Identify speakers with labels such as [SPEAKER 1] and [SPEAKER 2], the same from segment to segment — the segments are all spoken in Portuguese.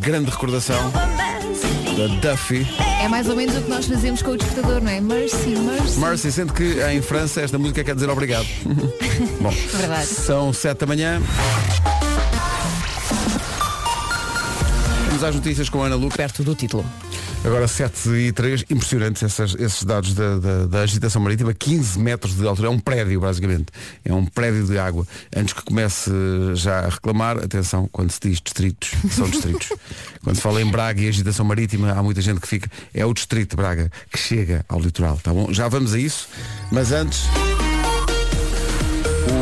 [SPEAKER 1] grande recordação da Duffy.
[SPEAKER 2] É mais ou menos o que nós fazemos com o despertador, não é? Mercy, mercy.
[SPEAKER 1] Mercy, sendo que em França esta música quer dizer obrigado. Bom,
[SPEAKER 2] Verdade.
[SPEAKER 1] são sete da manhã. Vamos às notícias com a Ana Lucas.
[SPEAKER 3] Perto do título.
[SPEAKER 1] Agora 7 e 3, impressionantes essas- esses dados da, da- da agitação marítima, 15 metros de altura, é um prédio basicamente, é um prédio de água. Antes que comece já a reclamar, atenção, quando se diz distritos, são distritos. quando se fala em Braga e agitação marítima, há muita gente que fica, é o distrito de Braga que chega ao litoral, tá bom? Já vamos a isso, mas antes...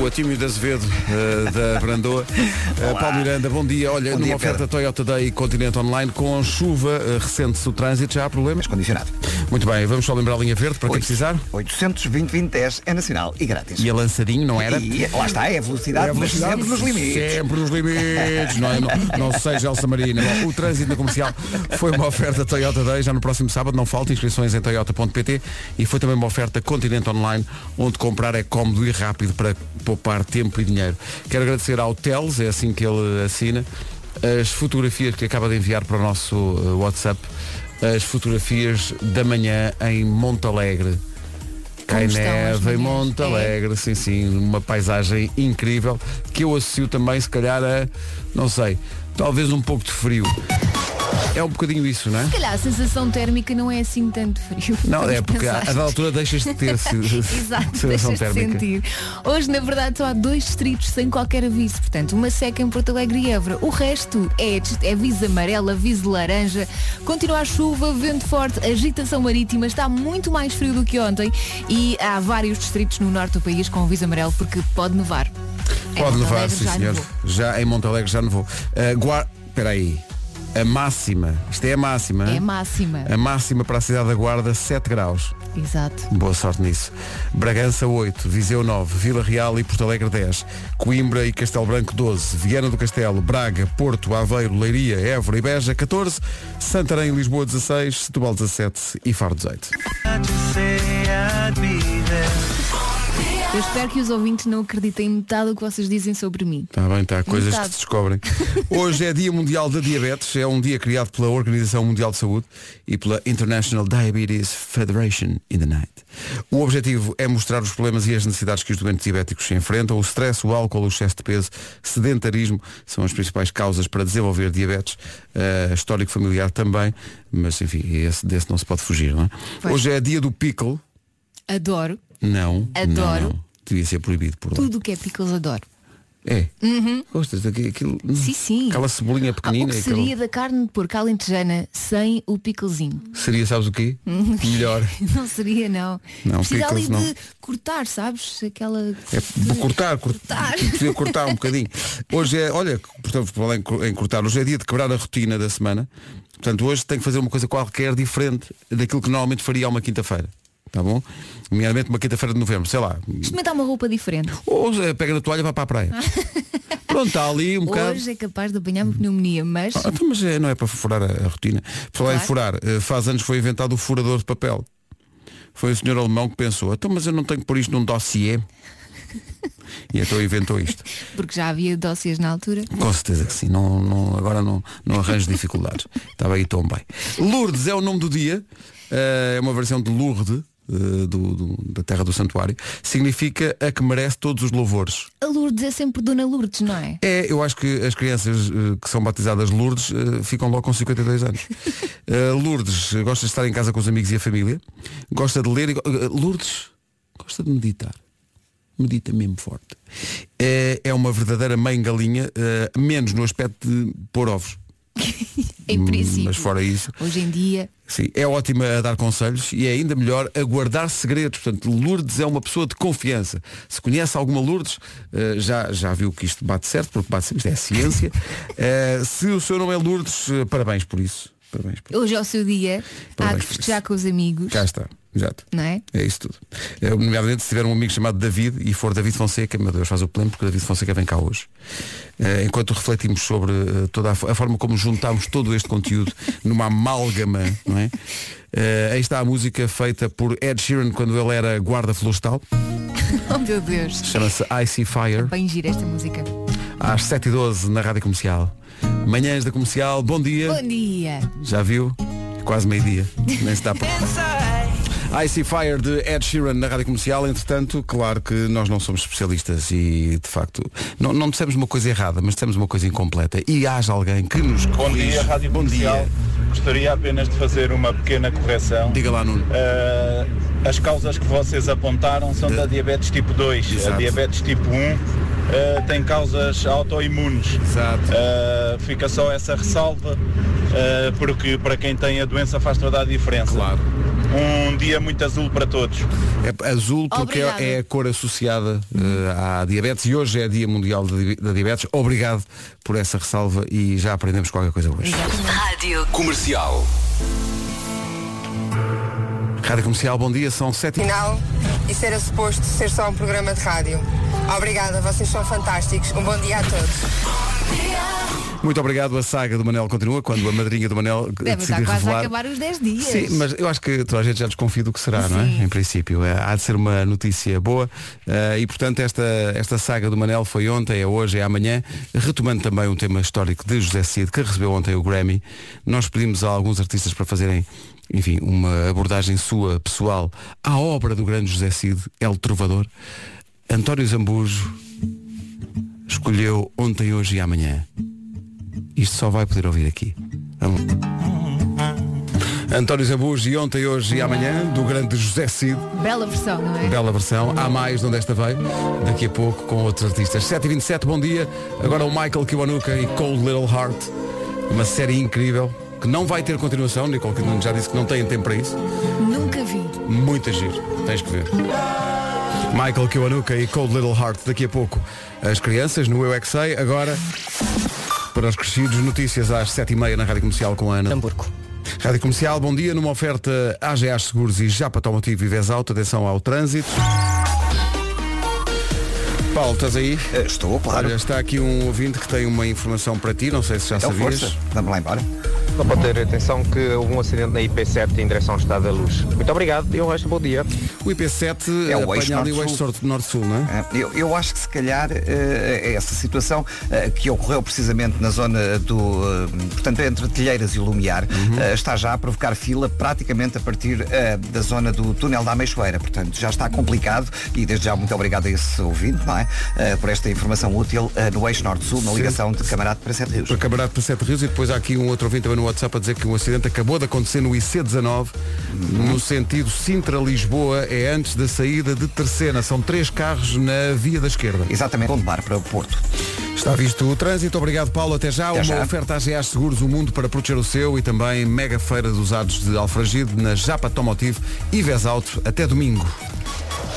[SPEAKER 1] O Atímio de Azevedo, eh, da Brandoa. Eh, Paulo Miranda, bom dia. Olha,
[SPEAKER 4] Bom
[SPEAKER 1] numa
[SPEAKER 4] dia,
[SPEAKER 1] oferta
[SPEAKER 4] Pedro.
[SPEAKER 1] Toyota Day Continente Online, com chuva eh, recente se o trânsito, já há problemas?
[SPEAKER 4] Condicionado.
[SPEAKER 1] Muito bem, vamos só lembrar a linha verde para quem precisar.
[SPEAKER 4] 820-2010 é nacional e grátis.
[SPEAKER 1] E a lançadinho, não era?
[SPEAKER 4] E lá está, é a velocidade,
[SPEAKER 1] É
[SPEAKER 4] mas
[SPEAKER 1] velocidade,
[SPEAKER 4] sempre nos limites.
[SPEAKER 1] Sempre nos limites. não, é? não, não seja Elsa Marina. Bom, o trânsito na comercial foi uma oferta Toyota Day, já no próximo sábado, não falta inscrições em toyota.pt e foi também uma oferta Continente Online, onde comprar é cómodo e rápido para poupar tempo e dinheiro. Quero agradecer ao Teles, é assim que ele assina, as fotografias que acaba de enviar para o nosso eh, WhatsApp, as fotografias da manhã em Montalegre. Cai
[SPEAKER 2] Como estão
[SPEAKER 1] neve
[SPEAKER 2] as
[SPEAKER 1] em
[SPEAKER 2] manhãs?
[SPEAKER 1] Monte
[SPEAKER 2] É.
[SPEAKER 1] Alegre, sim, sim, uma paisagem incrível que eu associo também, se calhar, a, não sei, talvez um pouco de frio. É um bocadinho isso, não é?
[SPEAKER 2] Se calhar a sensação térmica não é assim tanto frio.
[SPEAKER 1] Não, é
[SPEAKER 2] Vamos
[SPEAKER 1] porque a,
[SPEAKER 2] pensar.
[SPEAKER 1] a da altura deixas de ter se-
[SPEAKER 2] Exato,
[SPEAKER 1] sensação
[SPEAKER 2] deixas de
[SPEAKER 1] térmica.
[SPEAKER 2] sentir. Hoje, na verdade, só há dois distritos sem qualquer aviso. Portanto, uma seca em Porto Alegre e Évora. O resto é, dist- é aviso amarelo, aviso laranja. Continua a chuva, vento forte, agitação marítima. Está muito mais frio do que ontem. E há vários distritos no norte do país com aviso amarelo porque pode nevar. Em
[SPEAKER 1] Pode
[SPEAKER 2] Porto
[SPEAKER 1] levar,
[SPEAKER 2] Alegre
[SPEAKER 1] sim
[SPEAKER 2] já
[SPEAKER 1] senhor.
[SPEAKER 2] nevou.
[SPEAKER 1] Já em Monte Alegre já não vou. Guarda. Espera aí. A máxima, isto é a máxima.
[SPEAKER 2] É
[SPEAKER 1] hein?
[SPEAKER 2] máxima.
[SPEAKER 1] A máxima para a cidade da Guarda, 7 graus.
[SPEAKER 2] Exato.
[SPEAKER 1] Boa sorte nisso. Bragança 8, Viseu 9, Vila Real e Porto Alegre 10, Coimbra e Castelo Branco 12, Viana do Castelo, Braga, Porto, Aveiro, Leiria, Évora e Beja 14, Santarém e Lisboa 16, Setúbal 17 e Faro 18.
[SPEAKER 2] Eu espero que os ouvintes não acreditem em metade do que vocês dizem sobre mim.
[SPEAKER 1] Está Tá bem, está. Coisas
[SPEAKER 2] Metade.
[SPEAKER 1] que se descobrem. Hoje é Dia Mundial da Diabetes. É um dia criado pela Organização Mundial de Saúde e pela International Diabetes Federation in the Night. O objetivo é mostrar os problemas e as necessidades que os doentes diabéticos se enfrentam. O stress, o álcool, o excesso de peso, sedentarismo são as principais causas para desenvolver diabetes. eh, histórico familiar também, mas enfim, esse, desse não se pode fugir, não é?
[SPEAKER 2] Pois.
[SPEAKER 1] Hoje é dia do pickle.
[SPEAKER 2] Adoro
[SPEAKER 1] Não.
[SPEAKER 2] Adoro.
[SPEAKER 1] Não, não. Devia ser proibido por lá.
[SPEAKER 2] tudo Uhum. o que é pickles, adoro.
[SPEAKER 1] É. Gostas daquilo? aquilo-
[SPEAKER 2] Sim, sim.
[SPEAKER 1] Aquela cebolinha
[SPEAKER 2] Ah, o
[SPEAKER 1] pequenina.
[SPEAKER 2] que
[SPEAKER 1] aquele-
[SPEAKER 2] seria da carne de porco alentejana sem o picklezinho?
[SPEAKER 1] seria, sabes o quê? Melhor.
[SPEAKER 2] Não seria, não.
[SPEAKER 1] Não,
[SPEAKER 2] Precisa ali
[SPEAKER 1] pickles
[SPEAKER 2] de
[SPEAKER 1] não.
[SPEAKER 2] cortar, sabes? Aquela...
[SPEAKER 1] É de cortar, cortar. Podia cortar um bocadinho. Hoje é, olha, portanto, por além em cortar, hoje é dia de quebrar a rotina da semana. Portanto, hoje tenho que fazer uma coisa qualquer diferente daquilo que normalmente faria a uma quinta-feira. Tá bom? Nomeadamente uma quinta-feira de novembro, sei lá.
[SPEAKER 2] Experimentar uma roupa diferente.
[SPEAKER 1] Ou eh, pega na toalha e vai para a praia. Pronto, está ali um bocado.
[SPEAKER 2] Hoje é capaz de apanhar-me pneumonia, mas...
[SPEAKER 1] Ah, então, mas eh, não é para furar a, a rotina. Por falar em
[SPEAKER 2] Claro.
[SPEAKER 1] furar, eh, faz anos foi inventado o furador de papel. Foi o senhor alemão que pensou, então mas eu não tenho que pôr isto num dossiê. E então inventou isto.
[SPEAKER 2] Porque já havia dócias na altura.
[SPEAKER 1] Com certeza que sim. Não, não- agora não, não arranjo dificuldades. Estava aí tão bem. Lourdes é o nome do dia. Eh, é uma versão de Lourdes, eh, do- do- da terra do santuário. Significa a que merece todos os louvores.
[SPEAKER 2] A Lourdes é sempre Dona Lourdes, não é?
[SPEAKER 1] É, eu acho que as crianças eh, que são batizadas Lourdes eh, ficam logo com 52 anos. Eh, Lourdes eh, gosta de estar em casa com os amigos e a família, gosta de ler e go- eh, Lourdes gosta de meditar. Medita mesmo forte. É, é uma verdadeira mãe galinha, eh, menos no aspecto de pôr ovos.
[SPEAKER 2] Em princípio.
[SPEAKER 1] Hum, Mas fora isso,
[SPEAKER 2] Hoje em dia...
[SPEAKER 1] Sim, é ótima a dar conselhos e é ainda melhor a guardar segredos. Portanto, Lourdes é uma pessoa de confiança. Se conhece alguma Lourdes, eh, já, já viu que isto bate certo, porque bate certo, isto é ciência. Eh, se o seu nome é Lourdes, eh, parabéns por isso. Parabéns por
[SPEAKER 2] Hoje é o seu dia.
[SPEAKER 1] Parabéns
[SPEAKER 2] Há que
[SPEAKER 1] por
[SPEAKER 2] festejar
[SPEAKER 1] isso.
[SPEAKER 2] com os amigos.
[SPEAKER 1] Cá está, exato.
[SPEAKER 2] Não é?
[SPEAKER 1] É isso tudo. Eh, nomeadamente, se tiver um amigo chamado David e for David Fonseca, meu Deus, faz o plano porque o David Fonseca vem cá hoje. Eh, enquanto refletimos sobre eh, toda a, fo- a forma como juntámos todo este conteúdo numa amálgama, não é? Eh, aí está a música feita por Ed Sheeran quando ele era guarda florestal.
[SPEAKER 2] Oh meu Deus.
[SPEAKER 1] Chama-se Icy Fire.
[SPEAKER 2] Bem gira esta música.
[SPEAKER 1] Às 7h12 na Rádio Comercial. Manhãs da Comercial, bom dia.
[SPEAKER 2] Bom dia.
[SPEAKER 1] Já viu? Quase meio-dia. Nem se dá para. Icy Fire de Ed Sheeran na rádio comercial. Entretanto, claro que nós não somos especialistas e, de facto, não, não dissemos uma coisa errada, mas dissemos uma coisa incompleta. E haja alguém que nos
[SPEAKER 3] Bom
[SPEAKER 1] corrige.
[SPEAKER 3] dia, Rádio
[SPEAKER 1] Bom
[SPEAKER 3] Comercial.
[SPEAKER 1] dia.
[SPEAKER 3] Gostaria apenas de fazer uma pequena correção.
[SPEAKER 1] Diga lá, Nuno.
[SPEAKER 3] Ah, as causas que vocês apontaram são da diabetes tipo 2.
[SPEAKER 1] Exato.
[SPEAKER 3] A diabetes tipo 1 ah, tem causas autoimunes.
[SPEAKER 1] Exato.
[SPEAKER 3] Ah, fica só essa ressalva, ah, porque para quem tem a doença faz toda a diferença.
[SPEAKER 1] Claro.
[SPEAKER 3] Um dia muito azul para todos.
[SPEAKER 1] É azul porque é-
[SPEAKER 2] Obrigada.
[SPEAKER 1] é a cor associada eh, à diabetes e hoje é Dia Mundial da Di- da Diabetes. Obrigado por essa ressalva e já aprendemos qualquer coisa hoje.
[SPEAKER 5] Rádio Comercial.
[SPEAKER 1] Rádio Comercial, bom dia, são sete e...
[SPEAKER 6] Afinal, isso era suposto ser só um programa de rádio. Obrigada, vocês são fantásticos. Um bom dia a todos.
[SPEAKER 1] Muito obrigado, a saga do Manel continua quando a madrinha do Manel eh,
[SPEAKER 2] Deve
[SPEAKER 1] decide
[SPEAKER 2] estar quase
[SPEAKER 1] revelar...
[SPEAKER 2] a acabar os 10 dias.
[SPEAKER 1] Sim, mas eu acho que toda a gente já desconfia do que será, não é? Em princípio. É, há de ser uma notícia boa. eh, e portanto esta, esta saga do Manel foi ontem, é hoje, é amanhã. Retomando também um tema histórico de José Cid, que recebeu ontem o Grammy, nós pedimos a alguns artistas para fazerem, enfim, uma abordagem sua, pessoal, à obra do grande José Cid, El Trovador. António Zambujo escolheu ontem, hoje e amanhã. Isto só vai poder ouvir aqui. Vamos. António Zambujo e ontem, hoje e amanhã, do grande José Cid,
[SPEAKER 2] Bela versão, não é?
[SPEAKER 1] bela versão, há mais de onde esta veio, daqui a pouco com outros artistas. 7h27, bom dia, agora o Michael Kiwanuka e Cold Little Heart, uma série incrível, que não vai ter continuação, Nicole Kidman já disse que não tem tempo para isso,
[SPEAKER 2] Nunca vi.
[SPEAKER 1] muito giro, tens que ver. Michael Kiwanuka e Cold Little Heart, daqui a pouco as crianças no Eu é Que Sei, agora para os crescidos, notícias às 7h30 na Rádio Comercial com a Ana.
[SPEAKER 7] Hamburgo.
[SPEAKER 1] Rádio Comercial, bom dia. Numa oferta AGA Seguros e Japa Automotivo e Vesalto, atenção ao trânsito. Paulo, estás aí?
[SPEAKER 4] Eh, Estou, claro.
[SPEAKER 1] Olha, está aqui um ouvinte que tem uma informação para ti, não sei se já
[SPEAKER 4] Então
[SPEAKER 1] sabias.
[SPEAKER 4] força, vamos lá embora.
[SPEAKER 8] Só para ter atenção que houve um acidente na IP7 em direção ao Estado da Luz. Muito obrigado e um resto bom dia.
[SPEAKER 1] O IP7
[SPEAKER 4] É o
[SPEAKER 1] apanha
[SPEAKER 4] eixo
[SPEAKER 1] ali o eixo
[SPEAKER 4] norte-sul.
[SPEAKER 1] sorte- norte-sul, não é?
[SPEAKER 4] Ah, Eu, eu acho que se calhar eh, essa situação eh, que ocorreu precisamente na zona do, eh, portanto, entre Telheiras e Lumiar,
[SPEAKER 9] Uhum.
[SPEAKER 4] eh, está já a provocar fila praticamente a partir eh, da zona do túnel da Ameixoeira. Portanto, já está complicado e desde já muito obrigado a esse ouvinte, não é? Eh, por esta informação útil eh, no Eixo Norte-Sul, na
[SPEAKER 1] Sim.
[SPEAKER 4] ligação de Camarate para Sete Rios.
[SPEAKER 1] Para Camarado para Sete Rios e depois há aqui um outro ouvinte também no WhatsApp a dizer que um acidente acabou de acontecer no IC19,
[SPEAKER 4] Uhum.
[SPEAKER 1] no sentido Sintra-Lisboa, é antes da saída de Terceira. São três carros na via da esquerda.
[SPEAKER 4] Exatamente, Bom de Bar para o Porto.
[SPEAKER 1] Está visto o trânsito. Obrigado, Paulo. Até já.
[SPEAKER 4] Até
[SPEAKER 1] Uma
[SPEAKER 4] já.
[SPEAKER 1] oferta à GA Seguros, o mundo para proteger o seu e também mega feira de usados de Alfragide na Japa Tomotive e Vesauto até domingo.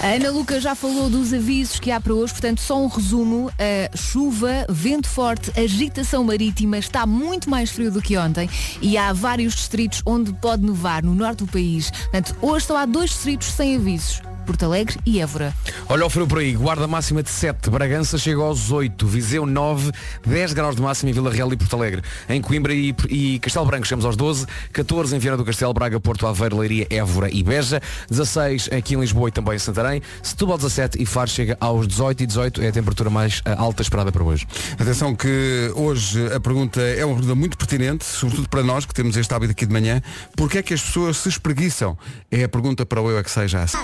[SPEAKER 2] A Ana Luca já falou dos avisos que há para hoje, portanto, só um resumo. Uh, chuva, vento forte, agitação marítima, está muito mais frio do que ontem e há vários distritos onde pode nevar no norte do país. Portanto, hoje só há dois distritos sem avisos. Porto Alegre e Évora.
[SPEAKER 7] Olha o frio por aí, guarda máxima de 7, Bragança chega aos 8, Viseu 9, 10 graus de máxima em Vila Real e Porto Alegre. Em Coimbra e, e Castelo Branco chegamos aos 12, 14 em Viana do Castelo, Braga, Porto Aveiro, Leiria, Évora e Beja, 16 aqui em Lisboa e também em Santarém, Setúbal 17 e Faro chega aos 18 e 18 é a temperatura mais ah, alta esperada para hoje.
[SPEAKER 1] Atenção que hoje a pergunta é uma pergunta muito pertinente, sobretudo para nós que temos este hábito aqui de manhã. Porquê é que as pessoas se espreguiçam? É a pergunta para o Eu É Que Sei já. a seguir.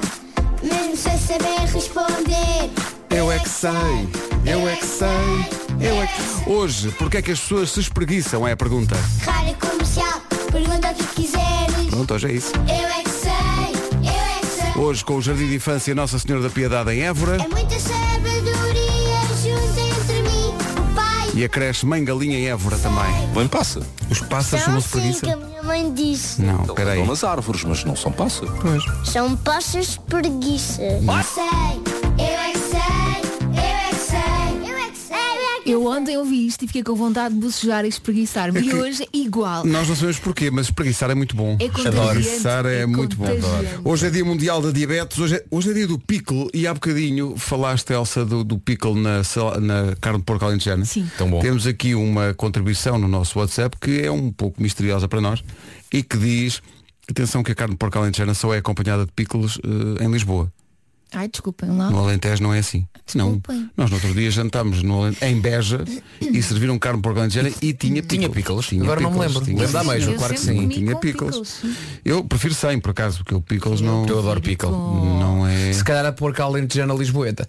[SPEAKER 10] Mesmo sem saber responder.
[SPEAKER 1] Eu é que sei, eu é que sei, eu é que... Hoje, porquê é que as pessoas se espreguiçam? É a pergunta.
[SPEAKER 10] Rádio comercial, pergunta o que quiseres.
[SPEAKER 1] Pronto, hoje é isso.
[SPEAKER 10] Eu é que sei, eu é que sei.
[SPEAKER 1] Hoje com o Jardim de Infância Nossa Senhora da Piedade em Évora.
[SPEAKER 10] É muita sabedoria junto entre mim, o pai.
[SPEAKER 1] E a creche Mãe Galinha em Évora também.
[SPEAKER 5] Bem passa.
[SPEAKER 1] Os pássaros
[SPEAKER 10] São
[SPEAKER 1] chamam-se
[SPEAKER 10] assim que
[SPEAKER 1] preguiça?
[SPEAKER 10] a minha mãe disse.
[SPEAKER 1] Não, espera
[SPEAKER 11] Então,
[SPEAKER 1] aí.
[SPEAKER 5] Umas árvores, mas não são passa.
[SPEAKER 10] São passas preguiça. Eu sei, eu é que sei, eu é que sei. Eu é que sei, eu é que
[SPEAKER 2] Eu ontem ouvi isto e fiquei com vontade de bocejar e espreguiçar-me.
[SPEAKER 1] É
[SPEAKER 2] E hoje, igual.
[SPEAKER 1] Nós não sabemos porquê, mas espreguiçar é muito bom.
[SPEAKER 2] É contagiante,
[SPEAKER 1] Espreguiçar é,
[SPEAKER 2] é
[SPEAKER 1] muito bom.
[SPEAKER 2] contagiante.
[SPEAKER 1] Hoje é dia mundial da diabetes, hoje é, hoje é dia do pickle e há bocadinho falaste, Elsa, do, do pickle na, sal- na carne de porco alentejana.
[SPEAKER 2] Sim.
[SPEAKER 7] Tão bom.
[SPEAKER 1] Temos aqui uma contribuição no nosso WhatsApp que é um pouco misteriosa para nós e que diz, atenção que a carne de porco alentejana só é acompanhada de pickles eh, em Lisboa.
[SPEAKER 2] Ai, desculpem lá.
[SPEAKER 1] No Alentejo não é assim. Não,
[SPEAKER 2] Desculpem.
[SPEAKER 1] nós no outro dia jantámos no Alentejo, em Beja e serviram carne por alentejana e tinha pickles.
[SPEAKER 7] Tinha pickles. Agora não me lembro. Lembro da
[SPEAKER 1] pickles.
[SPEAKER 7] mesma, claro que sim.
[SPEAKER 2] sempre comi
[SPEAKER 1] Tinha
[SPEAKER 2] com
[SPEAKER 1] pickles.
[SPEAKER 2] sim.
[SPEAKER 1] Eu prefiro sem, por acaso, porque o pickles não...
[SPEAKER 7] Eu adoro pickle.
[SPEAKER 1] Não é...
[SPEAKER 7] Se calhar a porca alentejana lisboeta.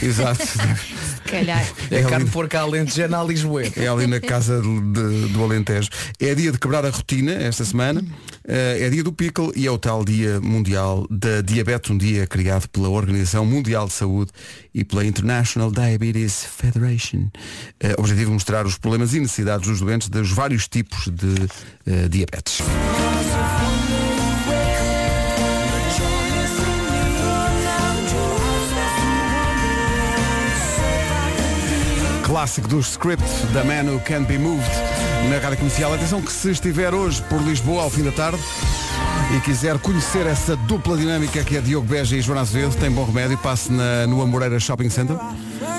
[SPEAKER 1] Exato.
[SPEAKER 2] Se calhar.
[SPEAKER 7] É
[SPEAKER 1] É
[SPEAKER 7] a carne
[SPEAKER 1] ali-
[SPEAKER 7] de porca alentejana à lisboeta.
[SPEAKER 1] É ali na casa de- de- do Alentejo. É dia de quebrar a rotina esta semana. Eh, é dia do pickle e é o tal dia mundial da diabetes, um dia criado pela Organização Mundial de Saúde e pela International Diabetes Federation. Eh, objetivo mostrar os problemas e necessidades dos doentes dos vários tipos de eh, diabetes. Clássico do script da Man Who Can't Be Moved na Rádio Comercial. Atenção que se estiver hoje por Lisboa ao fim da tarde e quiser conhecer essa dupla dinâmica que é Diogo Beja e Joana Azevedo, tem bom remédio, passe na, no Amoreiras Shopping Center.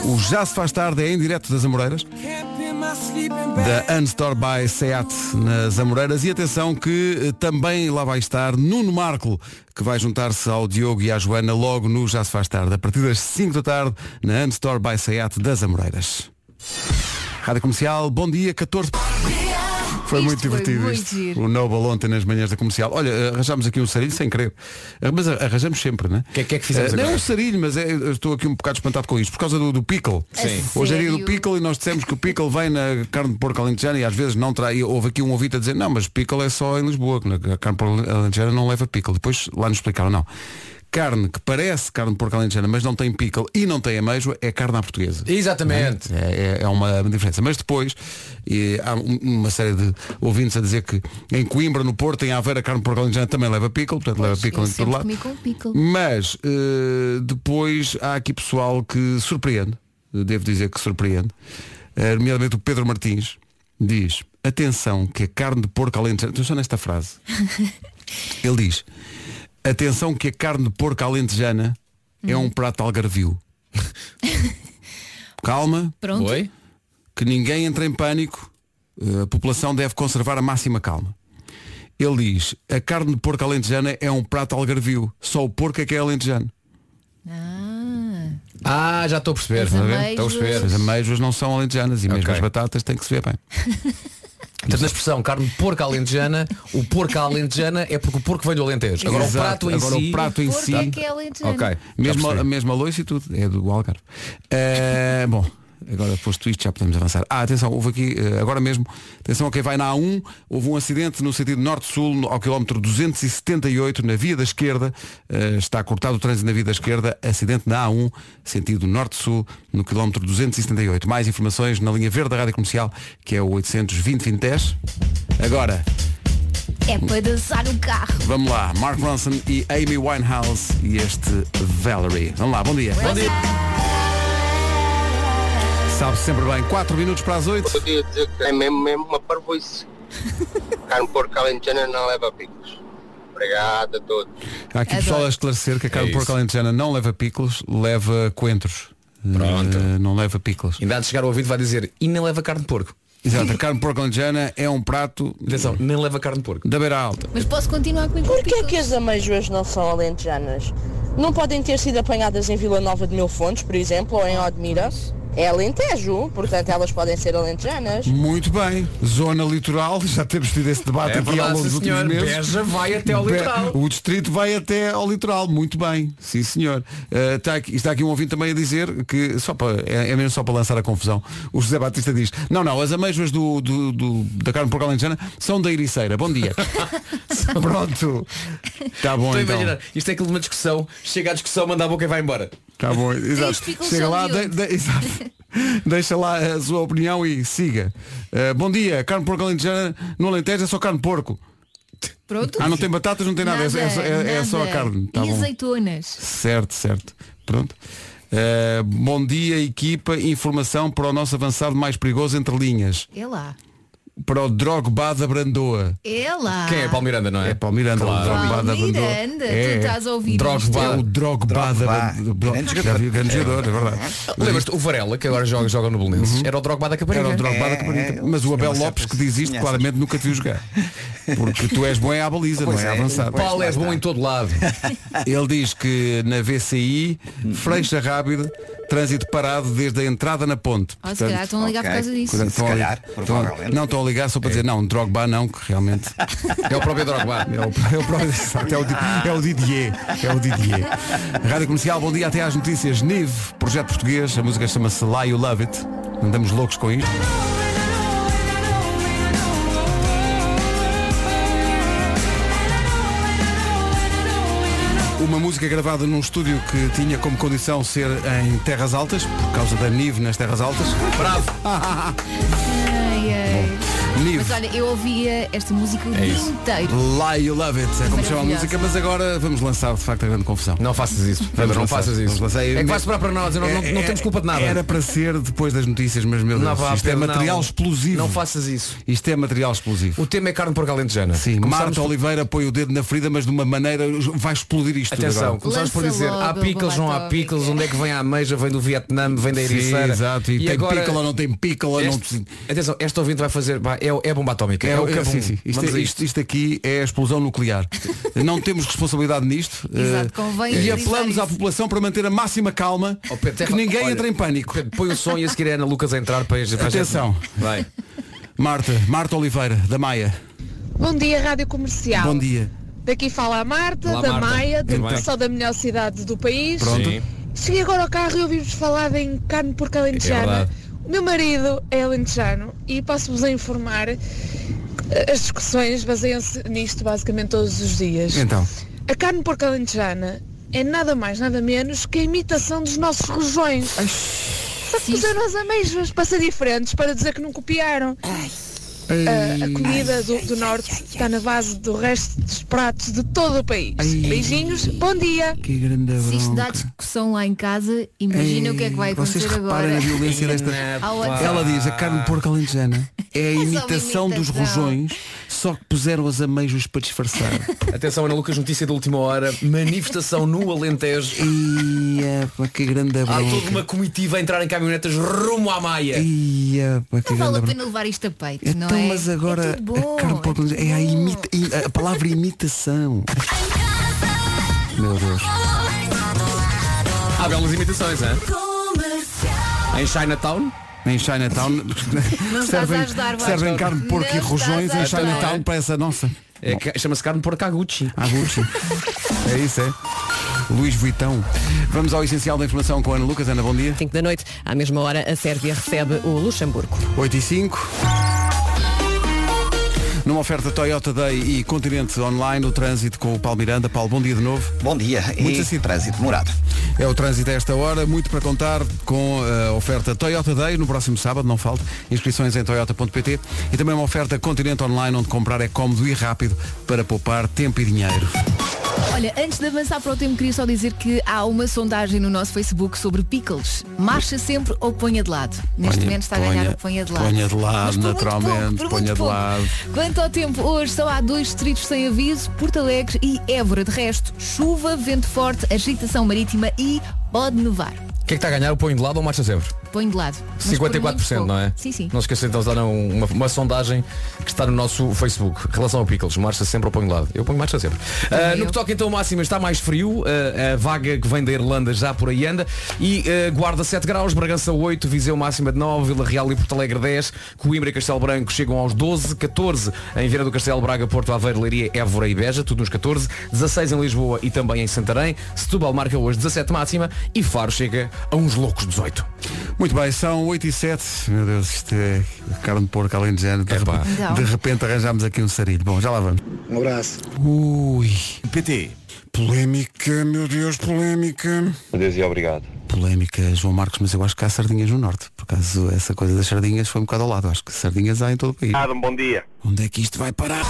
[SPEAKER 1] O Já se faz tarde é em direto das Amoreiras da Unstore by Seat nas Amoreiras e atenção que eh, também lá vai estar Nuno Marco que vai juntar-se ao Diogo e à Joana logo no Já se faz tarde a partir das 5 da tarde na Unstore by Seat das Amoreiras Rádio Comercial, bom dia, 14 foi
[SPEAKER 2] Isto
[SPEAKER 1] muito
[SPEAKER 2] foi
[SPEAKER 1] divertido
[SPEAKER 2] muito
[SPEAKER 1] isto.
[SPEAKER 2] giro.
[SPEAKER 1] O Noble ontem nas manhãs da comercial. Olha, arranjámos aqui um sarilho sem querer. Ah, Mas arranjamos sempre, né?
[SPEAKER 7] Que é- que é que fizemos
[SPEAKER 1] Eh, Não é
[SPEAKER 7] agora?
[SPEAKER 1] um sarilho, mas é- eu estou aqui um bocado espantado com isto. Por causa do, do pickle.
[SPEAKER 2] Sim. A
[SPEAKER 1] Hoje é dia do
[SPEAKER 2] sério?
[SPEAKER 1] pickle e nós dissemos que o pickle vem na carne de porco alentejana e às vezes não trai. Houve aqui um ouvinte a dizer, não, mas pickle é só em Lisboa, que na- a carne de porco alentejana não leva pickle. Depois lá nos explicaram, não. Carne que parece carne de porco alentejana, mas não tem pickle e não tem ameijo, é carne à portuguesa.
[SPEAKER 7] Exatamente.
[SPEAKER 1] É, é- é uma diferença. Mas depois eh, há um- uma série de ouvintes a dizer que em Coimbra, no Porto, em Aveira, carne por alentejana também leva pickle, portanto leva pickle
[SPEAKER 2] eu
[SPEAKER 1] em todo
[SPEAKER 2] sempre
[SPEAKER 1] lado.
[SPEAKER 2] comi com pickle.
[SPEAKER 1] Mas eh, depois há aqui pessoal que surpreende, devo dizer que surpreende, eh, nomeadamente o Pedro Martins, diz, atenção que a carne de porco alentejana, atenção nesta frase, ele diz, atenção que a carne de porco alentejana é um prato algarvio. Calma,
[SPEAKER 2] Pronto.
[SPEAKER 7] Oi?
[SPEAKER 1] que ninguém entre em pânico, eh, a população deve conservar a máxima calma. Ele diz, a carne de porco alentejana é um prato algarvio, só o porco é que é alentejano.
[SPEAKER 2] Ah,
[SPEAKER 7] Ah, já estou a perceber.
[SPEAKER 2] Os
[SPEAKER 7] Está a ver?
[SPEAKER 2] ameijos.
[SPEAKER 1] Então
[SPEAKER 7] Estou a perceber.
[SPEAKER 1] As ameijoas não são alentejanas e mesmo
[SPEAKER 7] Então Ok.
[SPEAKER 1] as batatas têm que se ver bem.
[SPEAKER 7] Portanto, Então, na expressão carne de porco alentejana, o porco alentejana é porque o porco veio do Alentejo. Agora
[SPEAKER 1] Exato.
[SPEAKER 7] o prato em
[SPEAKER 1] Agora
[SPEAKER 7] si.
[SPEAKER 1] o prato em
[SPEAKER 2] porco
[SPEAKER 1] si.
[SPEAKER 2] é que é alentejano.
[SPEAKER 7] Ok.
[SPEAKER 1] Mesmo,
[SPEAKER 7] Já
[SPEAKER 1] a
[SPEAKER 7] percebi.
[SPEAKER 1] mesma loiça e tudo, é do Algarve. Eh, bom, agora posto isto já podemos avançar. Ah, atenção, houve aqui, eh, agora mesmo, atenção a quem vai na A1, houve um acidente no sentido norte-sul, no- ao quilómetro 278, na via da esquerda, Eh, está cortado o trânsito na via da esquerda, acidente na A1, sentido norte-sul, no quilómetro 278. Mais informações na linha verde da Rádio Comercial, que é o 820-2010. Agora,
[SPEAKER 2] É para dançar o carro.
[SPEAKER 1] Vamos lá, Mark Ronson e Amy Winehouse e este Valerie. Vamos lá, bom dia. Bom dia. Sabe sempre bem, 4 minutos para as 8.
[SPEAKER 8] Podia dizer que é mesmo, mesmo uma parvoíce. Carne porco alentejana não leva picos. Obrigado a todos.
[SPEAKER 1] Há aqui pessoal a esclarecer que a carne
[SPEAKER 7] É
[SPEAKER 1] de porco
[SPEAKER 7] isso.
[SPEAKER 1] alentejana não leva picos, leva coentros.
[SPEAKER 7] Pronto.
[SPEAKER 1] Eh, não leva picos.
[SPEAKER 7] Ainda há de chegar o ouvido vai dizer, e nem leva carne de porco.
[SPEAKER 1] Exato, a carne de porco alentejana é um prato
[SPEAKER 7] Atenção, nem leva carne de porco.
[SPEAKER 1] da beira alta.
[SPEAKER 2] Mas posso continuar a comer
[SPEAKER 11] é
[SPEAKER 2] com
[SPEAKER 12] Porquê
[SPEAKER 2] pickles?
[SPEAKER 12] que as ameijoas não são alentejanas? Não podem ter sido apanhadas em Vila Nova de Mil Fontes, por exemplo, ou em Odmira? É alentejo, portanto elas podem ser
[SPEAKER 7] É
[SPEAKER 12] alentejanas.
[SPEAKER 1] Muito bem, zona litoral, já temos tido esse
[SPEAKER 7] É
[SPEAKER 1] debate aqui ao longo dos últimos meses.
[SPEAKER 7] vai até
[SPEAKER 1] Be- O distrito vai até ao litoral, muito bem, sim senhor. Eh, tá aqui- está aqui um ouvinte também a dizer que, só para, é, é mesmo só para lançar a confusão, o José Batista diz, não, não, as ameijoas do, do- do- da carne por alentejana são da Ericeira, bom dia. Pronto, está bom
[SPEAKER 7] Estou a
[SPEAKER 1] então.
[SPEAKER 7] imaginar, isto é aquilo de uma discussão, chega à discussão, manda a boca e vai embora.
[SPEAKER 1] Está Tá bom, exato.
[SPEAKER 2] explicam
[SPEAKER 1] Chega
[SPEAKER 2] só
[SPEAKER 1] lá,
[SPEAKER 2] de
[SPEAKER 1] de-
[SPEAKER 2] onde.
[SPEAKER 1] de- exato. deixa lá a sua opinião e siga. Eh, bom dia, carne porco alentejana no Alentejo é só carne de porco.
[SPEAKER 2] Pronto.
[SPEAKER 1] Ah, não tem batatas, não tem nada, é só- é, só- é- é só a
[SPEAKER 2] nada.
[SPEAKER 1] carne. Tá
[SPEAKER 2] e
[SPEAKER 1] bom.
[SPEAKER 2] azeitonas.
[SPEAKER 1] Certo, certo. Pronto. Uh, bom dia, equipa. Informação para o nosso avançado mais perigoso entre linhas.
[SPEAKER 2] É lá.
[SPEAKER 1] Para o Drogba da Brandoa.
[SPEAKER 2] É lá.
[SPEAKER 7] Quem é Paulo Miranda, não é?
[SPEAKER 1] É para o Miranda.
[SPEAKER 7] Claro.
[SPEAKER 1] O Drogba da
[SPEAKER 2] Paulo
[SPEAKER 1] Brandoa.
[SPEAKER 2] Miranda,
[SPEAKER 1] é.
[SPEAKER 2] tu estás a ouvir
[SPEAKER 1] Drogba, é
[SPEAKER 7] isto?
[SPEAKER 1] o Drogba,
[SPEAKER 4] Drogba.
[SPEAKER 1] da Brandoa.
[SPEAKER 4] Grande
[SPEAKER 1] Já
[SPEAKER 4] jogador.
[SPEAKER 1] vi o grande jogador, é verdade.
[SPEAKER 7] Lembras-te, o Varela, que agora joga, joga no Belenenses, Uhum. era o Drogba da Caparica.
[SPEAKER 1] Era o Drogba da
[SPEAKER 4] É,
[SPEAKER 1] Caparica.
[SPEAKER 4] é,
[SPEAKER 1] Mas o
[SPEAKER 4] é
[SPEAKER 1] Abel
[SPEAKER 4] uma certa
[SPEAKER 1] Lopes, que diz isto,
[SPEAKER 4] semelhança.
[SPEAKER 1] claramente nunca te viu jogar. Porque tu és bom é à baliza,
[SPEAKER 7] Pois
[SPEAKER 1] não é, à
[SPEAKER 7] é,
[SPEAKER 1] avançada.
[SPEAKER 7] pois, Paulo lá é bom está. em todo lado.
[SPEAKER 1] Ele diz que na VCI, freixa rápida, trânsito parado desde a entrada na ponte.
[SPEAKER 2] Ah, se calhar estão a ligar por causa disso.
[SPEAKER 1] portanto,
[SPEAKER 2] Se
[SPEAKER 1] estão a-
[SPEAKER 2] calhar, É.
[SPEAKER 1] estão a- não, estão a ligar só para dizer, não, Drogba não, que realmente...
[SPEAKER 7] É o próprio Drogba.
[SPEAKER 1] É o, é o próprio... exato, É o, Di- é o Didier. É o Didier. Rádio Comercial, bom dia, até às notícias. Nive, projeto português, a música chama-se Lá You Love It. Andamos loucos com isto. Uma música gravada num estúdio que tinha como condição ser em terras altas, por causa da Nive nas terras altas. Bravo!
[SPEAKER 2] Ai, ai.
[SPEAKER 1] Nive.
[SPEAKER 2] Mas olha, eu ouvia esta música o
[SPEAKER 1] É
[SPEAKER 2] dia
[SPEAKER 1] isso.
[SPEAKER 2] inteiro.
[SPEAKER 1] Lá You Love It, é como chama a
[SPEAKER 2] Maravilhosa.
[SPEAKER 1] música, mas agora vamos lançar de facto a grande confusão.
[SPEAKER 7] Não faças isso, Pedro, não faças isso. É que vai sobrar para nós, não- não- não temos culpa de nada.
[SPEAKER 1] É, Era para ser depois das notícias, mas meu Deus,
[SPEAKER 7] Não vá,
[SPEAKER 1] isto é
[SPEAKER 7] Pedro,
[SPEAKER 1] material
[SPEAKER 7] não.
[SPEAKER 1] explosivo.
[SPEAKER 7] Não faças isso.
[SPEAKER 1] Isto é material explosivo.
[SPEAKER 7] O tema é carne por calentejana.
[SPEAKER 1] Sim, Marta Oliveira põe o dedo na ferida, mas de uma maneira vai explodir isto. tudo
[SPEAKER 7] Atenção,
[SPEAKER 1] agora.
[SPEAKER 7] começamos por dizer, há pickles, não há pickles, onde é que vem a ameixa, vem do Vietnã, vem da
[SPEAKER 1] Sim,
[SPEAKER 7] Ericeira.
[SPEAKER 1] exato, e tem pickle ou não tem pickle, ou não-
[SPEAKER 7] este- Atenção, este ouvinte vai fazer, vai, é, é bomba atómica, é, o cabum.
[SPEAKER 1] sim, sim. Isto, é-
[SPEAKER 7] Vamos a
[SPEAKER 1] isto- isto aqui é a explosão nuclear. não temos responsabilidade nisto.
[SPEAKER 7] Exato,
[SPEAKER 1] eh,
[SPEAKER 7] convém
[SPEAKER 1] e
[SPEAKER 7] analisar
[SPEAKER 1] apelamos à população para manter a máxima calma,
[SPEAKER 7] Oh,
[SPEAKER 1] que ninguém entra em pânico.
[SPEAKER 7] põe o som e a seguir é Ana Lucas a entrar para para a gente-
[SPEAKER 1] Atenção.
[SPEAKER 7] Vai.
[SPEAKER 1] Marta, Marta Oliveira, da Maia.
[SPEAKER 13] Bom dia, Rádio Comercial.
[SPEAKER 1] Bom dia.
[SPEAKER 13] Daqui fala a Marta,
[SPEAKER 1] Olá,
[SPEAKER 13] da
[SPEAKER 1] Marta.
[SPEAKER 13] Maia, de
[SPEAKER 1] Tudo bem?
[SPEAKER 13] só da melhor cidade do país.
[SPEAKER 1] Pronto. Sim.
[SPEAKER 7] é
[SPEAKER 13] Cheguei agora ao carro e ouvi-vos falar em carne por
[SPEAKER 1] É
[SPEAKER 13] calentejana.
[SPEAKER 1] verdade.
[SPEAKER 13] o meu marido é alentejano e posso-vos a informar eh, as discussões baseiam-se nisto basicamente todos os dias.
[SPEAKER 1] Então.
[SPEAKER 13] A carne por calentejana é nada mais, nada menos que a imitação dos nossos rojões. Só que puseram as ameixas para ser diferentes, para dizer que não copiaram.
[SPEAKER 2] Eh,
[SPEAKER 13] A, a comida do, do norte está na base do resto dos pratos de todo o país. Beijinhos, bom dia!
[SPEAKER 1] Que grande
[SPEAKER 2] Se isto dá discussão lá em casa, imagina o que é que vai acontecer
[SPEAKER 1] Vocês
[SPEAKER 2] agora.
[SPEAKER 1] reparem a violência desta.
[SPEAKER 2] Ao WhatsApp.
[SPEAKER 1] Ela diz a carne de porco alentejana é a
[SPEAKER 2] só uma
[SPEAKER 1] imitação dos
[SPEAKER 2] imitação.
[SPEAKER 1] rojões, só que puseram as ameijos para disfarçar.
[SPEAKER 7] Atenção, Ana Lucas, notícia da última hora, manifestação no Alentejo.
[SPEAKER 1] Ia, pá, que grande
[SPEAKER 7] Há
[SPEAKER 1] bronca.
[SPEAKER 7] toda uma comitiva a entrar em caminhonetas rumo à Maia.
[SPEAKER 1] Ia, pá, que
[SPEAKER 2] Não
[SPEAKER 1] grande
[SPEAKER 2] vale a
[SPEAKER 1] bronca.
[SPEAKER 2] pena levar isto a peito, não
[SPEAKER 1] Então,
[SPEAKER 2] é?
[SPEAKER 1] mas agora
[SPEAKER 2] É tudo bom.
[SPEAKER 1] a carne de porco alentejana é a, imita, a palavra imitação. Meu Deus.
[SPEAKER 7] Há belas imitações, hein? Em Chinatown?
[SPEAKER 1] Em Chinatown
[SPEAKER 7] estás
[SPEAKER 1] servem,
[SPEAKER 7] a ajudar, Vasco.
[SPEAKER 1] servem carne de porco
[SPEAKER 7] Não
[SPEAKER 1] e rojões em
[SPEAKER 7] estás a ajudar.
[SPEAKER 1] Chinatown para essa nossa.
[SPEAKER 7] É, ca- Chama-se carne por Kaguchi.
[SPEAKER 1] Aguchi. É isso, é? Luís Vitão. Vamos ao essencial da informação com a Ana Lucas. Ana, bom dia.
[SPEAKER 14] 5 da noite, à mesma hora, a Sérvia recebe o Luxemburgo.
[SPEAKER 1] 8 e 5. Numa oferta Toyota Day e Continente Online, o trânsito com o Paulo Miranda. Paulo, bom dia de novo.
[SPEAKER 4] Bom dia.
[SPEAKER 1] Muito
[SPEAKER 4] E
[SPEAKER 1] assim.
[SPEAKER 4] trânsito demorado.
[SPEAKER 1] É o trânsito a esta hora, muito para contar com a oferta Toyota Day no próximo sábado, não falte. Inscrições em toyota.pt e também uma oferta Continente Online, onde comprar é cómodo e rápido para poupar tempo e dinheiro.
[SPEAKER 2] Olha, antes de avançar para o tema, queria só dizer que há uma sondagem no nosso Facebook sobre pickles. Marcha sempre ou ponha de lado. Neste
[SPEAKER 1] Ponha-
[SPEAKER 2] momento está a ganhar
[SPEAKER 1] ponha-
[SPEAKER 2] o ponha de lado.
[SPEAKER 1] ponha de lado,
[SPEAKER 2] Mas por muito
[SPEAKER 1] naturalmente,
[SPEAKER 2] por
[SPEAKER 1] ponha
[SPEAKER 2] muito
[SPEAKER 1] de lado.
[SPEAKER 2] Quanto ao tempo, hoje só há dois distritos sem aviso, Porto Alegre e Évora. De resto, chuva, vento forte, agitação marítima e pode nevar.
[SPEAKER 7] O que é que está a ganhar? O põe de lado ou marcha sempre?
[SPEAKER 2] Põe de lado. Mas por muito
[SPEAKER 7] 54%,
[SPEAKER 2] pouco.
[SPEAKER 7] não é?
[SPEAKER 2] Sim, sim.
[SPEAKER 7] Não se esqueçam então de dar uma, uma sondagem que está no nosso Facebook. Em relação ao Pickles, marcha sempre ou ponho de lado. Eu ponho marcha sempre. Ah, no que toca então ao máximo, está mais frio. Ah, a vaga que vem da Irlanda já por aí anda. E ah, guarda 7 graus, Bragança 8, Viseu máxima de 9, Vila Real e Porto Alegre 10, Coimbra e Castelo Branco chegam aos 12, 14 em Vieira do Castelo, Braga, Porto Aveiro, Leiria, Évora e Beja, tudo nos 14, 16 em Lisboa e também em Santarém. Setúbal marca hoje 17 máxima e Faro chega a uns loucos 18.
[SPEAKER 1] Muito bem, são 8 e 7. Meu Deus, isto é carne de porco além de género. De, repente, de repente arranjámos aqui um sarilho. Bom, já lá vamos.
[SPEAKER 15] Um abraço.
[SPEAKER 1] Ui. PT. Polémica, meu Deus, polémica.
[SPEAKER 16] Deus e obrigado.
[SPEAKER 1] Polémica, João Marcos, mas eu acho que há sardinhas no norte. Por acaso essa coisa das sardinhas foi um bocado ao lado. Acho que sardinhas há em todo o país.
[SPEAKER 16] Adam, bom dia.
[SPEAKER 1] Onde é que isto vai parar?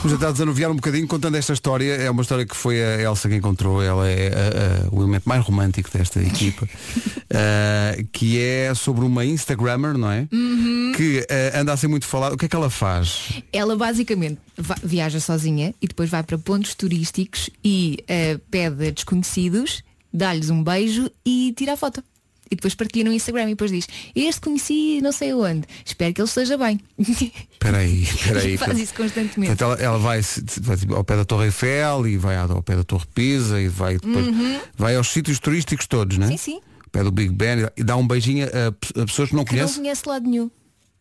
[SPEAKER 1] Vamos tentar desanuviar um bocadinho contando esta história. É uma história que foi a Elsa que encontrou. Ela é a- a- o elemento mais romântico desta equipa. Ah, que é sobre uma Instagrammer, não é?
[SPEAKER 2] Uhum.
[SPEAKER 1] Que ah, anda a ser muito falada. O que é que ela faz?
[SPEAKER 2] Ela basicamente va- viaja sozinha e depois vai para pontos turísticos e eh, pede a desconhecidos, dá-lhes um beijo e tira a foto. E depois partilha no Instagram e depois diz, este conheci não sei onde, espero que ele esteja bem.
[SPEAKER 1] Espera aí, espera aí.
[SPEAKER 2] E faz isso constantemente.
[SPEAKER 1] Portanto, ela, ela vai, se- se- vai tipo, ao pé da Torre Eiffel e vai ao pé da Torre Pisa e vai depois,
[SPEAKER 2] Uhum.
[SPEAKER 1] vai aos sítios turísticos todos, né?
[SPEAKER 2] Sim, sim.
[SPEAKER 1] Ao Pé do Big Ben e dá um beijinho a, a pessoas que não
[SPEAKER 2] Que não
[SPEAKER 1] conhece,
[SPEAKER 2] conhece lado nenhum.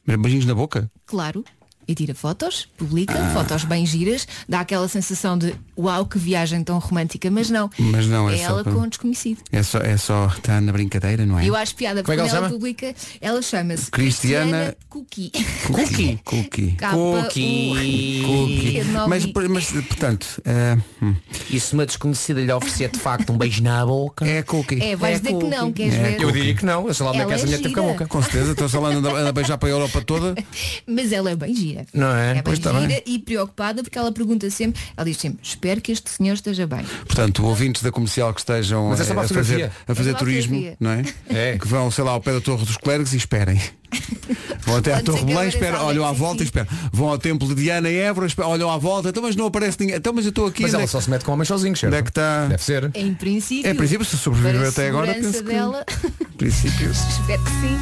[SPEAKER 1] mas beijinhos na boca.
[SPEAKER 2] Claro. E tira fotos, publica,
[SPEAKER 1] Ah.
[SPEAKER 2] fotos bem giras, dá aquela sensação de uau, que viagem tão romântica, mas não.
[SPEAKER 1] Mas não, é só
[SPEAKER 2] ela
[SPEAKER 1] para-
[SPEAKER 2] com um desconhecido.
[SPEAKER 1] É só, é só está na brincadeira, não é?
[SPEAKER 2] E eu acho piada,
[SPEAKER 1] Como é que
[SPEAKER 2] porque quando
[SPEAKER 1] ela
[SPEAKER 2] ela
[SPEAKER 1] chama?
[SPEAKER 2] publica, ela chama-se
[SPEAKER 1] Cristiana-
[SPEAKER 2] Cookie.
[SPEAKER 1] Cookie. Cookie.
[SPEAKER 2] K-U-I.
[SPEAKER 1] Cookie.
[SPEAKER 2] Nove
[SPEAKER 1] Mas,
[SPEAKER 2] i.
[SPEAKER 1] mas, portanto. eh, Isso uma desconhecida lhe oferecer de facto um beijo na boca. É cookie.
[SPEAKER 2] É, vais dizer que não, queres ver?
[SPEAKER 7] Eu diria que não, eu sei lá onde é
[SPEAKER 2] Ela
[SPEAKER 7] que essa
[SPEAKER 2] é
[SPEAKER 7] mulher teve com a
[SPEAKER 2] gira.
[SPEAKER 7] boca.
[SPEAKER 1] Com certeza, estou só lá anda, anda a beijar para a Europa toda.
[SPEAKER 2] Mas ela é bem gira.
[SPEAKER 1] Não
[SPEAKER 2] É
[SPEAKER 1] é?
[SPEAKER 2] bem gira e preocupada porque ela pergunta sempre, ela diz sempre, espero que este senhor esteja bem.
[SPEAKER 1] Portanto, ouvintes da comercial que estejam
[SPEAKER 7] Mas é só
[SPEAKER 1] eh,
[SPEAKER 7] uma
[SPEAKER 1] a fazer,
[SPEAKER 7] fotografia.
[SPEAKER 1] a fazer
[SPEAKER 2] É só uma
[SPEAKER 1] turismo,
[SPEAKER 2] fotografia.
[SPEAKER 1] não é? Que vão, sei lá, ao pé da Torre dos Clérigos e esperem. Vão até à
[SPEAKER 2] Pode
[SPEAKER 1] Torre
[SPEAKER 2] ser
[SPEAKER 1] de Belém,
[SPEAKER 2] que apareça
[SPEAKER 1] esperam,
[SPEAKER 2] alguém
[SPEAKER 1] olham à
[SPEAKER 2] que
[SPEAKER 1] volta e esperam. Vão ao templo de Diana e Évora, esperam, olham à volta, então mas não aparece ninguém. Então mas eu estou aqui.
[SPEAKER 7] Mas
[SPEAKER 1] onde é
[SPEAKER 7] ela
[SPEAKER 1] que-
[SPEAKER 7] só se mete com homens sozinhos, certo?
[SPEAKER 1] Onde é que está?
[SPEAKER 7] Deve ser.
[SPEAKER 2] Em princípio.
[SPEAKER 1] É, em princípio, se sobreviveu
[SPEAKER 2] para a
[SPEAKER 1] até agora,
[SPEAKER 2] segurança
[SPEAKER 1] penso que-
[SPEAKER 2] dela,
[SPEAKER 1] Princípio.
[SPEAKER 2] espero que sim.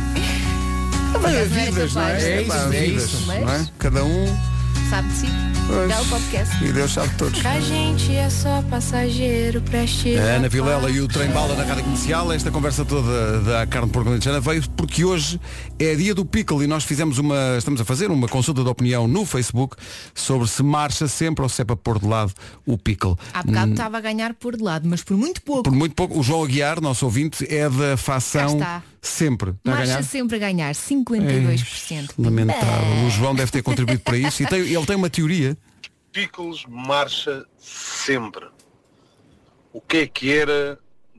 [SPEAKER 2] Mas
[SPEAKER 1] É
[SPEAKER 2] não é
[SPEAKER 1] vidas, não
[SPEAKER 2] capaz,
[SPEAKER 1] é?
[SPEAKER 2] não
[SPEAKER 1] Epá,
[SPEAKER 2] é
[SPEAKER 1] vidas,
[SPEAKER 2] isso,
[SPEAKER 1] não é? Cada um
[SPEAKER 2] mas sabe de si.
[SPEAKER 1] Pois.
[SPEAKER 2] Belo podcast.
[SPEAKER 1] e Deus sabe todos.
[SPEAKER 15] Pra gente é só passageiro, preste.
[SPEAKER 1] A Ana Vilela e o Trem Bala na Rádio Comercial. Esta conversa toda da carne de porco lentejana veio porque hoje é dia do pickle e nós fizemos uma, estamos a fazer uma consulta de opinião no Facebook sobre se marcha sempre ou se é para pôr de lado o pickle.
[SPEAKER 2] Há bocado
[SPEAKER 1] Hum,
[SPEAKER 2] estava a ganhar por de lado, mas por muito pouco.
[SPEAKER 1] Por muito pouco, o João Aguiar, nosso ouvinte, é da fação
[SPEAKER 2] Cá está.
[SPEAKER 1] sempre. Está a
[SPEAKER 2] Marcha
[SPEAKER 1] ganhar?
[SPEAKER 2] sempre É. a ganhar 52%.
[SPEAKER 1] Lamentável. O João deve ter contribuído para isso e tem- ele tem uma teoria.
[SPEAKER 16] Pickles marcha sempre. O que é que era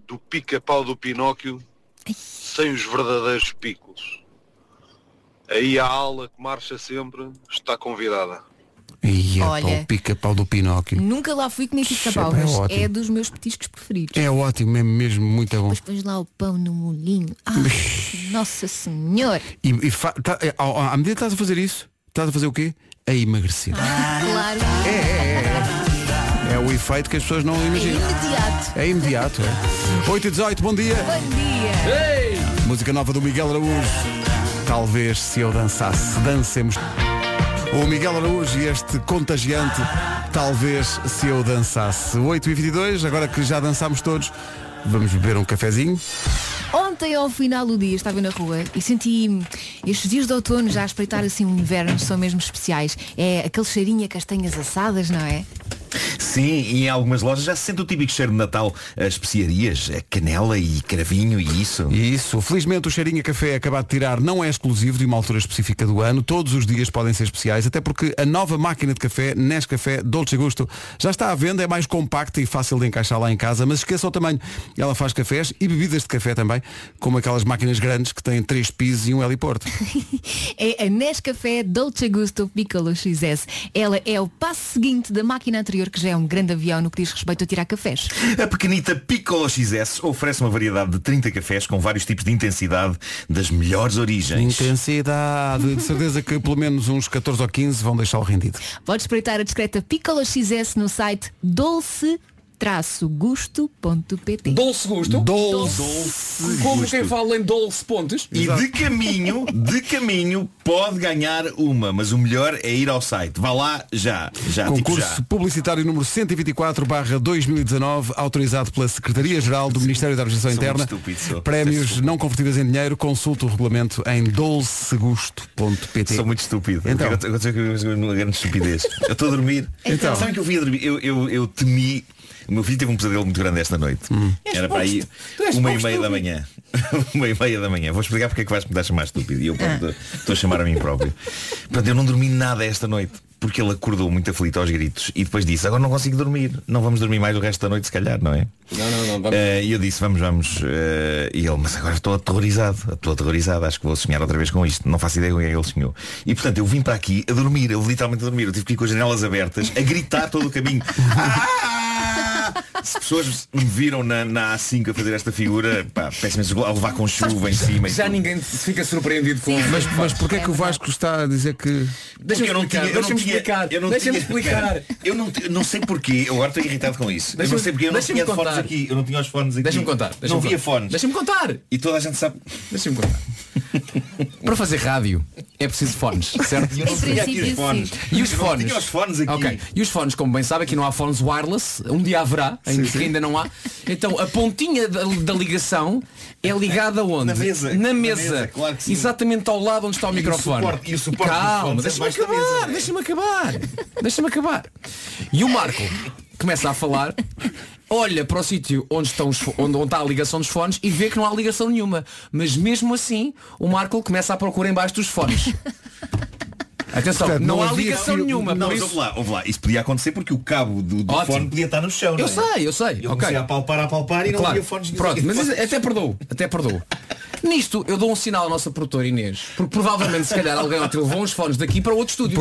[SPEAKER 16] do pica-pau do Pinóquio sem os verdadeiros Pickles? Aí a ala que marcha sempre está convidada.
[SPEAKER 1] E
[SPEAKER 2] Olha.
[SPEAKER 1] o pica-pau do Pinóquio.
[SPEAKER 2] Nunca lá fui comer pica-pau,
[SPEAKER 1] Sempre é
[SPEAKER 2] mas
[SPEAKER 1] ótimo.
[SPEAKER 2] é dos meus petiscos preferidos.
[SPEAKER 1] É ótimo, é mesmo muito bom.
[SPEAKER 2] Pões lá o pão no molinho. Ah, nossa senhora.
[SPEAKER 1] E, e fa- tá- é, ao- à medida que estás a fazer isso, estás a fazer o quê? A emagrecer.
[SPEAKER 2] Ah. Claro.
[SPEAKER 1] É o efeito que as pessoas não imaginam.
[SPEAKER 2] Imediato.
[SPEAKER 1] É imediato, é. 8 e 18, bom dia.
[SPEAKER 2] Bom dia.
[SPEAKER 1] Música nova do Miguel Araújo. Talvez se eu dançasse, dancemos. O Miguel Araújo e este contagiante, talvez se eu dançasse. 8 e 22, agora que já dançámos todos, vamos beber um cafezinho.
[SPEAKER 2] Ontem ao final do dia estava na rua e senti estes dias de outono já a espreitar assim um inverno são mesmo especiais. É aquele cheirinho a castanhas assadas, não é?
[SPEAKER 9] Sim, e em algumas lojas já se sente o típico cheiro de Natal. As especiarias, a canela e cravinho e isso.
[SPEAKER 1] Isso. Felizmente o cheirinho a café acabado de tirar não é exclusivo de uma altura específica do ano. Todos os dias podem ser especiais, até porque a nova máquina de café, Nescafé Dolce Gusto, já está à venda, é mais compacta e fácil de encaixar lá em casa, mas esqueça o tamanho. Ela faz cafés e bebidas de café também, como aquelas máquinas grandes que têm três pisos e um heliporto.
[SPEAKER 2] É a Nescafé Dolce Gusto Piccolo XS. Ela é o passo seguinte da máquina anterior que já é um grande avião no que diz respeito a tirar cafés.
[SPEAKER 9] A pequenita Piccolo XS oferece uma variedade de 30 cafés com vários tipos de intensidade das melhores origens.
[SPEAKER 1] Intensidade. De certeza que pelo menos uns 14 ou 15 vão deixar o rendido.
[SPEAKER 2] Pode espreitar a discreta Piccolo XS no site dolce-gusto.pt
[SPEAKER 7] Dolce Gusto.
[SPEAKER 1] Dolce.
[SPEAKER 7] Como quem fala em Dolce Pontes.
[SPEAKER 9] E de caminho, de caminho, pode ganhar uma, mas o melhor é ir ao site. Vá lá já, já, tipo
[SPEAKER 1] Concurso
[SPEAKER 9] já.
[SPEAKER 1] publicitário número 124 2019, autorizado pela Secretaria-Geral do Ministério da Administração
[SPEAKER 9] Sou muito
[SPEAKER 1] Interna.
[SPEAKER 9] estúpido, sou.
[SPEAKER 1] Prémios não convertíveis em dinheiro, consulte o regulamento em dolcegusto.pt.
[SPEAKER 9] Sou muito estúpido.
[SPEAKER 1] Então.
[SPEAKER 9] Então. Aconteceu comigo uma grande estupidez. Eu estou a dormir.
[SPEAKER 1] Então.
[SPEAKER 9] Sabem que eu vim a dormir? Eu, eu, eu temi. O meu filho teve um pesadelo muito grande esta noite.
[SPEAKER 1] Hum.
[SPEAKER 9] Era para aí uma e meia da manhã. uma e meia da manhã. Vou explicar porque é que vais me dar a chamar estúpido. E eu pronto,
[SPEAKER 2] Ah.
[SPEAKER 9] estou a chamar a mim próprio. Portanto, eu não dormi nada esta noite. Porque ele acordou muito aflito aos gritos e depois disse, agora não consigo dormir, não vamos dormir mais o resto da noite se calhar, não é?
[SPEAKER 7] Não, não, não.
[SPEAKER 9] Eh, E eu disse, vamos, vamos. eh, e ele, mas agora estou aterrorizado, estou aterrorizado, acho que vou sonhar outra vez com isto. Não faço ideia com o que é que ele sonhou. E portanto eu vim para aqui a dormir, eu literalmente a dormir, eu tive que ir com as janelas abertas, a gritar todo o caminho. Ah! Se pessoas me viram na, na A5 a fazer esta figura, pá, peço imenso desculpa, a levar com chuva em cima. e
[SPEAKER 7] Já ninguém fica surpreendido com
[SPEAKER 1] Mas, mas porquê é que o Vasco está a dizer que.
[SPEAKER 9] Porque eu não tinha- eu não tinha- eu não
[SPEAKER 17] Deixa-me
[SPEAKER 9] tinha-
[SPEAKER 17] explicar.
[SPEAKER 9] Eu não, eu não sei porquê, eu agora estou irritado com isso. Eu não
[SPEAKER 17] Deixa-me-
[SPEAKER 9] sei porque eu não
[SPEAKER 17] deixa-me
[SPEAKER 9] tinha de fones
[SPEAKER 17] contar.
[SPEAKER 9] aqui. Eu não tinha os fones aqui.
[SPEAKER 17] Deixa-me contar,
[SPEAKER 9] não
[SPEAKER 17] deixa-me
[SPEAKER 9] via
[SPEAKER 17] contar.
[SPEAKER 9] fones.
[SPEAKER 17] Deixa-me contar.
[SPEAKER 9] E toda a gente sabe.
[SPEAKER 17] Deixa-me contar.
[SPEAKER 7] Para fazer rádio é preciso fones, certo?
[SPEAKER 9] Eu não Em tinha aqui os princípio, fones. sim.
[SPEAKER 7] E os
[SPEAKER 9] Eu não
[SPEAKER 7] fones?
[SPEAKER 9] tinha os fones aqui.
[SPEAKER 7] Ok. E os fones, como bem sabe, aqui não há fones wireless, um dia haverá, em que ainda não há. Então a pontinha da, da ligação é ligada onde?
[SPEAKER 17] Na mesa.
[SPEAKER 7] Na
[SPEAKER 17] Na
[SPEAKER 7] mesa.
[SPEAKER 17] mesa, claro que sim.
[SPEAKER 7] Exatamente ao lado onde está o
[SPEAKER 17] E o
[SPEAKER 7] microfone.
[SPEAKER 17] suporte- e o suporte dos
[SPEAKER 7] Calma,
[SPEAKER 17] fones é
[SPEAKER 7] deixa-me
[SPEAKER 17] debaixo da
[SPEAKER 7] acabar, deixa-me acabar. Deixa-me acabar. E o Marco começa a falar, olha para o sítio onde, estão os fo- onde, onde está a ligação dos fones e vê que não há ligação nenhuma. Mas mesmo assim, o Marco começa a procurar embaixo dos fones. Atenção,
[SPEAKER 9] Portanto,
[SPEAKER 7] não, há
[SPEAKER 9] havia
[SPEAKER 7] ligação
[SPEAKER 9] fio-
[SPEAKER 7] nenhuma.
[SPEAKER 9] Não,
[SPEAKER 7] por
[SPEAKER 9] mas
[SPEAKER 7] isso-
[SPEAKER 9] ouve lá, ouve lá. Isso podia acontecer porque o cabo do, do fone podia estar no chão. é?
[SPEAKER 7] Eu sei, eu sei.
[SPEAKER 9] Eu
[SPEAKER 7] ok.
[SPEAKER 9] comecei a palpar, a palpar e não havia fones nenhum.
[SPEAKER 7] Pronto, mas isso- até perdoo, até perdoo. Nisto eu dou um sinal à nossa produtora Inês, porque provavelmente se calhar alguém ontem levou uns fones daqui para outro estúdio.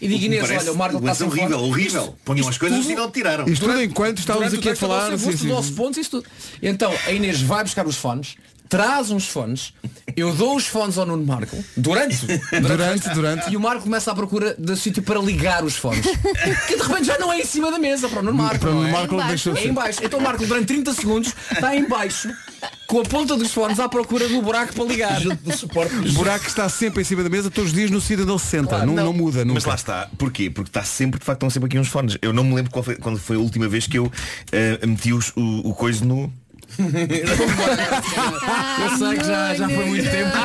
[SPEAKER 7] E digo Inês,
[SPEAKER 9] Parece
[SPEAKER 7] olha, o Marco está
[SPEAKER 9] doença
[SPEAKER 7] sem
[SPEAKER 9] horrível,
[SPEAKER 7] fone.
[SPEAKER 9] horrível. Ponham as coisas
[SPEAKER 7] tudo-
[SPEAKER 9] e não tiraram.
[SPEAKER 1] Isto tudo enquanto estávamos
[SPEAKER 7] durante
[SPEAKER 1] aqui a
[SPEAKER 7] o texto,
[SPEAKER 1] falar,
[SPEAKER 7] eu dou-se- vou-te
[SPEAKER 1] sim, sim.
[SPEAKER 7] dar-se pontos, isto tudo. Então a Inês vai buscar os fones, traz uns fones, eu dou os fones ao Nuno Marco, durante,
[SPEAKER 1] Durante, durante.
[SPEAKER 7] e o Marco começa à procura do sítio para ligar os fones. que de repente já não é em cima da mesa para o Nuno Marco.
[SPEAKER 1] Para o
[SPEAKER 7] não
[SPEAKER 1] Nuno
[SPEAKER 7] é?
[SPEAKER 1] Marco
[SPEAKER 7] é
[SPEAKER 1] deixa-
[SPEAKER 7] embaixo. É embaixo. Então o Marco durante 30 segundos está em baixo com a ponta dos fones à procura do buraco para ligar. Junto do suporte.
[SPEAKER 1] O buraco está sempre em cima da mesa, todos os dias no Cidadão 60. não, não muda, nunca.
[SPEAKER 9] Mas lá está. Porquê? Porque está sempre, de facto, estão sempre aqui uns fones. Eu não me lembro qual foi, quando foi a última vez que eu eh, meti os- o, o coisa no.
[SPEAKER 7] Eu sei que já, já foi muito tempo.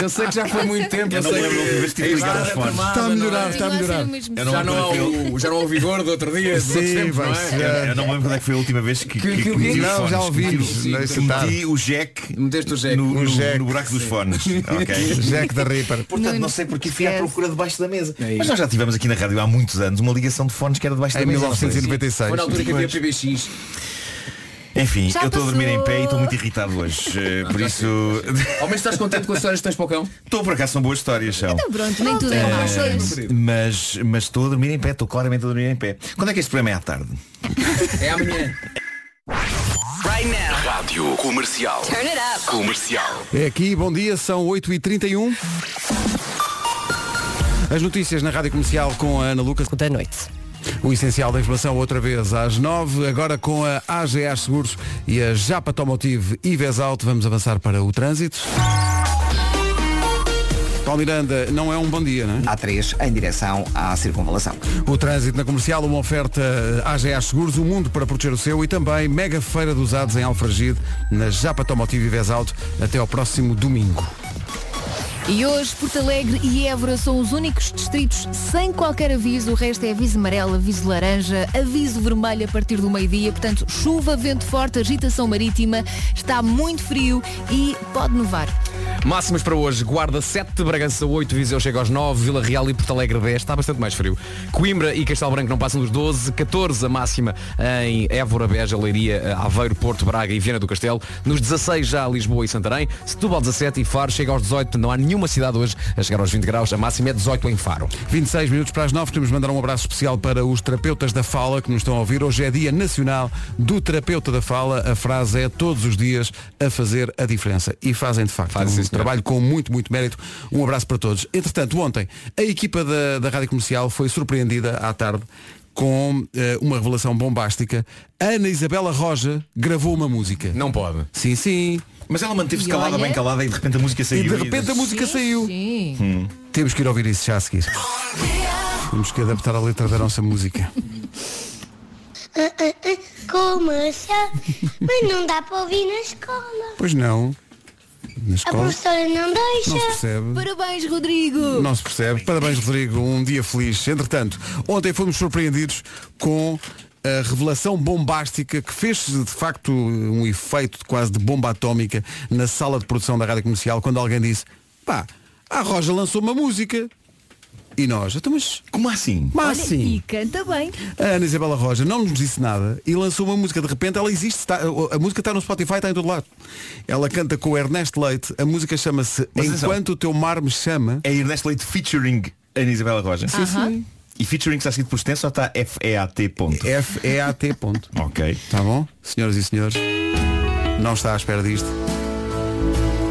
[SPEAKER 7] Eu sei que já foi muito tempo. Eu
[SPEAKER 9] Eu não
[SPEAKER 7] sei
[SPEAKER 9] lembro é? a última vez
[SPEAKER 7] que
[SPEAKER 9] que tive ligado aos fones. Está a melhorar,
[SPEAKER 1] está a melhorar.
[SPEAKER 9] Eu
[SPEAKER 7] Já
[SPEAKER 9] lembro
[SPEAKER 7] não, há
[SPEAKER 9] quando é que eu-
[SPEAKER 7] o, já não há o vigor do outro dia. do outro
[SPEAKER 9] Sim,
[SPEAKER 7] tempo,
[SPEAKER 9] vai
[SPEAKER 7] não é?
[SPEAKER 9] ser. Eu- eu não me lembro quando é que foi a última vez que,
[SPEAKER 7] Que- que o quê?
[SPEAKER 9] meti os
[SPEAKER 7] Não,
[SPEAKER 9] fones,
[SPEAKER 7] já ouvimos,
[SPEAKER 9] que meti-
[SPEAKER 7] não é
[SPEAKER 9] que
[SPEAKER 7] citar.
[SPEAKER 9] meti o jack,
[SPEAKER 7] Meteste o jack.
[SPEAKER 9] No,
[SPEAKER 7] O
[SPEAKER 9] no-
[SPEAKER 7] jack,
[SPEAKER 9] no buraco dos fones. ok?
[SPEAKER 1] Jack da Ripper.
[SPEAKER 9] Portanto, não sei porque fui à procura debaixo da mesa.
[SPEAKER 7] É
[SPEAKER 9] Mas nós já tivemos aqui na rádio há muitos anos uma ligação de fones que era debaixo
[SPEAKER 1] Em
[SPEAKER 9] da mesa.
[SPEAKER 1] 1996.
[SPEAKER 7] Foi na altura que havia PBX.
[SPEAKER 9] Enfim,
[SPEAKER 7] Já
[SPEAKER 9] eu estou a dormir em pé e
[SPEAKER 7] passou.
[SPEAKER 9] estou muito irritado hoje. eh, Por isso.
[SPEAKER 7] Ao menos estás contente com as histórias que tens para o cão?
[SPEAKER 9] Estou por acaso, são boas histórias, são.
[SPEAKER 2] Então pronto, nem tudo é mau.
[SPEAKER 9] Eh, mas, mas estou a dormir em pé, estou claramente a dormir em pé. Quando é que este programa é à tarde?
[SPEAKER 7] É amanhã.
[SPEAKER 5] Right now. Rádio Comercial. Turn it up. Comercial.
[SPEAKER 1] É aqui, bom dia, são 8h31. As notícias na Rádio Comercial com a Ana Lucas.
[SPEAKER 14] Da noite.
[SPEAKER 1] O essencial da informação outra vez às 9, agora com a AGA Seguros e a Japa Automotive e Vesalto, vamos avançar para o trânsito. Paulo Miranda, não é um bom dia, não é?
[SPEAKER 4] Há três em direção à circunvalação.
[SPEAKER 1] O trânsito na comercial, uma oferta eh, AGA Seguros, o mundo para proteger o seu e também mega feira de usados em Alfragide, na Japa Automotive e Vesalto, até ao próximo domingo.
[SPEAKER 2] E hoje Porto Alegre e Évora são os únicos distritos sem qualquer aviso. O resto é aviso amarelo, aviso laranja, aviso vermelho a partir do meio-dia. Portanto, chuva, vento forte, agitação marítima, está muito frio e pode nevar.
[SPEAKER 7] Máximas para hoje, Guarda 7, Bragança 8, Viseu chega aos 9, Vila Real e Porto Alegre 10, está bastante mais frio. Coimbra e Castelo Branco não passam dos 12, 14 a máxima em Évora, Beja, Leiria, eh, Aveiro, Porto, Braga e Viana do Castelo. Nos 16 já Lisboa e Santarém, Setúbal 17 e Faro chega aos 18, não há nenhuma cidade hoje a chegar aos 20 graus, a máxima é 18 em Faro.
[SPEAKER 1] 26 minutos para as 9, queremos mandar um abraço especial para os terapeutas da fala que nos estão a ouvir. Hoje é dia nacional do terapeuta da fala. A frase é todos os dias a fazer a diferença. E fazem de facto um trabalho com muito, muito mérito. Um abraço para todos. Entretanto, ontem a equipa da, da Rádio Comercial foi surpreendida à tarde com eh, uma revelação bombástica. Ana Isabela Roja gravou uma música.
[SPEAKER 7] Não pode.
[SPEAKER 1] Sim, sim.
[SPEAKER 9] Mas ela manteve-se
[SPEAKER 1] E
[SPEAKER 9] calada,
[SPEAKER 1] olha-
[SPEAKER 9] bem calada e de repente a música saiu.
[SPEAKER 1] E de repente a música saiu.
[SPEAKER 2] Sim.
[SPEAKER 1] Temos que ir ouvir isso já a seguir. Temos que adaptar a letra da nossa música.
[SPEAKER 10] é Comercial. assim? Mas não dá para ouvir na escola.
[SPEAKER 1] Pois não. Na
[SPEAKER 10] A
[SPEAKER 1] escola.
[SPEAKER 10] professora não deixa.
[SPEAKER 1] Não se percebe.
[SPEAKER 2] Parabéns, Rodrigo.
[SPEAKER 1] Não se percebe. Parabéns, Rodrigo. Um dia feliz. Entretanto, ontem fomos surpreendidos com a revelação bombástica que fez de facto um efeito de quase de bomba atómica na sala de produção da rádio comercial quando alguém disse pá, a Roja lançou uma música. E nós, então, mas
[SPEAKER 9] como assim?
[SPEAKER 7] Ah,
[SPEAKER 1] Mas
[SPEAKER 2] Olha,
[SPEAKER 1] assim.
[SPEAKER 2] E canta bem.
[SPEAKER 1] A Ana Isabela Roja não nos disse nada e lançou uma música. De repente ela existe. está- a música está no Spotify, está em todo lado. Ela canta com o Ernesto Leite. A música chama-se
[SPEAKER 9] Mas atenção.
[SPEAKER 1] Enquanto o Teu Mar Me Chama.
[SPEAKER 9] É Ernesto Leite featuring Ana Isabela Roja.
[SPEAKER 1] Sim, sim. Aham.
[SPEAKER 9] E featuring está escrito por extenso ou está F-E-A-T ponto?
[SPEAKER 1] F-E-A-T ponto. Tá
[SPEAKER 9] Ok.
[SPEAKER 1] Está bom? Senhoras e senhores, não está à espera disto.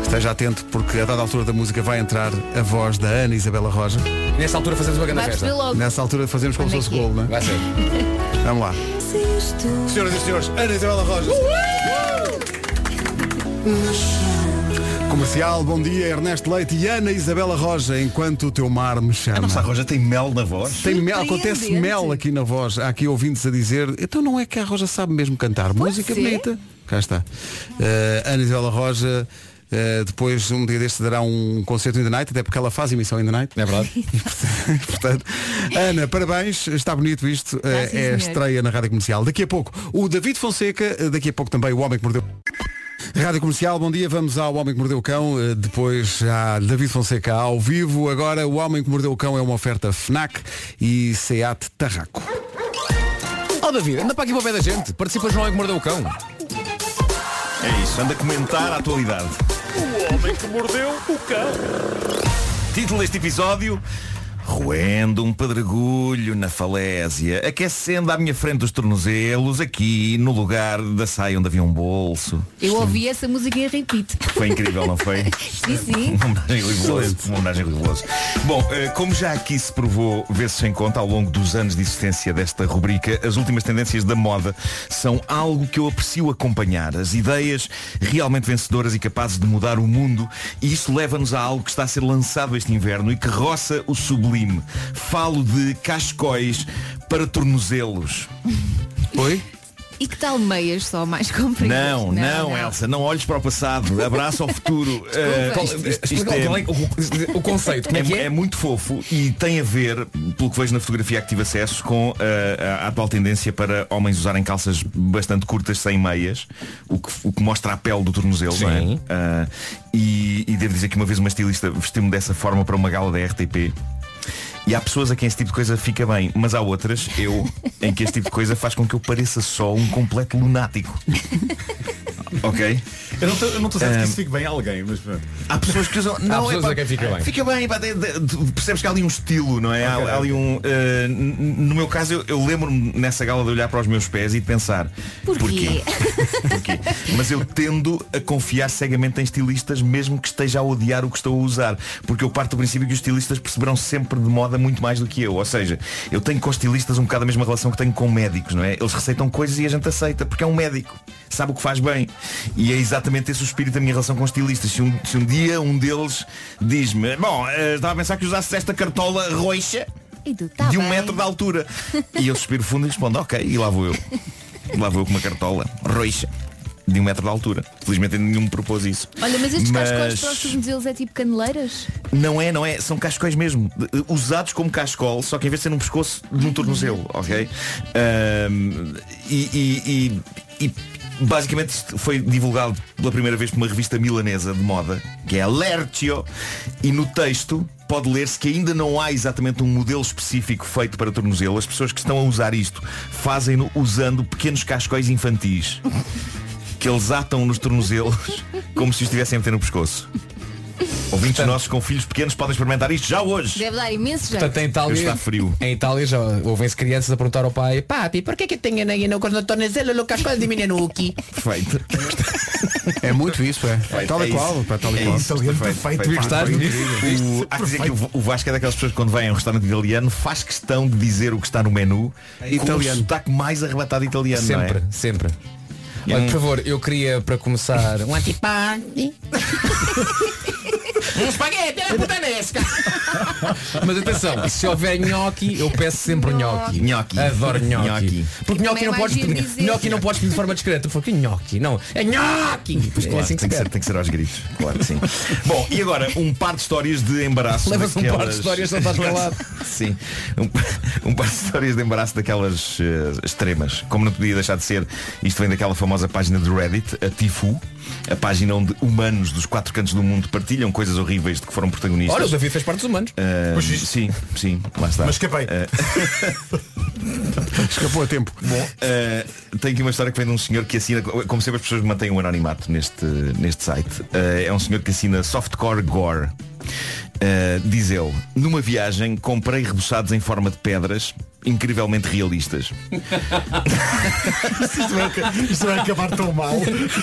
[SPEAKER 1] Esteja atento porque a dada altura da música vai entrar a voz da Ana Isabela Roja.
[SPEAKER 7] Nessa altura fazemos uma grande
[SPEAKER 2] Vai
[SPEAKER 9] é,
[SPEAKER 7] festa.
[SPEAKER 9] tá.
[SPEAKER 2] perceber logo.
[SPEAKER 1] Nessa altura fazemos como se
[SPEAKER 2] Quando é
[SPEAKER 1] fosse
[SPEAKER 2] que é?
[SPEAKER 1] golo, não é? Vai ser. Vamos lá. Senhoras e senhores, Ana Isabela Roja. Uh! Comercial, bom dia, Ernesto Leite e Ana Isabela Roja, enquanto o teu mar me chama. A nossa
[SPEAKER 9] Roja tem mel na voz?
[SPEAKER 1] Tem mel, acontece
[SPEAKER 9] Surpreendente.
[SPEAKER 1] mel aqui na voz. Há aqui ouvintes a dizer, então não é que a Roja sabe mesmo cantar. Música
[SPEAKER 17] ser.
[SPEAKER 1] bonita. Cá está. Eh, Ana Isabela Roja, eh, depois um dia deste dará um concerto in the night, até porque ela faz emissão in the night. É verdade. Portanto, Ana, parabéns, está bonito isto. Eh,
[SPEAKER 17] sim,
[SPEAKER 1] é
[SPEAKER 17] senhor.
[SPEAKER 1] estreia na Rádio Comercial. Daqui a pouco, o David Fonseca, eh, daqui a pouco também o Homem que Mordeu. Rádio Comercial, bom dia, vamos ao Homem que Mordeu o Cão, eh, depois há David Fonseca ao vivo, agora o Homem que Mordeu o Cão é uma oferta FNAC e SEAT Tarraco.
[SPEAKER 7] Oh David, anda para aqui para o pé da gente. Participas no Homem que Mordeu o Cão.
[SPEAKER 9] É isso, anda a comentar a atualidade.
[SPEAKER 18] O homem que mordeu o cão.
[SPEAKER 9] Título deste episódio Roendo um pedregulho na falésia, aquecendo à minha frente os tornozelos, aqui no lugar da saia onde havia um bolso.
[SPEAKER 2] Eu ouvi essa música em repeat.
[SPEAKER 9] Foi incrível, não foi?
[SPEAKER 2] Sim, sim.
[SPEAKER 9] Uma homenagem rigorosa. Uma homenagem rigorosa. Bom, eh, como já aqui se provou, vê-se sem conta, ao longo dos anos de existência desta rubrica, as últimas tendências da moda são algo que eu aprecio acompanhar. As ideias realmente vencedoras e capazes de mudar o mundo. E isso leva-nos a algo que está a ser lançado este inverno e que roça o sublime. Falo de cascóis para tornozelos. Oi?
[SPEAKER 2] E que tal meias só mais compridas?
[SPEAKER 9] Não, não, Elsa, não olhes para o passado, abraça ao futuro. Eh,
[SPEAKER 7] Qual- explica lá qual é o- o conceito, como é que é?
[SPEAKER 9] muito fofo e tem a ver, pelo que vejo na fotografia que tive acesso, com eh, a, a atual tendência para homens usarem calças bastante curtas sem meias, o que, o que mostra a pele do tornozelo, não é? Ah, e, e devo dizer que uma vez uma estilista vestiu-me dessa forma para uma gala da RTP. E há pessoas a quem esse tipo de coisa fica bem, mas há outras, eu, em que esse tipo de coisa faz com que eu pareça só um completo lunático. ok?
[SPEAKER 18] Eu não tô- eu não estou certo que
[SPEAKER 9] Ah,
[SPEAKER 18] isso fique bem a alguém, mas pronto.
[SPEAKER 9] Há pessoas que usam. Não, é pá, Fica bem, pá, de- de- de- percebes que há ali um estilo, não é? Há- há, ali um. eh, n- no meu caso, eu, eu lembro-me nessa gala de olhar para os meus pés e de pensar.
[SPEAKER 2] Porquê?
[SPEAKER 9] Mas eu tendo a confiar cegamente em estilistas, mesmo que esteja a odiar o que estou a usar. Porque eu parto do princípio que os estilistas perceberão sempre de moda muito mais do que eu. Ou seja, eu tenho com estilistas um bocado a mesma relação que tenho com médicos, não é? Eles receitam coisas e a gente aceita, porque é um médico. Sabe o que faz bem. E é exatamente esse o espírito da minha relação com estilistas. Se um, se um dia um deles diz-me, bom, eh, estava a pensar que usasse esta cartola roxa
[SPEAKER 2] E tu, tá
[SPEAKER 9] de um
[SPEAKER 2] bem.
[SPEAKER 9] metro de altura. E eu suspiro fundo e respondo, ok, e lá vou eu. Lá vou eu com uma cartola roixa de um metro de altura. Felizmente nenhum me propôs isso.
[SPEAKER 2] Olha, mas estes
[SPEAKER 9] Mas
[SPEAKER 2] cascóis próximos deles é tipo caneleiras?
[SPEAKER 9] Não é, não é, são cascóis mesmo. de- Usados como cascol, só que em vez de ser num pescoço, num tornozelo, ok? Ahm, e, e- e- e basicamente isto foi divulgado pela primeira vez por uma revista milanesa de moda, que é a Lercio, e no texto pode ler-se que ainda não há exatamente um modelo específico feito para tornozelo. As pessoas que estão a usar isto fazem-no usando pequenos cascóis infantis que eles atam nos tornozelos como se os estivessem a meter no pescoço. Ouvintes nossos com filhos pequenos podem experimentar isto já hoje.
[SPEAKER 2] Deve dar imenso jeito.
[SPEAKER 7] Portanto, em Itália,
[SPEAKER 9] Está frio.
[SPEAKER 7] em Itália já ouvem-se crianças a perguntar ao pai
[SPEAKER 19] Papi,
[SPEAKER 7] é
[SPEAKER 19] por que que tem aí no corno tornozelo no cascola de meninuki?
[SPEAKER 9] Perfeito.
[SPEAKER 1] É muito isso, é. Tal e qual, pá,
[SPEAKER 9] É
[SPEAKER 1] tal e qual.
[SPEAKER 9] Gostaste? O- Há que dizer que o o Vasco é daquelas pessoas que quando vem a um restaurante italiano faz questão de dizer o que está no menu com o
[SPEAKER 1] É
[SPEAKER 7] Italiano.
[SPEAKER 9] sotaque mais arrebatado italiano.
[SPEAKER 7] Sempre,
[SPEAKER 9] não é?
[SPEAKER 7] sempre.
[SPEAKER 9] É
[SPEAKER 7] Olha,
[SPEAKER 9] um-
[SPEAKER 7] por favor, eu queria para começar um anti
[SPEAKER 19] Papi. Um espaguete é putanesca.
[SPEAKER 7] Mas atenção, se houver gnocchi, eu peço sempre gnocchi.
[SPEAKER 9] Gnocchi.
[SPEAKER 7] Adoro gnocchi.
[SPEAKER 9] Gnocchi.
[SPEAKER 19] Também
[SPEAKER 7] Porque gnocchi não
[SPEAKER 19] é mais
[SPEAKER 7] podes
[SPEAKER 19] giro
[SPEAKER 7] pedir.
[SPEAKER 19] dizer.
[SPEAKER 7] Gnocchi não podes pedir de forma discreta. Porque gnocchi, não. É gnocchi. Pois,
[SPEAKER 9] Claro,
[SPEAKER 7] é assim que
[SPEAKER 9] tem, que
[SPEAKER 7] se
[SPEAKER 9] ser, tem que ser aos gritos, claro que sim. Bom, e agora, um par de histórias de embaraço.
[SPEAKER 7] Levas um par de
[SPEAKER 9] daquelas-
[SPEAKER 7] histórias, não estás calado.
[SPEAKER 9] sim, um, um par de histórias de embaraço daquelas eh, extremas. Como não podia deixar de ser, isto vem daquela famosa página do Reddit, a Tifu, a página onde humanos dos quatro cantos do mundo partilham coisas horríveis de que foram protagonistas.
[SPEAKER 7] Olha, o David fez parte dos humanos.
[SPEAKER 9] Ah, sim, sim, lá está.
[SPEAKER 7] Mas escapei.
[SPEAKER 1] Escapou a tempo.
[SPEAKER 9] Bom, eh, tem aqui uma história que vem de um senhor que assina, como sempre as pessoas um mantêm o anonimato neste, neste site. Eh, é um senhor que assina softcore gore. Uh, diz ele, numa viagem comprei reboçados em forma de pedras, incrivelmente realistas.
[SPEAKER 18] isto, vai, isto vai acabar tão mal.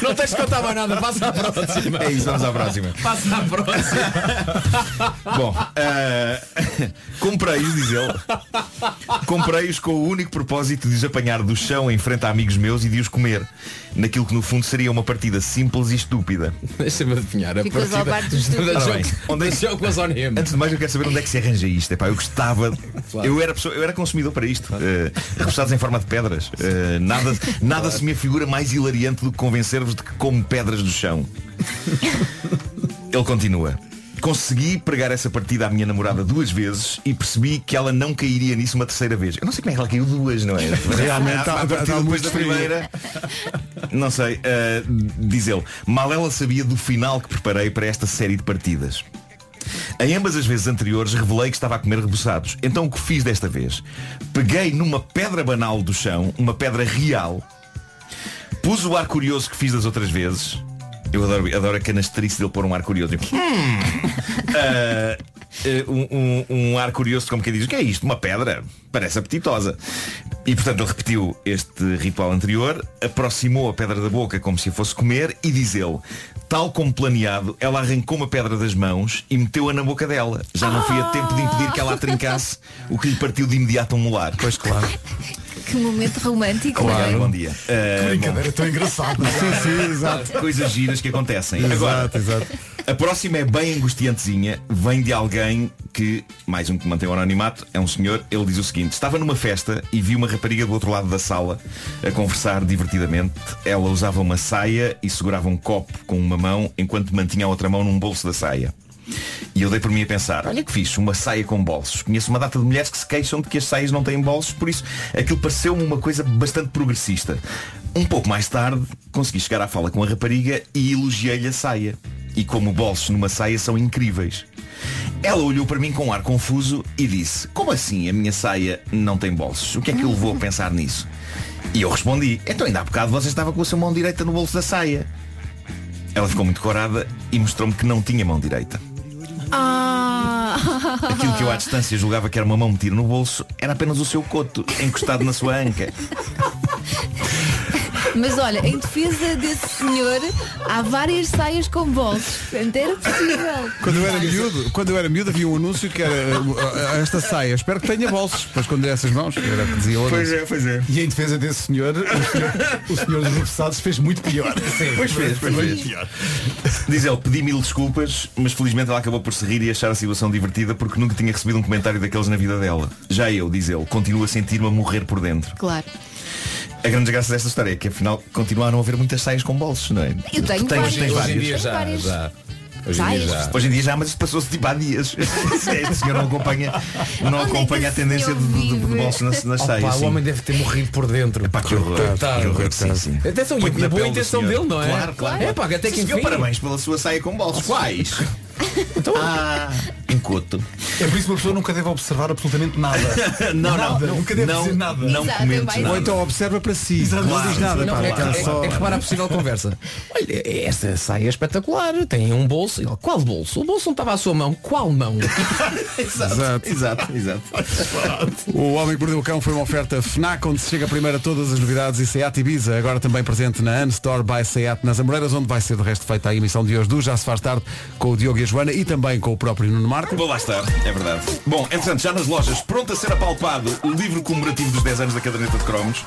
[SPEAKER 7] Não tens de contar mais nada, passa à próxima.
[SPEAKER 9] É isso, vamos à próxima.
[SPEAKER 7] Passa à próxima.
[SPEAKER 9] Bom, eh, comprei-os, diz ele. Comprei-os com o único propósito de os apanhar do chão em frente a amigos meus e de os comer. Naquilo que no fundo seria uma partida simples e estúpida.
[SPEAKER 7] Deixa-me adivinhar. A
[SPEAKER 9] Ficas
[SPEAKER 7] partida
[SPEAKER 9] ao bar dos estúpidos.
[SPEAKER 7] da
[SPEAKER 9] Ora
[SPEAKER 7] jogo,
[SPEAKER 9] bem,
[SPEAKER 7] onde é jogo com a Zonim.
[SPEAKER 9] Antes de mais eu quero saber onde é que se arranja isto. Epá, eu gostava. Eu, era pessoa, eu era consumidor para isto. Eh, repousados em forma de pedras. Eh, nada nada se me afigura mais hilariante do que convencer-vos de que como pedras do chão. Ele continua. Consegui pregar essa partida à minha namorada duas vezes e percebi que ela não cairia nisso uma terceira vez. Eu não sei como é que ela caiu duas, não é?
[SPEAKER 1] Realmente,
[SPEAKER 9] A- a- a
[SPEAKER 1] estava-
[SPEAKER 9] partir
[SPEAKER 1] estava
[SPEAKER 9] depois
[SPEAKER 1] muito
[SPEAKER 9] da
[SPEAKER 1] fria.
[SPEAKER 9] primeira. Não sei, eh, diz ele. Mal ela sabia do final que preparei para esta série de partidas. Em ambas as vezes anteriores revelei que estava a comer reboçados. Então o que fiz desta vez? Peguei numa pedra banal do chão, uma pedra real, pus o ar curioso que fiz das outras vezes. Eu adoro, adoro a canastrice dele pôr um ar curioso. Tipo, "Hum." Ah, eh, um, um- um ar curioso como quem diz, o que é isto? Uma pedra? Parece apetitosa. E portanto ele repetiu este ritual anterior, aproximou a pedra da boca como se a fosse comer e diz ele, tal como planeado, ela arrancou uma pedra das mãos e meteu-a na boca dela. Já não fui a tempo de impedir que ela a trincasse, o que lhe partiu de imediato um molar. Pois claro.
[SPEAKER 2] Que momento romântico.
[SPEAKER 9] Obrigado,
[SPEAKER 2] não
[SPEAKER 9] bom
[SPEAKER 2] é?
[SPEAKER 9] dia. Ah, bom.
[SPEAKER 18] Brincadeira tão engraçada.
[SPEAKER 9] Sim, sim, exato. Coisas giras que acontecem.
[SPEAKER 1] Exato,
[SPEAKER 9] Agora, a próxima é bem angustiantezinha, vem de alguém que, mais um que mantém o anonimato, é um senhor, ele diz o seguinte, estava numa festa e vi uma rapariga do outro lado da sala a conversar divertidamente. Ela usava uma saia e segurava um copo com uma mão enquanto mantinha a outra mão num bolso da saia. E eu dei por mim a pensar, olha que fixe, uma saia com bolsos. Conheço uma data de mulheres que se queixam de que as saias não têm bolsos, por isso aquilo pareceu-me uma coisa bastante progressista. Um pouco mais tarde, consegui chegar à fala com a rapariga e elogiei-lhe a saia. E como bolsos numa saia são incríveis. Ela olhou para mim com um ar confuso e disse, como assim a minha saia não tem bolsos? O que é que eu levou a pensar nisso? E eu respondi, então ainda há bocado você estava com a sua mão direita no bolso da saia. Ela ficou muito corada e mostrou-me que não tinha mão direita.
[SPEAKER 2] Ah.
[SPEAKER 9] Aquilo que eu à distância julgava que era uma mão metida no bolso era apenas o seu coto encostado na sua anca.
[SPEAKER 2] Mas olha, em defesa desse senhor, há várias saias com bolsos. Portanto, era possível.
[SPEAKER 1] Quando eu, era miúdo, quando eu era miúdo havia um anúncio que era uh, uh, esta saia, espero que tenha bolsos para esconder essas mãos, que era o que dizia o anúncio.
[SPEAKER 9] é, pois é.
[SPEAKER 18] E em defesa desse senhor, o senhor, o senhor dos repassados fez muito pior. Sim,
[SPEAKER 9] Pois fez, pois
[SPEAKER 18] muito
[SPEAKER 9] fez.
[SPEAKER 18] pior.
[SPEAKER 9] Diz ele, pedi mil desculpas, mas felizmente ela acabou por se rir e achar a situação divertida porque nunca tinha recebido um comentário daqueles na vida dela. Já eu, diz ele, continuo a sentir-me a morrer por dentro.
[SPEAKER 2] Claro.
[SPEAKER 9] A grande graça desta história é que afinal continuaram a haver muitas saias com bolsos, não é?
[SPEAKER 2] Eu tenho
[SPEAKER 9] Tu tens,
[SPEAKER 2] várias. Hoje
[SPEAKER 9] Tens
[SPEAKER 2] em
[SPEAKER 9] várias.
[SPEAKER 2] dia já, Tenho várias. já.
[SPEAKER 9] Hoje em, dia
[SPEAKER 2] Saias?
[SPEAKER 9] já. Hoje em dia já, mas isto passou-se tipo há dias. este senhor não acompanha, não
[SPEAKER 2] Onde é que
[SPEAKER 9] acompanha a
[SPEAKER 2] esse
[SPEAKER 9] tendência
[SPEAKER 2] senhor
[SPEAKER 9] de, de, de
[SPEAKER 2] vive?
[SPEAKER 9] bolsos nas, nas
[SPEAKER 7] Opa,
[SPEAKER 9] saias.
[SPEAKER 7] o
[SPEAKER 9] sim.
[SPEAKER 7] homem deve ter morrido por dentro.
[SPEAKER 9] assim. Epá, que horror.
[SPEAKER 7] Coitado,
[SPEAKER 9] que horror,
[SPEAKER 7] coitado.
[SPEAKER 9] sim, sim.
[SPEAKER 7] Atenção, e
[SPEAKER 9] Põe-te
[SPEAKER 7] a
[SPEAKER 9] na
[SPEAKER 7] boa
[SPEAKER 9] pele do
[SPEAKER 7] intenção
[SPEAKER 9] senhor.
[SPEAKER 7] dele, não é?
[SPEAKER 9] Claro, claro.
[SPEAKER 7] Epá, até que
[SPEAKER 9] Sim, senhor,
[SPEAKER 7] enfim.
[SPEAKER 9] parabéns pela sua saia com bolsos. Quais? Então, ah, um coto.
[SPEAKER 18] É por isso que uma pessoa nunca deve observar absolutamente nada.
[SPEAKER 9] Não,
[SPEAKER 18] nada.
[SPEAKER 9] não.
[SPEAKER 18] Nunca deve
[SPEAKER 9] Não,
[SPEAKER 18] dizer nada.
[SPEAKER 9] não Exato, é comentes mais nada.
[SPEAKER 1] Ou então observa para si,
[SPEAKER 18] Exato,
[SPEAKER 1] não
[SPEAKER 18] claro.
[SPEAKER 1] diz nada,
[SPEAKER 18] Não,
[SPEAKER 1] pá,
[SPEAKER 18] é-
[SPEAKER 1] aquela
[SPEAKER 18] é-
[SPEAKER 1] só-
[SPEAKER 7] É que repara a possível conversa. Olha, esta saia é espetacular. Tem um bolso. Ele, Qual bolso? O bolso não estava à sua mão. Qual mão? Tipo,
[SPEAKER 9] Exato, exato, exato.
[SPEAKER 1] O Homem que Mordeu o Cão foi uma oferta FNAC, onde se chega primeiro a todas as novidades e Seat Ibiza, agora também presente na Unstore by Seat nas Amoreiras, onde vai ser de resto feita a emissão de hoje do Já se faz tarde com o Diogo e a Joana e também com o próprio Nuno Marco.
[SPEAKER 9] Vou lá estar, é verdade. Bom, entretanto, já nas lojas, pronto a ser apalpado o livro comemorativo dos 10 anos da caderneta de cromos.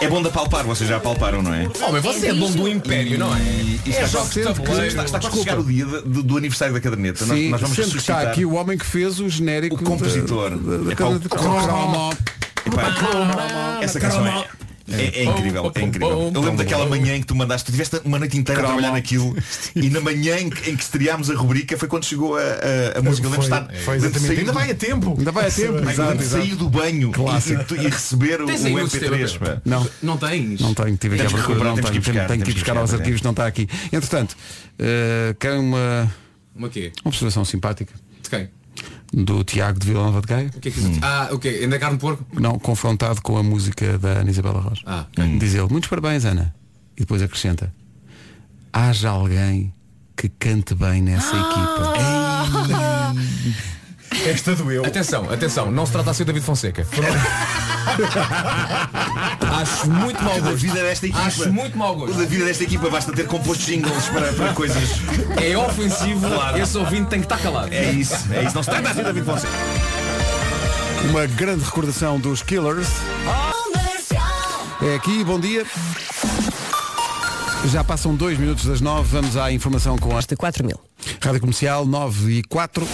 [SPEAKER 9] É bom de apalpar, vocês já apalparam, não é?
[SPEAKER 7] Homem, você é dono do império, não é?
[SPEAKER 9] E, e
[SPEAKER 7] É
[SPEAKER 9] está,
[SPEAKER 7] jogos de
[SPEAKER 9] está,
[SPEAKER 7] tabuleiro.
[SPEAKER 9] está, está quase a
[SPEAKER 7] Desculpa.
[SPEAKER 9] chegar o dia de- do, do aniversário da caderneta. Nós-
[SPEAKER 1] Sim,
[SPEAKER 9] nós, vamos
[SPEAKER 1] sendo que está
[SPEAKER 9] ressuscitar
[SPEAKER 1] aqui o homem que fez o genérico.
[SPEAKER 9] o compositor.
[SPEAKER 1] da- da-
[SPEAKER 9] Epá, o
[SPEAKER 1] da-
[SPEAKER 9] Cromo.
[SPEAKER 1] Cromo.
[SPEAKER 9] Epá,
[SPEAKER 7] Ah,
[SPEAKER 9] Essa canção é. É, é incrível, é incrível. Eu lembro daquela manhã em que tu mandaste, tu tiveste uma noite inteira a trabalhar naquilo e na manhã em que, em que estreámos a rubrica foi quando chegou a, a, a música. Lembro-me de estar.
[SPEAKER 18] Foi
[SPEAKER 9] lembro-me de
[SPEAKER 18] exatamente.
[SPEAKER 9] sair-
[SPEAKER 18] Ainda vai a tempo.
[SPEAKER 1] Ainda vai a
[SPEAKER 18] Sim,
[SPEAKER 1] tempo,
[SPEAKER 18] bem,
[SPEAKER 1] exato,
[SPEAKER 18] quando
[SPEAKER 1] exato.
[SPEAKER 9] sair do banho
[SPEAKER 1] Clássico.
[SPEAKER 9] e, e receber o,
[SPEAKER 7] Tens aí no
[SPEAKER 9] MP3.
[SPEAKER 7] sistema,
[SPEAKER 9] pá.
[SPEAKER 1] Não.
[SPEAKER 7] Não tens?
[SPEAKER 1] Não tenho, tive aqui a
[SPEAKER 9] Temos
[SPEAKER 1] procura,
[SPEAKER 9] que recuperar,
[SPEAKER 1] não
[SPEAKER 9] temos
[SPEAKER 1] tenho,
[SPEAKER 9] que
[SPEAKER 1] tenho que
[SPEAKER 9] ir buscar,
[SPEAKER 1] ir
[SPEAKER 9] temos que
[SPEAKER 1] buscar aos
[SPEAKER 9] buscar,
[SPEAKER 1] arquivos, não está aqui. Entretanto, eh, querem uma,
[SPEAKER 7] Uma quê?
[SPEAKER 1] uma observação simpática
[SPEAKER 7] é De quem?
[SPEAKER 1] do Tiago de Vila Nova de Gaia?
[SPEAKER 7] O que é que isso- Ah, o quê? Ainda é carne de porco?
[SPEAKER 1] Não, confrontado com a música da Ana Isabela Rocha.
[SPEAKER 7] Ah,
[SPEAKER 1] Diz ele, muitos parabéns, Ana. E depois acrescenta, haja alguém que cante bem nessa equipa.
[SPEAKER 7] Esta doeu. Atenção, atenção, não se trata assim o David Fonseca. Acho muito mau gosto.
[SPEAKER 9] vida é desta equipa.
[SPEAKER 7] Acho muito mau gosto.
[SPEAKER 9] Da vida desta equipa basta ter composto jingles para, para coisas.
[SPEAKER 7] É ofensivo,
[SPEAKER 9] Claro.
[SPEAKER 7] esse ouvinte tem que estar calado.
[SPEAKER 9] É isso, é isso. Não se trata assim, David Fonseca.
[SPEAKER 1] Uma grande recordação dos Killers. É aqui, bom dia. Já passam dois minutos das nove. vamos à informação com esta 4 mil. Rádio Comercial 9 e 4.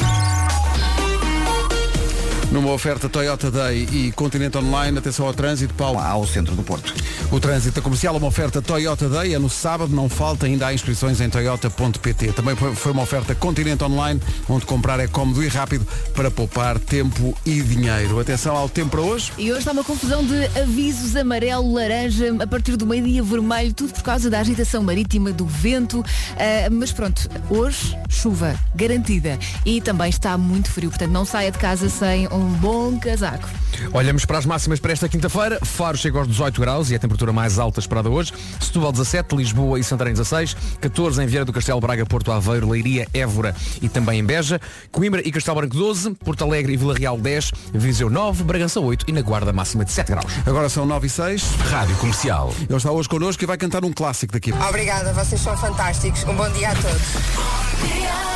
[SPEAKER 1] Numa oferta Toyota Day e Continente Online, atenção ao trânsito, Paulo.
[SPEAKER 4] Ao centro do Porto.
[SPEAKER 1] O trânsito da comercial, uma oferta Toyota Day, é no sábado, não falta, ainda há inscrições em toyota.pt. Também foi- foi uma oferta Continente Online, onde comprar é cómodo e rápido para poupar tempo e dinheiro. Atenção ao tempo para hoje.
[SPEAKER 2] E hoje há uma confusão de avisos amarelo, laranja, a partir do meio-dia vermelho, tudo por causa da agitação marítima, do vento. Ah, mas pronto, hoje chuva garantida. E também está muito frio, portanto não saia de casa sem um bom casaco.
[SPEAKER 7] Olhamos para as máximas para esta quinta-feira. Faro chega aos 18 graus e é a temperatura mais alta esperada hoje. Setúbal 17, Lisboa e Santarém 16, 14 em Vieira do Castelo, Braga, Porto Aveiro, Leiria, Évora e também em Beja, Coimbra e Castelo Branco 12, Porto Alegre e Vila Real 10, Viseu 9, Bragança 8 e na Guarda máxima de 7 graus.
[SPEAKER 1] Agora são 9 e 6.
[SPEAKER 7] Rádio Comercial.
[SPEAKER 1] Ele está hoje connosco e vai cantar um clássico daqui.
[SPEAKER 6] Obrigada, vocês são fantásticos. Um bom dia a todos.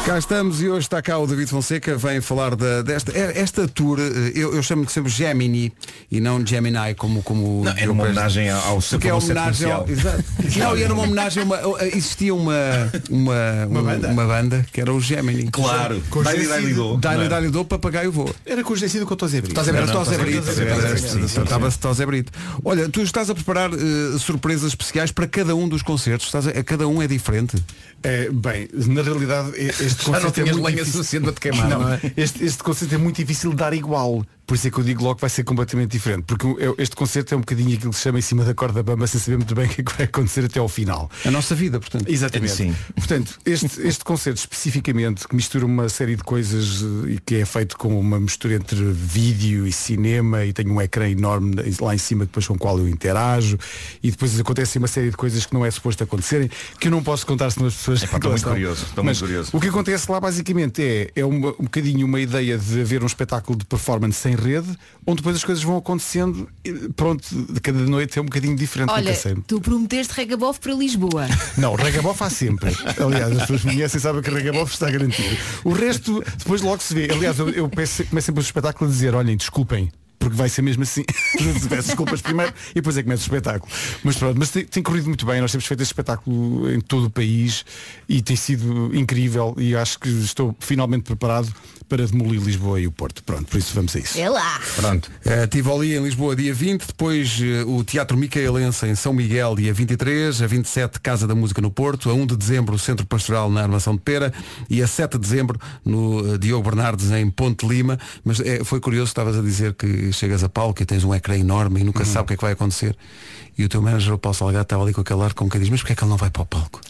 [SPEAKER 1] Cá estamos e hoje está cá o David Fonseca, vem falar da, desta é- esta tour, eh, eu, eu chamo-lhe sempre Gemini e não Gemini como... como
[SPEAKER 9] Não, era uma homenagem ao- ao seu
[SPEAKER 1] Porque é uma
[SPEAKER 9] conceito
[SPEAKER 1] homenagem ao,
[SPEAKER 9] comercial.
[SPEAKER 1] Exato. Não, e era uma homenagem, a uma, a- a- existia uma, uma, uma, banda? uma banda que era o Gemini.
[SPEAKER 9] Claro. Daily Daily Do, não
[SPEAKER 1] Daily
[SPEAKER 9] era?
[SPEAKER 1] Daily Do, papagaio voa.
[SPEAKER 18] Era coincidido com o Tozé Brito.
[SPEAKER 1] Estás a ver? Estás a ver?
[SPEAKER 18] Brito.
[SPEAKER 1] Estás a ver? Tratava-se de Tose Brito. Olha, tu estás a preparar eh, surpresas especiais para cada um dos concertos. Estás a, a cada um é diferente.
[SPEAKER 18] É, bem, na realidade e- este
[SPEAKER 1] Já não
[SPEAKER 18] conceito é
[SPEAKER 1] tinhas
[SPEAKER 18] muito
[SPEAKER 1] lenha
[SPEAKER 18] difícil.
[SPEAKER 1] suficiente para te queimar, não é?
[SPEAKER 18] Este, este conceito é muito difícil de dar igual. Por isso é que eu digo logo que vai ser completamente diferente. Porque eu- este concerto é um bocadinho aquilo que se chama em cima da corda bamba sem saber muito bem o que é que vai acontecer até ao final.
[SPEAKER 1] A nossa vida, portanto.
[SPEAKER 18] Exatamente.
[SPEAKER 9] é Sim.
[SPEAKER 18] Portanto, este, este concerto especificamente, que mistura uma série de coisas eh, e que é feito com uma mistura entre vídeo e cinema e tem um ecrã enorme na- lá em cima depois com o qual eu interajo e depois acontece uma série de coisas que não é suposto acontecerem, que eu não posso contar senão as pessoas.
[SPEAKER 9] Epá,
[SPEAKER 18] lá
[SPEAKER 9] estou muito
[SPEAKER 18] estão.
[SPEAKER 9] curioso, estou
[SPEAKER 18] Mas
[SPEAKER 9] muito curioso.
[SPEAKER 18] O que acontece lá basicamente é, é uma- um bocadinho uma ideia de haver um espetáculo de performance sem rede, onde depois as coisas vão acontecendo, e, pronto, de cada noite é um bocadinho diferente,
[SPEAKER 2] Olha,
[SPEAKER 18] nunca sei.
[SPEAKER 2] tu prometeste regabof para Lisboa.
[SPEAKER 18] Não, Regaboff há sempre. Aliás, as pessoas me conhecem e sabem que Regaboff está garantido. O resto, depois logo se vê. Aliás, eu, eu peço, começo sempre o espetáculo a dizer, olhem, desculpem. Porque vai ser mesmo assim. Peço desculpas primeiro e depois é que começa o espetáculo. Mas pronto, mas tem, tem corrido muito bem. Nós temos feito este espetáculo em todo o país e tem sido incrível e acho que estou finalmente preparado para demolir Lisboa e o Porto. Pronto, por isso vamos a isso.
[SPEAKER 2] É lá.
[SPEAKER 18] Pronto.
[SPEAKER 1] Eh, Tivoli em Lisboa dia 20, depois eh, o Teatro Micaelense em São Miguel dia 23, a 27 Casa da Música no Porto, a 1 de dezembro o Centro Pastoral na Armação de Pera e a 7 de dezembro no eh, Diogo Bernardes em Ponte Lima. Mas eh, foi curioso, estavas a dizer que chegas a palco e tens um ecrã enorme e nunca
[SPEAKER 9] Uhum.
[SPEAKER 1] sabes o que é que vai acontecer. E o teu manager, o Paulo Salgado, estava ali com aquele ar como que diz, mas porquê é que ele não vai para o palco?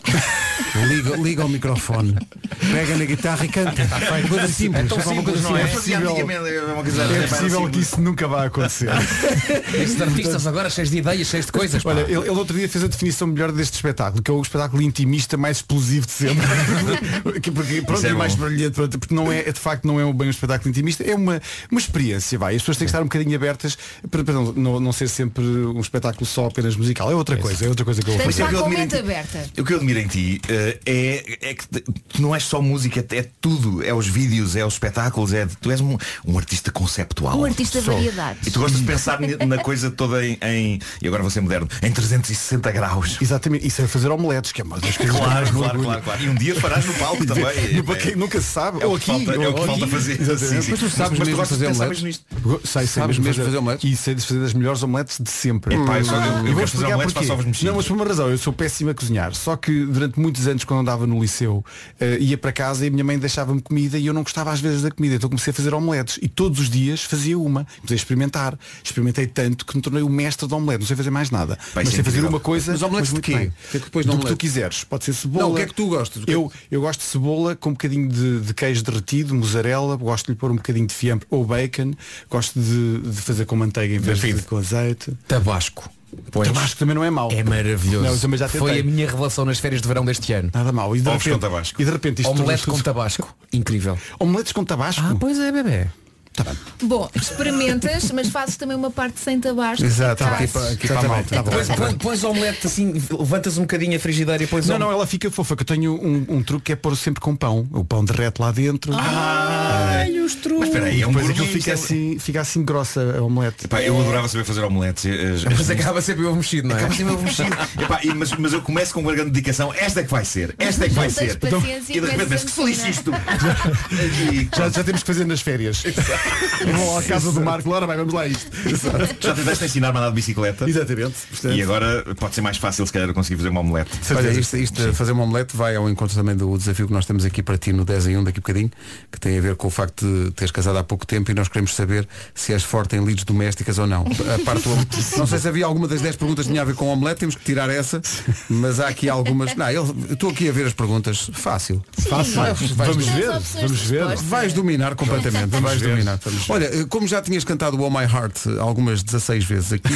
[SPEAKER 1] liga, liga o microfone, pega na guitarra e canta. Coisa simples,
[SPEAKER 9] Tá É tão
[SPEAKER 1] só uma coisa
[SPEAKER 9] simples, não é?
[SPEAKER 1] simples.
[SPEAKER 9] Fazia antigamente, é uma coisa-
[SPEAKER 18] É possível que isso nunca vá acontecer.
[SPEAKER 7] Estes
[SPEAKER 9] um
[SPEAKER 7] artistas agora cheios de ideias, cheios de coisas. pá.
[SPEAKER 18] Olha, ele, ele outro dia fez a definição melhor deste espetáculo, que é o espetáculo intimista mais explosivo de sempre. Que- porque, pronto,
[SPEAKER 9] Isso é
[SPEAKER 18] e mais
[SPEAKER 9] bom.
[SPEAKER 18] brilhante, pronto, porque não é, é de facto não é um bem um espetáculo intimista, é uma, uma experiência, vai. As pessoas têm que estar um bocadinho abertas para, para não- não, não ser sempre um espetáculo só apenas musical. É outra coisa, é outra coisa que eu
[SPEAKER 2] Portanto,
[SPEAKER 9] Mas é
[SPEAKER 2] está
[SPEAKER 9] que eu
[SPEAKER 2] com a
[SPEAKER 9] admiro
[SPEAKER 2] mente
[SPEAKER 9] em ti.
[SPEAKER 2] aberta.
[SPEAKER 9] O que eu admiro em ti eh, é, é que te- tu não és só música, é tudo. É os vídeos, é os espetáculos, é, tu és um, um artista conceptual.
[SPEAKER 2] Um artista
[SPEAKER 9] Sou.
[SPEAKER 2] variedades.
[SPEAKER 9] E tu gostas de pensar ne- na coisa toda em, em- E agora vou ser moderno. Em 360 graus.
[SPEAKER 18] Exatamente, isso é fazer omeletes, que é uma das coisas que eu mais
[SPEAKER 9] Claro,
[SPEAKER 18] me
[SPEAKER 9] claro,
[SPEAKER 18] orgulho.
[SPEAKER 9] claro, claro. E um dia farás no palco
[SPEAKER 18] E-
[SPEAKER 9] também.
[SPEAKER 18] e para quem nunca se sabe,
[SPEAKER 9] É o
[SPEAKER 18] ou
[SPEAKER 9] que
[SPEAKER 18] aqui,
[SPEAKER 9] falta- é
[SPEAKER 18] ou
[SPEAKER 9] o que
[SPEAKER 18] aqui.
[SPEAKER 9] falta fazer.
[SPEAKER 18] Exatamente.
[SPEAKER 9] Sim, sim. Mas tu sabes Mas tu mesmo gostas de fazer pensar omeletes? mesmo
[SPEAKER 18] Go- Sei, sei
[SPEAKER 1] Sabes
[SPEAKER 18] mesmo
[SPEAKER 1] mesmo
[SPEAKER 18] fazer,
[SPEAKER 1] fazer omeletes?
[SPEAKER 18] E sei de fazer das melhores omeletes de sempre.
[SPEAKER 9] Epá, eu só- eu- eu
[SPEAKER 18] Hum.
[SPEAKER 9] quero
[SPEAKER 18] vou
[SPEAKER 9] fazer
[SPEAKER 18] explicar
[SPEAKER 9] omeletes,
[SPEAKER 18] porquê.
[SPEAKER 9] faço ovos mexidos.
[SPEAKER 18] Não, mas por uma razão, eu sou péssimo a cozinhar. Só que durante muitos anos, quando andava no liceu, eh, ia para casa e a minha mãe deixava-me comida e eu não gostava às vezes da comida. Então comecei a fazer omeletes. E todos os dias fazia uma. Comecei a experimentar. Experimentei tanto que me tornei o mestre de omelete. Não sei fazer mais nada.
[SPEAKER 9] é
[SPEAKER 1] Vai
[SPEAKER 18] mas
[SPEAKER 1] ser
[SPEAKER 9] um
[SPEAKER 18] sei fazer
[SPEAKER 1] incrível.
[SPEAKER 18] uma coisa.
[SPEAKER 1] Mas omeletes de
[SPEAKER 18] muito
[SPEAKER 1] quê?
[SPEAKER 18] bem.
[SPEAKER 1] O que é que depois no
[SPEAKER 18] Do que tu
[SPEAKER 1] omelete?
[SPEAKER 18] quiseres. Pode ser cebola.
[SPEAKER 1] Não, o que é que tu gostas? O que é que
[SPEAKER 18] Eu, eu gosto de cebola com um bocadinho de, de queijo derretido, mussarela, gosto de lhe pôr um bocadinho de fiambre ou bacon, gosto de de, de fazer com manteiga em vez de com azeite.
[SPEAKER 7] Tabasco. Pois.
[SPEAKER 18] Tabasco também não é mau.
[SPEAKER 7] É maravilhoso.
[SPEAKER 18] Não, eu também já
[SPEAKER 7] Foi
[SPEAKER 18] tentei.
[SPEAKER 7] a minha revelação nas férias de verão deste ano.
[SPEAKER 18] Nada mal. E de
[SPEAKER 7] Ovos
[SPEAKER 18] repente,
[SPEAKER 7] com tabasco.
[SPEAKER 18] E de repente isto
[SPEAKER 7] Omelete
[SPEAKER 18] tornou-se-
[SPEAKER 7] com tabasco. Incrível.
[SPEAKER 18] Omeletes com tabasco?
[SPEAKER 7] Ah, pois é, bebê.
[SPEAKER 2] Bom, experimentas, mas fazes também uma parte sem tabasco.
[SPEAKER 7] Tá
[SPEAKER 2] Fazes.
[SPEAKER 7] tipo,
[SPEAKER 18] Tá
[SPEAKER 7] Pões- pões- Pões omelete assim, levantas um bocadinho a frigideira e um- pões
[SPEAKER 18] Não,
[SPEAKER 7] om-
[SPEAKER 18] não, ela fica fofa, que eu tenho um, um truque que é pôr sempre com pão. O pão derrete lá dentro.
[SPEAKER 1] Ah!
[SPEAKER 7] Ai, os truques.
[SPEAKER 18] e depois aquilo
[SPEAKER 9] gourmet,
[SPEAKER 18] fica
[SPEAKER 9] isto
[SPEAKER 18] assim, fica assim grossa a omelete.
[SPEAKER 9] Pá, eu adorava saber fazer eh, omeletes. As-
[SPEAKER 18] é
[SPEAKER 9] as-
[SPEAKER 7] Mas acaba sempre o ovo mexido, não é?
[SPEAKER 9] Acaba sempre ovo mexido. Epá, e- mas, mas eu começo com uma grande dedicação. Esta é que vai ser. Esta é que vai
[SPEAKER 18] Não tens
[SPEAKER 9] ser.
[SPEAKER 18] paciência
[SPEAKER 9] e de
[SPEAKER 18] e
[SPEAKER 9] repente
[SPEAKER 18] começas
[SPEAKER 9] penso, que
[SPEAKER 18] a
[SPEAKER 9] feliz isto.
[SPEAKER 18] Já, já temos que fazer nas férias. Vão à casa do Marco, Laura, vai, vamos lá a isto.
[SPEAKER 9] Já tentaste ensinar-me a andar de bicicleta.
[SPEAKER 18] Exatamente.
[SPEAKER 9] E agora pode ser mais fácil se calhar eu conseguir fazer uma omelete.
[SPEAKER 1] Olha, isto, isto de fazer uma omelete vai ao encontro também do desafio que nós temos aqui para ti no 10 em 1 daqui a bocadinho, que tem a ver com o facto de teres casado há pouco tempo e nós queremos saber se és forte em lides domésticas ou não. A parte do- não sei se havia alguma das 10 perguntas que tinha a ver com omelete, temos que tirar essa, mas há aqui algumas. Não, eu eu estou aqui a ver as perguntas. Fácil.
[SPEAKER 18] Sim.
[SPEAKER 1] Fácil.
[SPEAKER 18] Vamos ver, Temos opções vamos de ver. resposta.
[SPEAKER 1] Vais dominar completamente.
[SPEAKER 18] Vamos
[SPEAKER 1] Vais
[SPEAKER 18] ver.
[SPEAKER 1] dominar.
[SPEAKER 18] Vamos ver.
[SPEAKER 1] Olha, eh, como já tinhas cantado Oh My Heart eh, algumas 16 vezes aqui,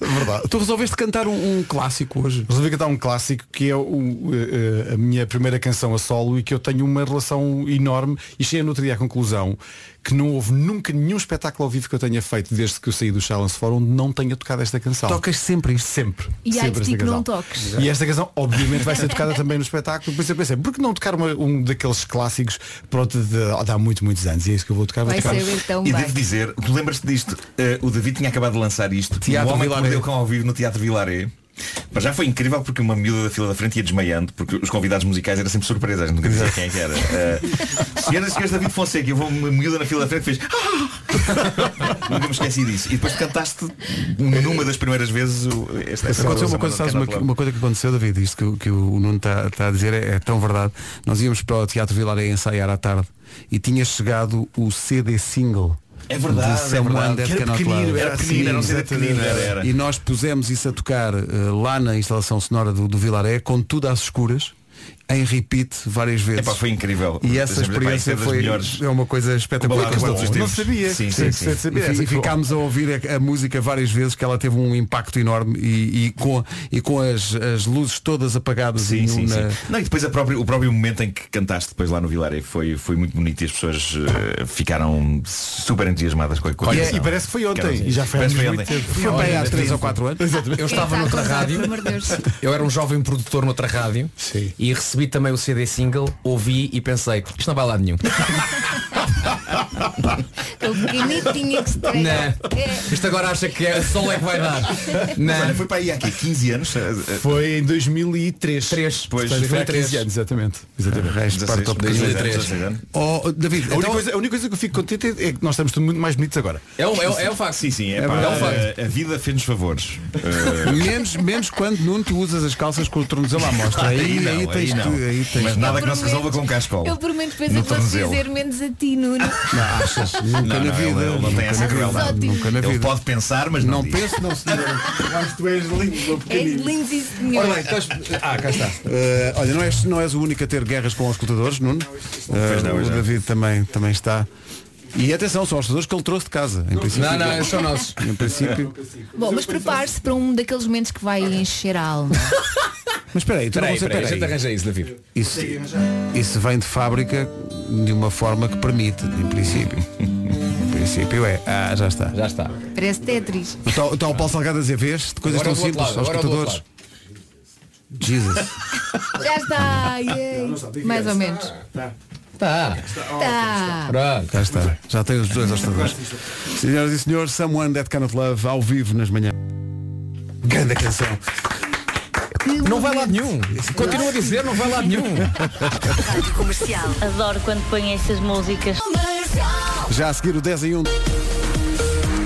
[SPEAKER 18] Verdade.
[SPEAKER 1] Tu resolveste cantar um, um clássico hoje.
[SPEAKER 18] Resolvi cantar um clássico que é o, eh, eh, a minha primeira canção a solo e que eu tenho uma relação enorme e cheguei no outro dia à conclusão que não houve nunca nenhum espetáculo ao vivo que eu tenha feito desde que eu saí do Silence Forum onde não tenha tocado esta canção.
[SPEAKER 1] Tocas sempre isto?
[SPEAKER 18] Sempre.
[SPEAKER 2] E há de
[SPEAKER 18] sempre
[SPEAKER 2] ti
[SPEAKER 18] esta
[SPEAKER 2] que tipo, não
[SPEAKER 18] canção.
[SPEAKER 2] toques.
[SPEAKER 18] E esta canção obviamente vai ser tocada também no espetáculo, por isso eu pensei, por que não tocar uma- um daqueles clássicos pronto, de, de há muito, muitos anos? E é isso que eu vou tocar. vou
[SPEAKER 2] Vai
[SPEAKER 18] tocar.
[SPEAKER 2] saber tão
[SPEAKER 9] E
[SPEAKER 2] bem.
[SPEAKER 9] devo dizer, tu lembras-te disto? Eh, o David tinha acabado de lançar isto.
[SPEAKER 18] Teatro
[SPEAKER 9] o homem
[SPEAKER 18] Vilaré.
[SPEAKER 9] que mordeu o cão ao vivo no Teatro Vilaré. Mas já foi incrível porque uma miúda da fila da frente ia desmaiando, porque os convidados musicais era sempre surpresa, a gente nunca dizia quem é que era. Eh, senhoras e senhores David Fonseca, eu vou uma miúda na fila da frente que fez. "Ah!" nunca me esqueci disso. E depois cantaste numa das primeiras vezes o- esta, esta
[SPEAKER 1] Aconteceu uma
[SPEAKER 9] canção
[SPEAKER 1] coisa,
[SPEAKER 9] do
[SPEAKER 1] sabes,
[SPEAKER 9] Ken
[SPEAKER 1] uma,
[SPEAKER 9] Adler.
[SPEAKER 1] uma coisa que aconteceu, David, isto que, o- que o Nuno está está a dizer é, é tão verdade. Nós íamos para o Teatro Vilar a ensaiar à tarde e tinha chegado o CD single.
[SPEAKER 9] É verdade,
[SPEAKER 1] de Sam
[SPEAKER 9] é verdade.
[SPEAKER 1] One Dead
[SPEAKER 9] Que era
[SPEAKER 1] Cannot
[SPEAKER 9] pequenino,
[SPEAKER 1] Lie.
[SPEAKER 9] era pequenino, era um CD pequenino, era, era.
[SPEAKER 1] E nós pusemos isso a tocar eh, lá na instalação sonora do, do Vilaré, com tudo às escuras, em repeat várias vezes.
[SPEAKER 9] Epá, foi incrível.
[SPEAKER 1] E essa
[SPEAKER 9] Epá, isso
[SPEAKER 1] experiência
[SPEAKER 9] é das
[SPEAKER 1] foi
[SPEAKER 9] melhores
[SPEAKER 1] é uma coisa espetacular.
[SPEAKER 9] baladas de todos os
[SPEAKER 1] Não
[SPEAKER 9] tempos.
[SPEAKER 1] sabia.
[SPEAKER 9] Sim, sim, sim.
[SPEAKER 1] E, fi- e ficámos a ouvir a, a música várias vezes, que ela teve um impacto enorme e, e com, e com as, as luzes todas apagadas
[SPEAKER 9] Sim,
[SPEAKER 1] e
[SPEAKER 9] sim,
[SPEAKER 1] na-
[SPEAKER 9] sim. Não, e depois a própria- o próprio momento em que cantaste depois lá no Vilaré foi, foi muito bonito e as pessoas eh, ficaram super entusiasmadas com a coisa.
[SPEAKER 18] Olha, e parece que foi ontem, e já foi há
[SPEAKER 9] parece que foi
[SPEAKER 18] muito
[SPEAKER 9] ontem.
[SPEAKER 18] tempo.
[SPEAKER 1] Foi bem há três ou
[SPEAKER 7] quatro
[SPEAKER 1] anos.
[SPEAKER 7] Eu estava
[SPEAKER 2] Exato,
[SPEAKER 7] noutra
[SPEAKER 2] exato,
[SPEAKER 7] rádio.
[SPEAKER 2] pelo amor de Deus.
[SPEAKER 7] Eu era um jovem produtor noutra rádio e recebi também o CD single, ouvi e pensei, isto não vai lá nenhum.
[SPEAKER 2] O pequenito tinha que se treinar.
[SPEAKER 7] Não. Isto agora acha que é só é que vai dar.
[SPEAKER 9] Mas olha, foi para aí há quê? 15 anos? Eh,
[SPEAKER 18] Foi em 2003.
[SPEAKER 7] 3,
[SPEAKER 9] pois,
[SPEAKER 18] Portanto, foi
[SPEAKER 9] foi
[SPEAKER 18] há 15
[SPEAKER 9] três.
[SPEAKER 18] anos, exatamente. exatamente.
[SPEAKER 9] Resto para o top 16, 15. 16 anos.
[SPEAKER 1] Oh, David,
[SPEAKER 18] a, única coisa, a única coisa que eu fico contente é que nós estamos tudo muito mais bonitos agora.
[SPEAKER 7] É um- é um- é um facto.
[SPEAKER 9] Sim, sim, é,
[SPEAKER 7] É
[SPEAKER 9] pá,
[SPEAKER 7] verdade. É um
[SPEAKER 9] a- a, vida fez-nos favores. Eh,
[SPEAKER 1] menos, menos quando Nuno tu usas as calças com o tornozelo à mostra. Aí, aí,
[SPEAKER 9] não,
[SPEAKER 1] tens
[SPEAKER 9] não.
[SPEAKER 1] que- aí tens
[SPEAKER 9] Mas
[SPEAKER 1] que-
[SPEAKER 9] nada que não se resolva com um cascol.
[SPEAKER 2] Eu por menos
[SPEAKER 9] No
[SPEAKER 2] pensei que fosse
[SPEAKER 9] tornozelo.
[SPEAKER 2] dizer menos a ti, Nuno.
[SPEAKER 1] Não, achas? Nunca
[SPEAKER 9] Não,
[SPEAKER 1] na
[SPEAKER 9] não,
[SPEAKER 1] vida.
[SPEAKER 9] ele- ele não tem
[SPEAKER 1] nunca
[SPEAKER 9] essa
[SPEAKER 1] na vida.
[SPEAKER 9] crueldade.
[SPEAKER 1] Nunca na
[SPEAKER 9] Eh, Ele
[SPEAKER 1] vida.
[SPEAKER 9] pode pensar, mas não
[SPEAKER 1] Não
[SPEAKER 9] diz.
[SPEAKER 1] penso, não, senhor.
[SPEAKER 18] Acho que tu és lindo, meu
[SPEAKER 2] És lindo e senhor.
[SPEAKER 1] Olha, bem, estás- Ah, cá está. Eh, olha, não és, não és o único a ter guerras com os escutadores, Nuno. Eh,
[SPEAKER 9] Pois não, pois
[SPEAKER 1] o
[SPEAKER 9] não.
[SPEAKER 1] David também, também está. E atenção, são os escutadores que ele trouxe de casa. Em princípio,
[SPEAKER 7] Não, não, são nossos.
[SPEAKER 1] Em princípio.
[SPEAKER 2] Bom, mas prepare-se para um daqueles momentos que vai encher a alma.
[SPEAKER 1] Mas espera aí, tu não
[SPEAKER 7] Peraí,
[SPEAKER 1] sei-
[SPEAKER 7] peraí, a
[SPEAKER 1] espera
[SPEAKER 7] gente
[SPEAKER 1] aí.
[SPEAKER 7] arranja isso, David.
[SPEAKER 1] Isso, isso vem de fábrica de uma forma que permite, em princípio. Em princípio é. Ah,
[SPEAKER 18] Tá.
[SPEAKER 1] já está.
[SPEAKER 7] Já está.
[SPEAKER 2] Parece Tetris.
[SPEAKER 1] Está, está o Paulo Salgado a dizer, vês? De coisas
[SPEAKER 7] Agora
[SPEAKER 1] tão
[SPEAKER 7] do outro
[SPEAKER 1] simples,
[SPEAKER 7] lado,
[SPEAKER 1] aos
[SPEAKER 7] agora do outro
[SPEAKER 1] escutadores. Jesus.
[SPEAKER 2] Já está. yeah. Mais ou menos.
[SPEAKER 7] Tá.
[SPEAKER 2] Tá.
[SPEAKER 7] Pronto.
[SPEAKER 1] Cá Ah, está. Já tem os dois aos escutadores. Senhoras e senhores, Someone That Cannot Love, ao vivo nas manhãs. Grande canção.
[SPEAKER 7] Não vai lá nenhum. Continua a dizer, não vai lá nenhum.
[SPEAKER 17] Rádio Comercial. Adoro quando põem estas músicas.
[SPEAKER 1] Já a seguir o 10 em 1.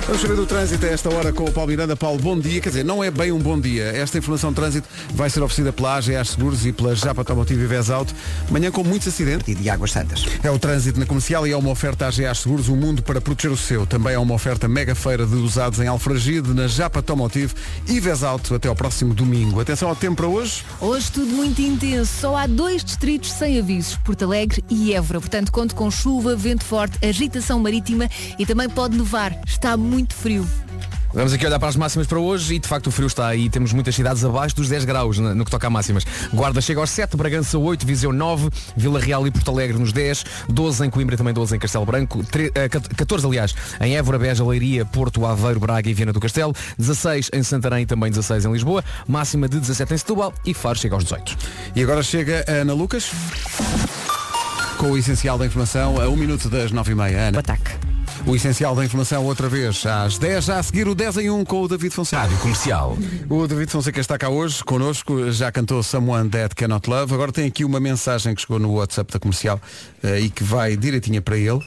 [SPEAKER 1] Vamos saber do trânsito a esta hora com o Paulo Miranda. Paulo, bom dia. Quer dizer, não é bem um bom dia. Esta informação de trânsito vai ser oferecida pela AGA Seguros e pela Japa Automotiva e Vez Auto. Manhã com muitos acidentes.
[SPEAKER 4] E de Águas Santas.
[SPEAKER 1] É o trânsito na comercial e é uma oferta AGA Seguros, o mundo para proteger o seu. Também é uma oferta mega feira de usados em Alfragide, na Japa Automotive e Vez Auto. Até ao próximo domingo. Atenção ao tempo para hoje.
[SPEAKER 2] Hoje tudo muito intenso. Só há dois distritos sem avisos, Porto Alegre e Évora. Portanto, conto com chuva, vento forte, agitação marítima e também pode nevar. Está muito frio.
[SPEAKER 7] Vamos aqui olhar para as máximas para hoje e de facto o frio está aí. Temos muitas cidades abaixo dos 10 graus na- no que toca a máximas. Guarda chega aos 7, Bragança 8, Viseu 9, Vila Real e Porto Alegre nos 10, 12 em Coimbra, também 12 em Castelo Branco, tre- eh, 14 aliás em Évora, Beja, Leiria, Porto, Aveiro, Braga e Viana do Castelo, 16 em Santarém e também 16 em Lisboa, máxima de 17 em Setúbal e Faro chega aos 18.
[SPEAKER 1] E agora chega a Ana Lucas com o essencial da informação a um minuto das nove e meia. Ana. Ataque. O essencial da informação outra vez às 10, já a seguir o 10 em 1 com o David Fonseca.
[SPEAKER 7] comercial.
[SPEAKER 1] O David Fonseca está cá hoje connosco, já cantou Someone That Cannot Love. Agora tem aqui uma mensagem que chegou no WhatsApp da comercial eh, e que vai direitinha para ele.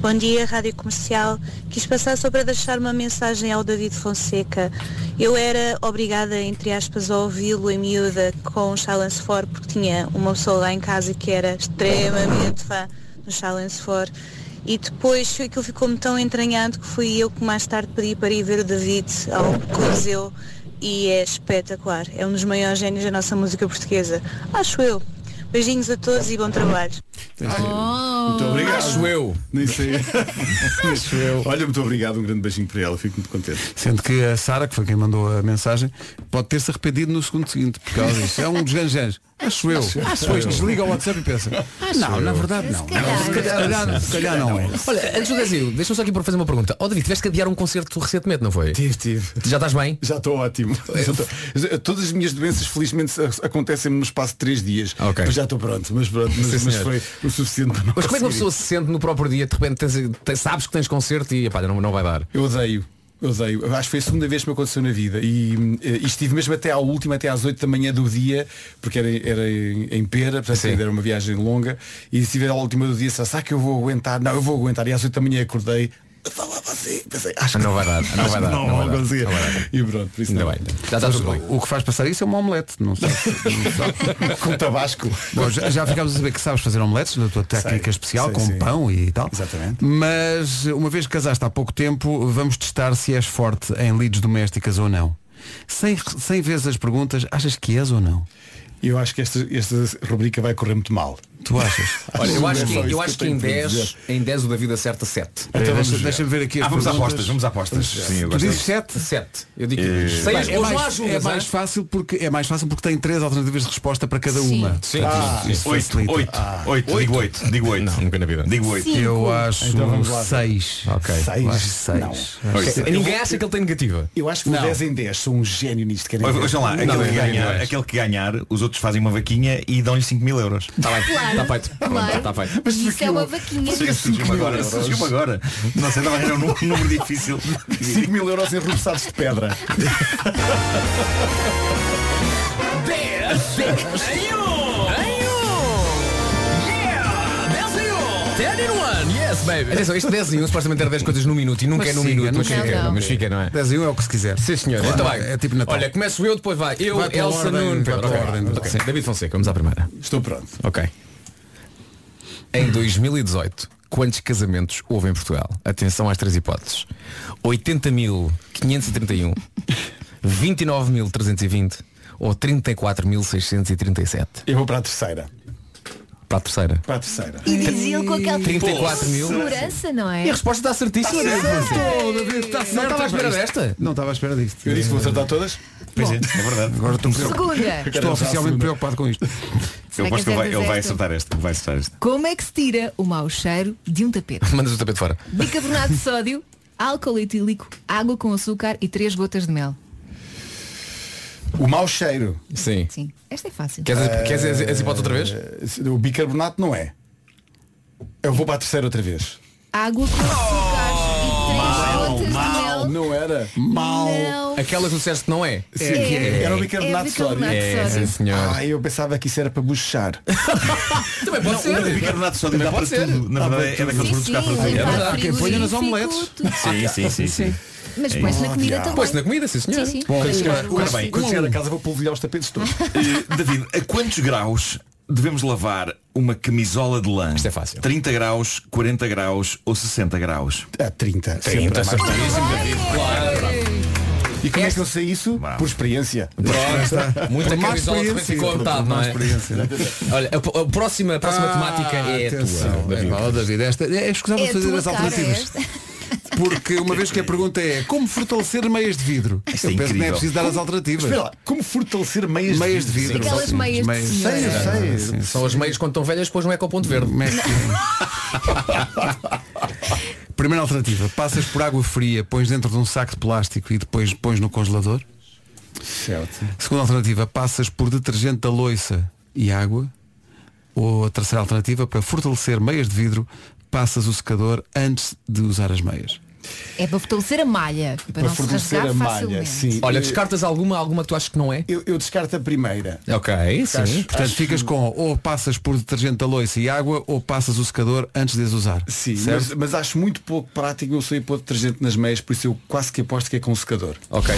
[SPEAKER 11] Bom dia, Rádio Comercial. Quis passar só para deixar uma mensagem ao David Fonseca. Eu era obrigada, entre aspas, a ouvi-lo em miúda com o Silence 4 porque tinha uma pessoa lá em casa que era extremamente fã do Silence 4 e depois aquilo ficou-me tão entranhado que fui eu que mais tarde pedi para ir ver o David ao Coliseu e é espetacular. É um dos maiores génios da nossa música portuguesa. Acho eu. Beijinhos a todos e bom trabalho.
[SPEAKER 18] Muito obrigado.
[SPEAKER 7] Acho eu.
[SPEAKER 18] Oh. Nem sei. Acho eu. Olha, muito obrigado. Um grande beijinho para ela. Fico muito contente.
[SPEAKER 1] Sendo que a Sara, que foi quem mandou a mensagem, pode ter-se arrependido no segundo seguinte, porque ela disse, é um dos grandes anos. Acho eu.
[SPEAKER 18] Acho- acho
[SPEAKER 1] Depois
[SPEAKER 18] eu.
[SPEAKER 1] desliga o WhatsApp e pensa.
[SPEAKER 18] Acho
[SPEAKER 1] não,
[SPEAKER 18] eu.
[SPEAKER 1] na verdade não.
[SPEAKER 18] calhar.
[SPEAKER 1] Se calhar- se calhar não é.
[SPEAKER 7] Olha, antes do Brasil, deixa-me só aqui para fazer uma pergunta. Ó David, tiveste que adiar um concerto recentemente, não foi?
[SPEAKER 18] Tive, tive.
[SPEAKER 7] Já estás bem?
[SPEAKER 18] Já estou ótimo. Já estou- Todas as minhas doenças, felizmente, ac- acontecem no espaço de três dias. Mas já estou pronto. Mas pronto, mas,
[SPEAKER 7] Sim,
[SPEAKER 18] mas
[SPEAKER 7] senhor.
[SPEAKER 18] foi o suficiente para não
[SPEAKER 7] Mas como é que uma
[SPEAKER 18] conseguir.
[SPEAKER 7] pessoa se sente no próprio dia, de repente tens- tens- sabes que tens concerto e epá, não, não vai dar?
[SPEAKER 18] Eu odeio. Eu odeio. Eu Acho que foi a segunda vez que me aconteceu na vida. E, eh, e estive mesmo até à última, até às 8 da manhã do dia, porque era, era em, em pera, portanto ainda era uma viagem longa. E estive à última do dia, disse, será que eu vou aguentar? Não, eu vou aguentar. E às 8 da manhã acordei. Pensei, acho que
[SPEAKER 7] Não vai dar, não
[SPEAKER 18] acho
[SPEAKER 7] vai
[SPEAKER 18] que
[SPEAKER 7] dar, não
[SPEAKER 18] Não,
[SPEAKER 7] vai
[SPEAKER 18] vou
[SPEAKER 7] dar,
[SPEAKER 18] conseguir.
[SPEAKER 7] não vai dar.
[SPEAKER 18] E pronto, por isso
[SPEAKER 7] Ainda
[SPEAKER 18] não.
[SPEAKER 7] bem. Já está tudo bem.
[SPEAKER 1] O que faz passar isso é uma omelete, não sabe?
[SPEAKER 18] Com tabasco.
[SPEAKER 1] Bom, já, já ficámos a saber que sabes fazer omeletes da tua técnica
[SPEAKER 18] Sei,
[SPEAKER 1] especial,
[SPEAKER 18] sei,
[SPEAKER 1] com
[SPEAKER 18] sim.
[SPEAKER 1] pão e tal.
[SPEAKER 18] Exatamente.
[SPEAKER 1] Mas uma vez que casaste há pouco tempo, vamos testar se és forte em lides domésticas ou não. Sem, sem vezes as perguntas, achas que és ou não?
[SPEAKER 18] Eu acho que esta, esta rubrica vai correr muito mal.
[SPEAKER 1] Tu achas?
[SPEAKER 7] Olha, eu acho
[SPEAKER 18] É
[SPEAKER 7] que,
[SPEAKER 18] só isso
[SPEAKER 7] eu
[SPEAKER 18] que
[SPEAKER 7] acho que
[SPEAKER 18] tenho
[SPEAKER 7] em
[SPEAKER 18] para
[SPEAKER 7] 10,
[SPEAKER 18] dizer.
[SPEAKER 7] em 10 o David acerta 7.
[SPEAKER 18] Então vamos ver.
[SPEAKER 9] Ah, vamos à apostas, vamos à apostas. Sim, eu
[SPEAKER 1] tu
[SPEAKER 9] gosto
[SPEAKER 1] dizes
[SPEAKER 9] disso.
[SPEAKER 1] 7?
[SPEAKER 7] 7. Eu digo
[SPEAKER 9] Eh,
[SPEAKER 7] Sei,
[SPEAKER 1] Bem,
[SPEAKER 7] os
[SPEAKER 1] é, mais,
[SPEAKER 7] lá juntas,
[SPEAKER 1] é mais
[SPEAKER 7] hein?
[SPEAKER 1] fácil porque é mais fácil porque tem três alternativas de resposta para cada
[SPEAKER 7] Sim.
[SPEAKER 1] uma.
[SPEAKER 7] Sim.
[SPEAKER 1] Ah,
[SPEAKER 9] Sim.
[SPEAKER 1] isso
[SPEAKER 9] Oito,
[SPEAKER 1] facilita.
[SPEAKER 9] oito, oito, digo oito, digo oito. Não, nunca na vida. Digo oito.
[SPEAKER 1] Eu acho
[SPEAKER 18] Então vamos
[SPEAKER 7] um
[SPEAKER 18] lá ver.
[SPEAKER 1] seis.
[SPEAKER 18] Ok. Seis?
[SPEAKER 1] Eu acho
[SPEAKER 18] Não.
[SPEAKER 1] seis.
[SPEAKER 18] Ok.
[SPEAKER 1] Acho que-
[SPEAKER 7] Ninguém acha que ele tem negativa.
[SPEAKER 18] Eu acho que vou
[SPEAKER 9] Não.
[SPEAKER 18] 10 em 10. Sou um gênio nisto. querem ver?
[SPEAKER 9] Vejam lá,
[SPEAKER 18] Não,
[SPEAKER 9] aquele que,
[SPEAKER 18] não,
[SPEAKER 9] ganhar,
[SPEAKER 18] não.
[SPEAKER 9] aquele que ganhar, os outros fazem uma vaquinha e dão-lhe 5 mil euros. Está bem,
[SPEAKER 2] Claro.
[SPEAKER 9] está feito.
[SPEAKER 2] Claro.
[SPEAKER 9] Está feito.
[SPEAKER 2] Mas Isso é uma vaquinha.
[SPEAKER 9] Sim, Surgiu-me agora,
[SPEAKER 18] euros.
[SPEAKER 9] surgiu-me agora. Não sei, estava a era um número- número difícil.
[SPEAKER 18] 5 mil euros em rebuçados de pedra.
[SPEAKER 5] 10 em 1
[SPEAKER 7] Yes, baby. Atenção, isto 10 em 1 supostamente era 10 coisas num minuto e nunca é num
[SPEAKER 1] siga,
[SPEAKER 7] minuto, mas
[SPEAKER 1] nunca é.
[SPEAKER 7] fica,
[SPEAKER 1] Não.
[SPEAKER 7] mas fica, não é?
[SPEAKER 1] 10 e 1 é o que se quiser.
[SPEAKER 7] Sim, senhor.
[SPEAKER 1] Claro.
[SPEAKER 7] Então vai.
[SPEAKER 1] É tipo Natal.
[SPEAKER 7] Olha, começo eu, depois vai. Eu,
[SPEAKER 1] Vai pela
[SPEAKER 7] Elsa
[SPEAKER 1] ordem,
[SPEAKER 7] Nuno.
[SPEAKER 1] vai pela
[SPEAKER 7] Ok.
[SPEAKER 1] ordem.
[SPEAKER 7] Ok.
[SPEAKER 1] Sim.
[SPEAKER 7] David Fonseca, vamos à primeira.
[SPEAKER 18] Estou pronto.
[SPEAKER 7] Ok. Em 2018, quantos casamentos houve em Portugal? Atenção às três hipóteses. 80.531, 29.320 ou 34.637.
[SPEAKER 18] Eu vou para a terceira.
[SPEAKER 7] Para a terceira.
[SPEAKER 18] Para a terceira.
[SPEAKER 2] E diz ele com aquela
[SPEAKER 7] 34 mil.
[SPEAKER 2] segurança, não é?
[SPEAKER 7] E a resposta está certíssima.
[SPEAKER 2] Está certo.
[SPEAKER 7] David. Não estava à espera desta.
[SPEAKER 1] Não estava à espera disto.
[SPEAKER 18] Eu disse que vou acertar todas?
[SPEAKER 9] Pois é, é verdade.
[SPEAKER 1] Agora estou,
[SPEAKER 2] Segunda.
[SPEAKER 1] estou oficialmente preocupado com isto.
[SPEAKER 9] Eu
[SPEAKER 2] Será que
[SPEAKER 9] aposto que ele vai,
[SPEAKER 2] acertas
[SPEAKER 9] ele vai
[SPEAKER 2] esta?
[SPEAKER 9] acertar este. Vai acertar este.
[SPEAKER 2] Como é que se tira o mau cheiro de um tapete?
[SPEAKER 7] Mandas o tapete fora.
[SPEAKER 2] Bicarbonato de sódio, álcool etílico, água com açúcar e três gotas de mel.
[SPEAKER 18] O mau cheiro.
[SPEAKER 7] Sim. Eh,
[SPEAKER 2] Sim, esta é fácil.
[SPEAKER 7] Queres as- queres as- as hipóteses outra
[SPEAKER 18] vez? eh, O bicarbonato não é. Eu vou para a terceira outra vez.
[SPEAKER 2] Água com açúcar e três gotas de mel. mal.
[SPEAKER 18] Não era?
[SPEAKER 2] Mal. Não.
[SPEAKER 7] Aquela que disseste não é?
[SPEAKER 18] Sim, que é. Era o bicarbonato de sódio.
[SPEAKER 7] É, sim, senhor.
[SPEAKER 18] Ah, eu pensava que isso era para buchar.
[SPEAKER 7] Também pode
[SPEAKER 9] O
[SPEAKER 7] ser.
[SPEAKER 9] bicarbonato de sódio dá
[SPEAKER 7] Também pode
[SPEAKER 9] para
[SPEAKER 7] ser.
[SPEAKER 9] tudo. Na
[SPEAKER 18] Dá
[SPEAKER 9] verdade,
[SPEAKER 18] para
[SPEAKER 9] é daqueles
[SPEAKER 18] tudo.
[SPEAKER 9] produtos que dá para
[SPEAKER 2] Sim,
[SPEAKER 9] tudo.
[SPEAKER 2] sim,
[SPEAKER 9] É
[SPEAKER 2] dá
[SPEAKER 9] verdade.
[SPEAKER 2] para
[SPEAKER 7] Quem põe nas
[SPEAKER 2] frigorífico,
[SPEAKER 7] omeletes.
[SPEAKER 2] tudo.
[SPEAKER 9] Sim, sim, sim, sim.
[SPEAKER 2] Mas
[SPEAKER 9] É
[SPEAKER 2] põe-se na
[SPEAKER 9] isso.
[SPEAKER 2] comida também.
[SPEAKER 7] Põe-se na comida, sim, senhor.
[SPEAKER 2] Sim, sim.
[SPEAKER 18] Bom, quando chegar-
[SPEAKER 9] Ora
[SPEAKER 18] quando-
[SPEAKER 9] bem,
[SPEAKER 18] quando chegar
[SPEAKER 9] um-
[SPEAKER 18] a casa vou polvilhar os tapetes todos.
[SPEAKER 9] Eh, David, a quantos graus devemos lavar uma camisola de lã? Isto é fácil. 30 graus, 40 graus ou 60 graus?
[SPEAKER 18] A 30. Ah, sempre a mais. E como é que eu sei isso? Por experiência.
[SPEAKER 7] Pronto, muita
[SPEAKER 18] Por má
[SPEAKER 7] camisola também
[SPEAKER 18] experiência.
[SPEAKER 7] ficou a metade,
[SPEAKER 18] Por
[SPEAKER 7] não
[SPEAKER 18] má
[SPEAKER 7] é?
[SPEAKER 18] experiência. né?
[SPEAKER 7] Olha, a, p- a próxima, a próxima
[SPEAKER 1] Ah,
[SPEAKER 7] temática é a
[SPEAKER 1] atenção.
[SPEAKER 7] tua.
[SPEAKER 1] É pá, ó, David, esta, é
[SPEAKER 2] É
[SPEAKER 1] escusável
[SPEAKER 2] a
[SPEAKER 1] fazer
[SPEAKER 2] tua
[SPEAKER 1] as
[SPEAKER 2] cara é
[SPEAKER 1] alternativas.
[SPEAKER 2] esta.
[SPEAKER 1] Porque uma vez que a pergunta é como fortalecer meias de vidro,
[SPEAKER 9] Isto
[SPEAKER 1] eu penso que
[SPEAKER 9] é
[SPEAKER 1] não é
[SPEAKER 9] incrível.
[SPEAKER 1] preciso dar as alternativas.
[SPEAKER 18] Espera lá, como fortalecer meias,
[SPEAKER 1] Meias de vidro.
[SPEAKER 2] Aquelas
[SPEAKER 1] Sim,
[SPEAKER 2] meias de senhora.
[SPEAKER 18] Sei, eu sei.
[SPEAKER 7] São as meias quando estão velhas, depois não é com o ponto verde.
[SPEAKER 1] Primeira alternativa, passas por água fria, pões dentro de um saco de plástico e depois pões no congelador.
[SPEAKER 18] Certo.
[SPEAKER 1] Segunda alternativa, passas por detergente da loiça e água. Ou a terceira alternativa, para fortalecer meias de vidro, passas o secador antes de usar as meias.
[SPEAKER 2] É para fortalecer a malha. Para, não se rasgar facilmente.
[SPEAKER 18] sim.
[SPEAKER 7] Olha,
[SPEAKER 18] Eu-
[SPEAKER 7] descartas alguma, alguma que tu achas que não é?
[SPEAKER 18] eu, eu descarto a primeira.
[SPEAKER 7] Ok, sim.
[SPEAKER 18] Acho-
[SPEAKER 1] Portanto,
[SPEAKER 18] É? acho-
[SPEAKER 1] ficas com ou passas por detergente da loiça e água ou passas o secador antes de as usar.
[SPEAKER 18] Sim,
[SPEAKER 1] Certo?
[SPEAKER 18] mas, mas acho muito pouco prático eu sei pôr detergente nas meias, por isso eu quase que aposto que é com um secador.
[SPEAKER 7] Ok.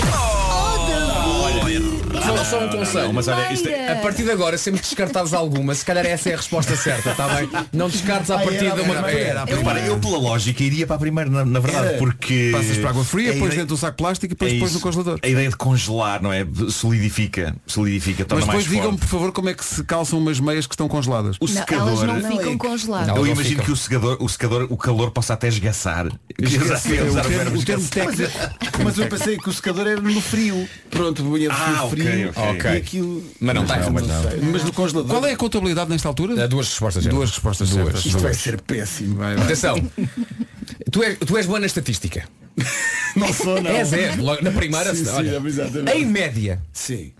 [SPEAKER 9] Olha, olha.
[SPEAKER 7] Só, só um conselho.
[SPEAKER 9] Não, mas olha, isto é-
[SPEAKER 7] A partir de agora, sempre descartares alguma, se calhar essa é a resposta certa, está bem? Não descartes à
[SPEAKER 18] Ah, era,
[SPEAKER 7] partida
[SPEAKER 18] era,
[SPEAKER 7] uma É,
[SPEAKER 18] era,
[SPEAKER 7] primeira.
[SPEAKER 18] era, era.
[SPEAKER 9] Repara, eu pela lógica iria para a primeira, na, na verdade,
[SPEAKER 18] Era.
[SPEAKER 9] porque.
[SPEAKER 1] Passas por água
[SPEAKER 18] é
[SPEAKER 1] fria,
[SPEAKER 9] a
[SPEAKER 1] pões
[SPEAKER 9] ideia-
[SPEAKER 1] dentro do saco de plástico e
[SPEAKER 9] é
[SPEAKER 1] depois pões
[SPEAKER 9] isso.
[SPEAKER 1] no congelador.
[SPEAKER 9] A ideia de congelar, não é? Solidifica, solidifica,
[SPEAKER 1] Mas
[SPEAKER 9] torna
[SPEAKER 1] depois
[SPEAKER 9] mais
[SPEAKER 1] digam-me,
[SPEAKER 9] forte.
[SPEAKER 1] por favor, como é que se calçam umas meias que estão congeladas.
[SPEAKER 9] O
[SPEAKER 2] Não,
[SPEAKER 9] secador.
[SPEAKER 2] elas não
[SPEAKER 1] é
[SPEAKER 2] ficam
[SPEAKER 9] Eu
[SPEAKER 2] congeladas.
[SPEAKER 7] Elas não
[SPEAKER 9] imagino
[SPEAKER 7] ficam.
[SPEAKER 9] que o secador, o secador, o calor possa até esgaçar.
[SPEAKER 1] Esquece, é o
[SPEAKER 9] Usar o
[SPEAKER 1] termo-
[SPEAKER 9] verbo
[SPEAKER 1] o termo
[SPEAKER 9] esgaçar.
[SPEAKER 18] Mas
[SPEAKER 1] técnico.
[SPEAKER 18] eu, mas eu pensei que o secador era no frio. Pronto, banha-se
[SPEAKER 9] Ah,
[SPEAKER 18] no
[SPEAKER 9] ok,
[SPEAKER 18] frio
[SPEAKER 9] ok.
[SPEAKER 18] e aquilo.
[SPEAKER 7] Mas não está,
[SPEAKER 18] sei,
[SPEAKER 7] mas não.
[SPEAKER 18] sei. Mas no congelador.
[SPEAKER 1] Qual é a contabilidade nesta altura?
[SPEAKER 9] É,
[SPEAKER 7] Há duas respostas certas.
[SPEAKER 1] Duas respostas certas.
[SPEAKER 18] Isto vai ser péssimo. vai, vai.
[SPEAKER 7] Atenção. Tu és, tu és boa na estatística.
[SPEAKER 18] Não sou, não.
[SPEAKER 7] És, és. Logo Na primeira,
[SPEAKER 18] Sim, é
[SPEAKER 7] se-
[SPEAKER 18] sim,
[SPEAKER 7] olha.
[SPEAKER 18] exatamente.
[SPEAKER 7] Em média,
[SPEAKER 18] Sim.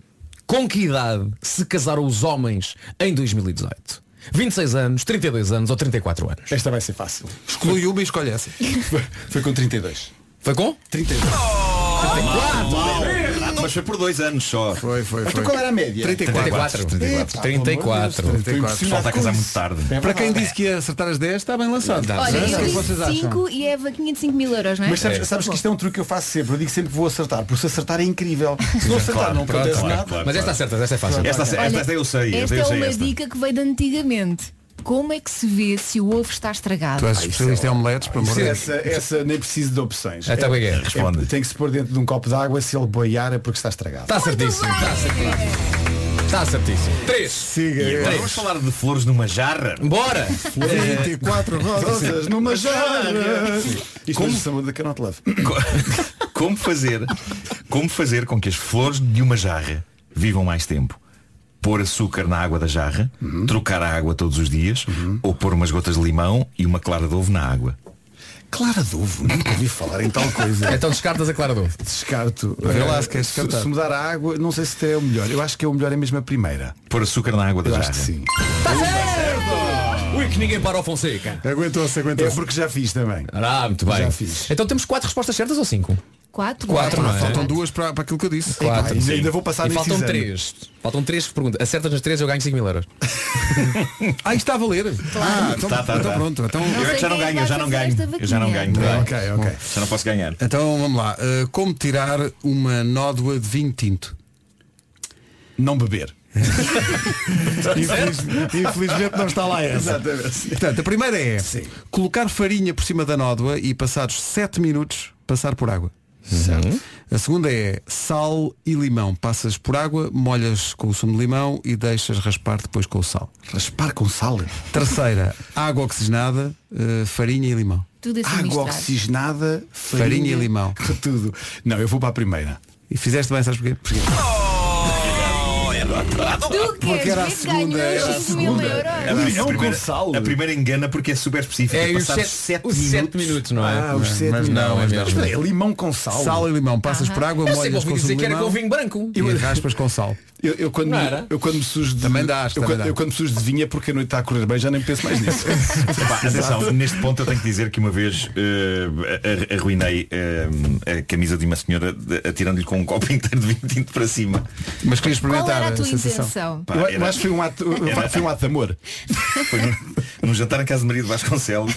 [SPEAKER 7] com que idade se casaram os homens em 2018? 26 anos, 32 anos ou 34 anos?
[SPEAKER 18] Esta vai ser fácil.
[SPEAKER 1] Exclui uma e escolhe essa.
[SPEAKER 18] Foi com 32.
[SPEAKER 7] Foi com?
[SPEAKER 18] 32.
[SPEAKER 9] Mas foi por dois anos só.
[SPEAKER 1] Foi, foi,
[SPEAKER 18] Então qual era a média?
[SPEAKER 7] 34.
[SPEAKER 18] 34.
[SPEAKER 7] 34.
[SPEAKER 18] Estou
[SPEAKER 1] 34.
[SPEAKER 18] impressionado
[SPEAKER 9] Falta a casar
[SPEAKER 18] com
[SPEAKER 9] muito
[SPEAKER 18] isso.
[SPEAKER 9] tarde.
[SPEAKER 18] É
[SPEAKER 1] Para quem
[SPEAKER 18] verdade.
[SPEAKER 1] disse que ia acertar as 10, está bem lançado.
[SPEAKER 2] Olha,
[SPEAKER 1] Não é? O
[SPEAKER 2] eu
[SPEAKER 1] que é que vocês
[SPEAKER 2] disse
[SPEAKER 1] acham?
[SPEAKER 2] 5 e é a vaquinha de 5 mil euros, não é?
[SPEAKER 18] Mas sabes, sabes que isto é um truque que eu faço sempre. Eu digo sempre que vou acertar, porque se acertar é incrível. Se não acertar,
[SPEAKER 9] claro,
[SPEAKER 18] não
[SPEAKER 9] pronto,
[SPEAKER 18] acontece
[SPEAKER 9] claro,
[SPEAKER 18] nada.
[SPEAKER 9] claro.
[SPEAKER 7] Mas esta acertas, esta é fácil.
[SPEAKER 9] Esta, esta,
[SPEAKER 2] Olha,
[SPEAKER 9] esta eu sei.
[SPEAKER 2] Esta
[SPEAKER 9] eu
[SPEAKER 2] é
[SPEAKER 9] sei
[SPEAKER 2] uma
[SPEAKER 9] esta.
[SPEAKER 2] dica que veio de antigamente. Como é que se vê se o ovo está estragado?
[SPEAKER 18] Ah,
[SPEAKER 1] Tu és
[SPEAKER 18] é
[SPEAKER 1] especialista em omeletes, por amor de Deus.
[SPEAKER 18] Essa, essa nem preciso de opções.
[SPEAKER 7] Então, como é que é?
[SPEAKER 9] Responde.
[SPEAKER 18] tem que se pôr dentro de um copo de água se ele boiar é porque está estragado.
[SPEAKER 7] Está certíssimo. Está certíssimo. Está certíssimo. 3.
[SPEAKER 18] Siga.
[SPEAKER 9] E agora vamos falar de flores numa jarra?
[SPEAKER 7] Bora!
[SPEAKER 18] 24 rosas numa jarra. Isto Como? é o sabor da Canot Love.
[SPEAKER 9] Co- Como fazer Como fazer com que as flores de uma jarra Vivam mais tempo Pôr açúcar na água da jarra
[SPEAKER 1] Uhum.
[SPEAKER 9] Trocar a água todos os dias Ou pôr umas gotas de limão e uma clara de ovo na água
[SPEAKER 18] Clara Duvo, nunca ouvi falar em tal coisa.
[SPEAKER 7] Então descartas a Clara do Ovo.
[SPEAKER 18] Descarto.
[SPEAKER 1] Vê lá se
[SPEAKER 18] Eh,
[SPEAKER 1] queres descartar.
[SPEAKER 18] se mudar a água, não sei se é o melhor. Eu acho que é o melhor é mesmo a primeira.
[SPEAKER 9] Pôr açúcar na água da
[SPEAKER 18] Eu
[SPEAKER 9] jarra
[SPEAKER 18] acho que sim.
[SPEAKER 7] Ui, que ninguém para o Fonseca.
[SPEAKER 18] Aguentou-se, aguentou-se. É porque já fiz também.
[SPEAKER 7] Ah, muito bem.
[SPEAKER 18] Já fiz.
[SPEAKER 7] Então temos quatro respostas certas ou cinco?
[SPEAKER 2] 4?
[SPEAKER 7] Quatro, não é?
[SPEAKER 1] Faltam duas para, para aquilo que eu disse.
[SPEAKER 18] Ah, ainda, ainda vou passar
[SPEAKER 7] E
[SPEAKER 18] nesse
[SPEAKER 7] faltam
[SPEAKER 18] exame.
[SPEAKER 7] três. Faltam três perguntas. Acertas nas três, eu ganho 5 mil euros.
[SPEAKER 1] Ah, isto está a valer. Ah, então,
[SPEAKER 9] Tá, tá,
[SPEAKER 1] então
[SPEAKER 9] tá.
[SPEAKER 1] pronto. Então,
[SPEAKER 9] Eu é que já não
[SPEAKER 2] quem
[SPEAKER 9] ganho,
[SPEAKER 2] vai
[SPEAKER 9] eu já não
[SPEAKER 2] fazer
[SPEAKER 9] ganho
[SPEAKER 2] esta
[SPEAKER 9] Eu já não
[SPEAKER 2] vaquinha.
[SPEAKER 9] ganho tá bem?
[SPEAKER 18] Ok, ok.
[SPEAKER 9] Já não posso ganhar
[SPEAKER 1] então vamos lá. Uh, como tirar uma nódoa de vinho tinto?
[SPEAKER 18] Não beber.
[SPEAKER 1] Infeliz- Infelizmente não está lá essa.
[SPEAKER 18] Exatamente.
[SPEAKER 1] Portanto, a primeira é colocar farinha por cima da nódoa e passados 7 minutos passar por água. A segunda é sal e limão. Passas por água, molhas com o sumo de limão e deixas raspar depois com o sal.
[SPEAKER 18] Raspar com sal.
[SPEAKER 1] Terceira, água oxigenada, eh, farinha e limão.
[SPEAKER 2] Tudo assim
[SPEAKER 18] Água
[SPEAKER 2] misturado.
[SPEAKER 18] oxigenada, farinha,
[SPEAKER 1] Farinha e limão.
[SPEAKER 18] Tudo. Não, eu vou para a primeira.
[SPEAKER 1] E fizeste bem, sabes porquê? Porque
[SPEAKER 2] Tu
[SPEAKER 1] Porque era a
[SPEAKER 2] queres ver que
[SPEAKER 1] segunda, era a
[SPEAKER 2] ganhas 5 mil euros?
[SPEAKER 9] É a,
[SPEAKER 18] Limão
[SPEAKER 9] primeira,
[SPEAKER 18] com sal.
[SPEAKER 9] a primeira engana porque é super específica
[SPEAKER 7] um É, e os
[SPEAKER 9] Passados
[SPEAKER 7] sete,
[SPEAKER 9] sete
[SPEAKER 7] os
[SPEAKER 9] minutos
[SPEAKER 7] sete minutos, não é?
[SPEAKER 18] Ah, os sete
[SPEAKER 1] mas não, é
[SPEAKER 18] mas
[SPEAKER 1] mesmo.
[SPEAKER 18] espera aí, limão com sal.
[SPEAKER 1] sal e limão, passas por água,
[SPEAKER 7] Eu sei que
[SPEAKER 1] molhas
[SPEAKER 7] ouvi
[SPEAKER 1] com sumo
[SPEAKER 7] dizer
[SPEAKER 1] de
[SPEAKER 7] que era com
[SPEAKER 1] limão
[SPEAKER 7] vinho branco.
[SPEAKER 1] e raspas com sal.
[SPEAKER 18] Eu, eu quando,
[SPEAKER 1] Não
[SPEAKER 18] me-
[SPEAKER 1] era?
[SPEAKER 18] eu quando me sujo de também dá, eu,
[SPEAKER 1] também
[SPEAKER 18] quando-
[SPEAKER 1] dá.
[SPEAKER 18] eu quando me sujo de vinha porque a noite está a correr bem já nem penso mais nisso.
[SPEAKER 9] Epá, atenção,
[SPEAKER 18] Exato.
[SPEAKER 9] neste ponto eu tenho que dizer que uma vez eh, a- a- arruinei eh, a camisa de uma senhora de- atirando-lhe com um copo inteiro de vinho tinto para cima.
[SPEAKER 1] Mas queria
[SPEAKER 2] experimentar Qual era a a tua sensação. intenção?
[SPEAKER 9] Pá,
[SPEAKER 18] Eu- eu
[SPEAKER 9] era-
[SPEAKER 18] acho que foi um ato,
[SPEAKER 9] era-
[SPEAKER 18] foi um ato de amor.
[SPEAKER 9] Foi num, num jantar em casa de Maria de Vasconcelos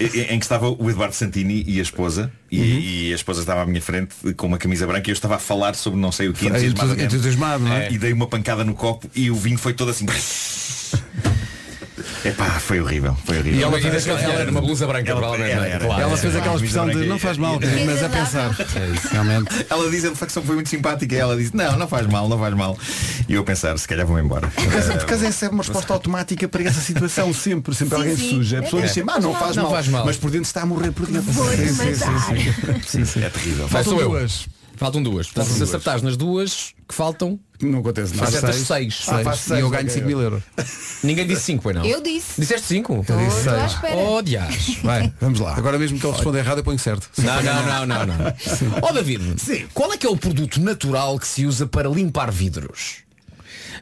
[SPEAKER 9] em em que estava o Eduardo Santini e a esposa e, e a esposa estava à minha frente com uma camisa branca e eu estava a falar sobre não sei o que
[SPEAKER 1] É,
[SPEAKER 18] né?
[SPEAKER 1] entusi- entusiasmado, não é?
[SPEAKER 9] e dei uma pancada no copo e o vinho foi todo assim Epá, foi horrível, foi horrível.
[SPEAKER 7] E ela- e deixa- ela era uma blusa branca, provavelmente, não é? Claro.
[SPEAKER 1] Ela fez
[SPEAKER 9] Era
[SPEAKER 1] aquela
[SPEAKER 9] uma
[SPEAKER 1] expressão
[SPEAKER 9] camisa
[SPEAKER 1] de
[SPEAKER 9] branca
[SPEAKER 1] não faz
[SPEAKER 9] e-
[SPEAKER 1] mal,
[SPEAKER 9] e-
[SPEAKER 1] mas é pensar. Realmente.
[SPEAKER 9] Ela diz, a reflexão foi muito simpática. Ela diz, não, não faz mal, não faz mal. E eu a pensar, se calhar vou embora.
[SPEAKER 18] Casa, por acaso essa é uma resposta automática para essa situação sempre, sempre
[SPEAKER 9] Sim,
[SPEAKER 18] alguém
[SPEAKER 9] sim.
[SPEAKER 18] suja. A pessoa
[SPEAKER 9] É.
[SPEAKER 18] diz assim, ah, não,
[SPEAKER 9] Não
[SPEAKER 18] faz,
[SPEAKER 9] faz
[SPEAKER 18] mal,
[SPEAKER 9] mal.
[SPEAKER 18] Mas por dentro está a morrer por dentro.
[SPEAKER 9] Vou-te
[SPEAKER 18] Sim, sim,
[SPEAKER 9] matar.
[SPEAKER 18] sim, sim.
[SPEAKER 9] É terrível.
[SPEAKER 7] Vai, sou eu.
[SPEAKER 18] duas.
[SPEAKER 7] Faltam duas. Portanto,
[SPEAKER 18] Faltam
[SPEAKER 7] se
[SPEAKER 18] duas.
[SPEAKER 7] acertares nas duas que faltam,
[SPEAKER 18] não acontece
[SPEAKER 7] nada. Acertas
[SPEAKER 18] Faz
[SPEAKER 7] seis.
[SPEAKER 18] seis. Ah, faz
[SPEAKER 7] E eu
[SPEAKER 18] seis,
[SPEAKER 7] ganho
[SPEAKER 18] ok.
[SPEAKER 7] 5 mil euros. Ninguém disse 5, pois não?
[SPEAKER 2] Eu disse.
[SPEAKER 7] Disseste 5?
[SPEAKER 2] Eu disse Tô à seis. espera.
[SPEAKER 7] Oh, dias.
[SPEAKER 1] Vai,
[SPEAKER 18] vamos lá. Ah,
[SPEAKER 1] Agora mesmo que ele responda errado, eu ponho certo.
[SPEAKER 7] Não, não, não, não, não. Ó David, qual é que é o produto natural que se usa para limpar vidros?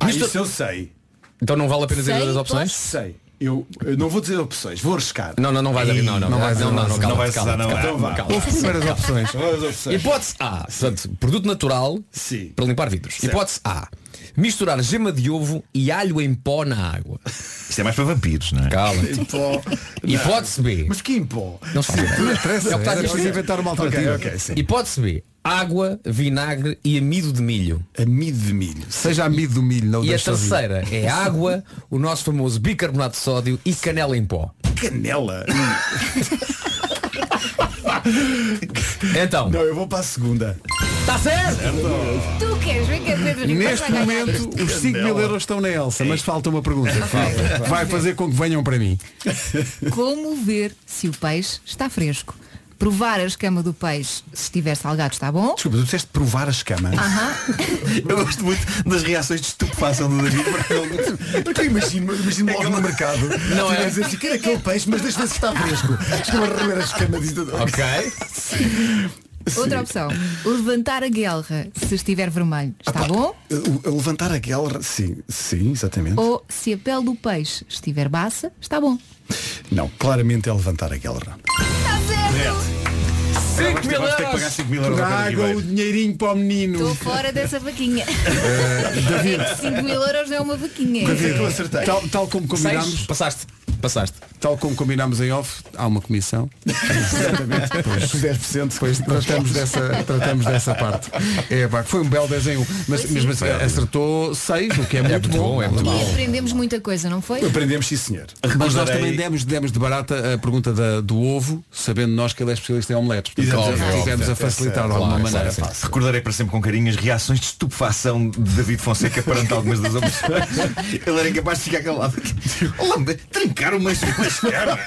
[SPEAKER 18] Ah, isso eu sei.
[SPEAKER 7] Então não vale a pena dizer as opções?
[SPEAKER 18] Sei. Eu, eu não vou dizer opções, vou arriscar.
[SPEAKER 7] Não, não, não vais abrir, não, não. não, não, não, calma, calma, calma,
[SPEAKER 18] Então vá.
[SPEAKER 7] calma. Calma. Hipótese A, portanto, produto natural para limpar vidros. Hipótese A, misturar gema de ovo e alho em pó na água.
[SPEAKER 9] Isto é mais para vampiros, não é?
[SPEAKER 7] Calma.
[SPEAKER 18] Em pó.
[SPEAKER 7] Hipótese B.
[SPEAKER 18] Mas que em pó?
[SPEAKER 7] Não se faz ideia.
[SPEAKER 18] Não interessa,
[SPEAKER 7] É o que está aqui
[SPEAKER 18] era preciso
[SPEAKER 7] escrito.
[SPEAKER 18] inventar um- uma alternativa.
[SPEAKER 7] Ok, ok, sim.
[SPEAKER 18] sim.
[SPEAKER 7] Hipótese B. Água, vinagre e amido de milho.
[SPEAKER 18] Amido de milho.
[SPEAKER 1] Seja amido do milho, não o
[SPEAKER 7] E a
[SPEAKER 1] deixe sozinho.
[SPEAKER 7] terceira é água, o nosso famoso bicarbonato de sódio e canela em pó.
[SPEAKER 18] Canela?
[SPEAKER 7] então.
[SPEAKER 18] Não, eu vou para a segunda.
[SPEAKER 7] Está Então, tá certo?
[SPEAKER 2] Tu queres ver que é Pedro Ribeiro
[SPEAKER 1] Neste
[SPEAKER 2] vai ganhar?
[SPEAKER 1] momento os 5 mil euros estão na Elsa, mas falta uma pergunta. que falta. Vai fazer com que venham para mim.
[SPEAKER 2] Como ver se o peixe está fresco? Provar a escama do peixe se estiver salgado está bom?
[SPEAKER 18] Desculpa, tu disseste provar a escama.
[SPEAKER 9] Ah.
[SPEAKER 2] Aham.
[SPEAKER 9] Eu gosto muito das reações de estupefação do David. porque ele-
[SPEAKER 18] Porque eu Então imagino, eu imagino logo no mercado.
[SPEAKER 9] Não
[SPEAKER 18] tu
[SPEAKER 9] é?
[SPEAKER 18] vais dizer assim, quero aquele peixe, mas deixa-me se está fresco. Estou a rever as escamas e tudo.
[SPEAKER 7] Ok.
[SPEAKER 2] Outra opção. Levantar a guerra se estiver vermelho está bom?
[SPEAKER 18] Eh, o- Levantar a guerra, sim, sim, exatamente.
[SPEAKER 9] Oh.
[SPEAKER 2] Ou se a pele do peixe estiver baça está bom?
[SPEAKER 18] Não, claramente é levantar a guerra.
[SPEAKER 9] Agora vais ter- vais ter que pagar 5 mil euros ao Pedro
[SPEAKER 1] Traga o
[SPEAKER 9] Ribeiro.
[SPEAKER 1] dinheirinho para o menino.
[SPEAKER 2] Estou fora dessa vaquinha.
[SPEAKER 1] Eh, David,
[SPEAKER 2] 5 mil euros não é uma vaquinha.
[SPEAKER 1] Tal, tal como combinámos.
[SPEAKER 7] Seis. Passaste. Passaste.
[SPEAKER 1] Tal como combinámos em off, há uma comissão. Exatamente. Pois,
[SPEAKER 18] 10%.
[SPEAKER 1] Pois tratamos dessa, tratamos dessa parte. É, pá, foi um belo desenho. Mas mesmo assim, acertou 6, o que é muito, bom.
[SPEAKER 7] bom, é muito
[SPEAKER 2] E aprendemos muita coisa, não foi?
[SPEAKER 18] Aprendemos, sim, senhor.
[SPEAKER 1] Mas nós
[SPEAKER 18] Recordarei-
[SPEAKER 1] também demos, demos de barata a pergunta da- do ovo, sabendo nós que ele é especialista em omeletes. Portanto,
[SPEAKER 9] Óbvio,
[SPEAKER 1] Tivemos
[SPEAKER 9] óbvio.
[SPEAKER 1] a facilitar de
[SPEAKER 9] Claro,
[SPEAKER 1] alguma
[SPEAKER 7] é
[SPEAKER 9] claro,
[SPEAKER 1] maneira.
[SPEAKER 9] sim. Recordarei para sempre com carinho as reações de estupefação de David Fonseca perante algumas das opções. Ele era incapaz de ficar calado. Olá, trincar uma, uma escama.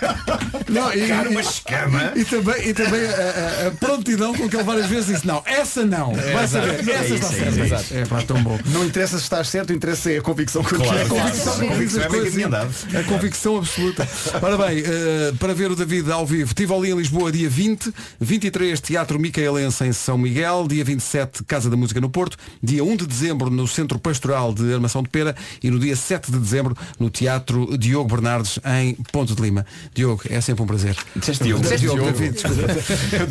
[SPEAKER 1] Não,
[SPEAKER 9] trincar uma
[SPEAKER 18] é?
[SPEAKER 9] escama.
[SPEAKER 1] E também, e também a, a- a prontidão com que ele várias vezes disse, não, essa não.
[SPEAKER 18] É,
[SPEAKER 1] Vai
[SPEAKER 18] exato.
[SPEAKER 1] saber,
[SPEAKER 18] É
[SPEAKER 1] essa
[SPEAKER 18] isso,
[SPEAKER 1] está
[SPEAKER 18] é
[SPEAKER 1] certa.
[SPEAKER 18] isso, é
[SPEAKER 1] Exato. É pá, tão bom.
[SPEAKER 18] Não interessa se estás certo, interessa é a convicção que eu
[SPEAKER 1] Claro,
[SPEAKER 18] tenho.
[SPEAKER 1] claro.
[SPEAKER 18] a convicção,
[SPEAKER 1] Sim.
[SPEAKER 18] a convicção das
[SPEAKER 1] Convicção é
[SPEAKER 18] coisas.
[SPEAKER 1] bem caminhada. A convicção absoluta. Ora bem, eh, para ver o David ao vivo, estive ali em Lisboa dia 20, 23 Teatro Micaelense em São Miguel, dia 27 Casa da Música no Porto, dia 1 de dezembro no Centro Pastoral de Armação de Pera e no dia 7 de dezembro no Teatro Diogo Bernardes em Ponte de Lima. Diogo, é sempre um prazer.
[SPEAKER 9] Disseste Diogo.
[SPEAKER 1] Diogo,
[SPEAKER 9] Diogo.
[SPEAKER 1] David, desculpa.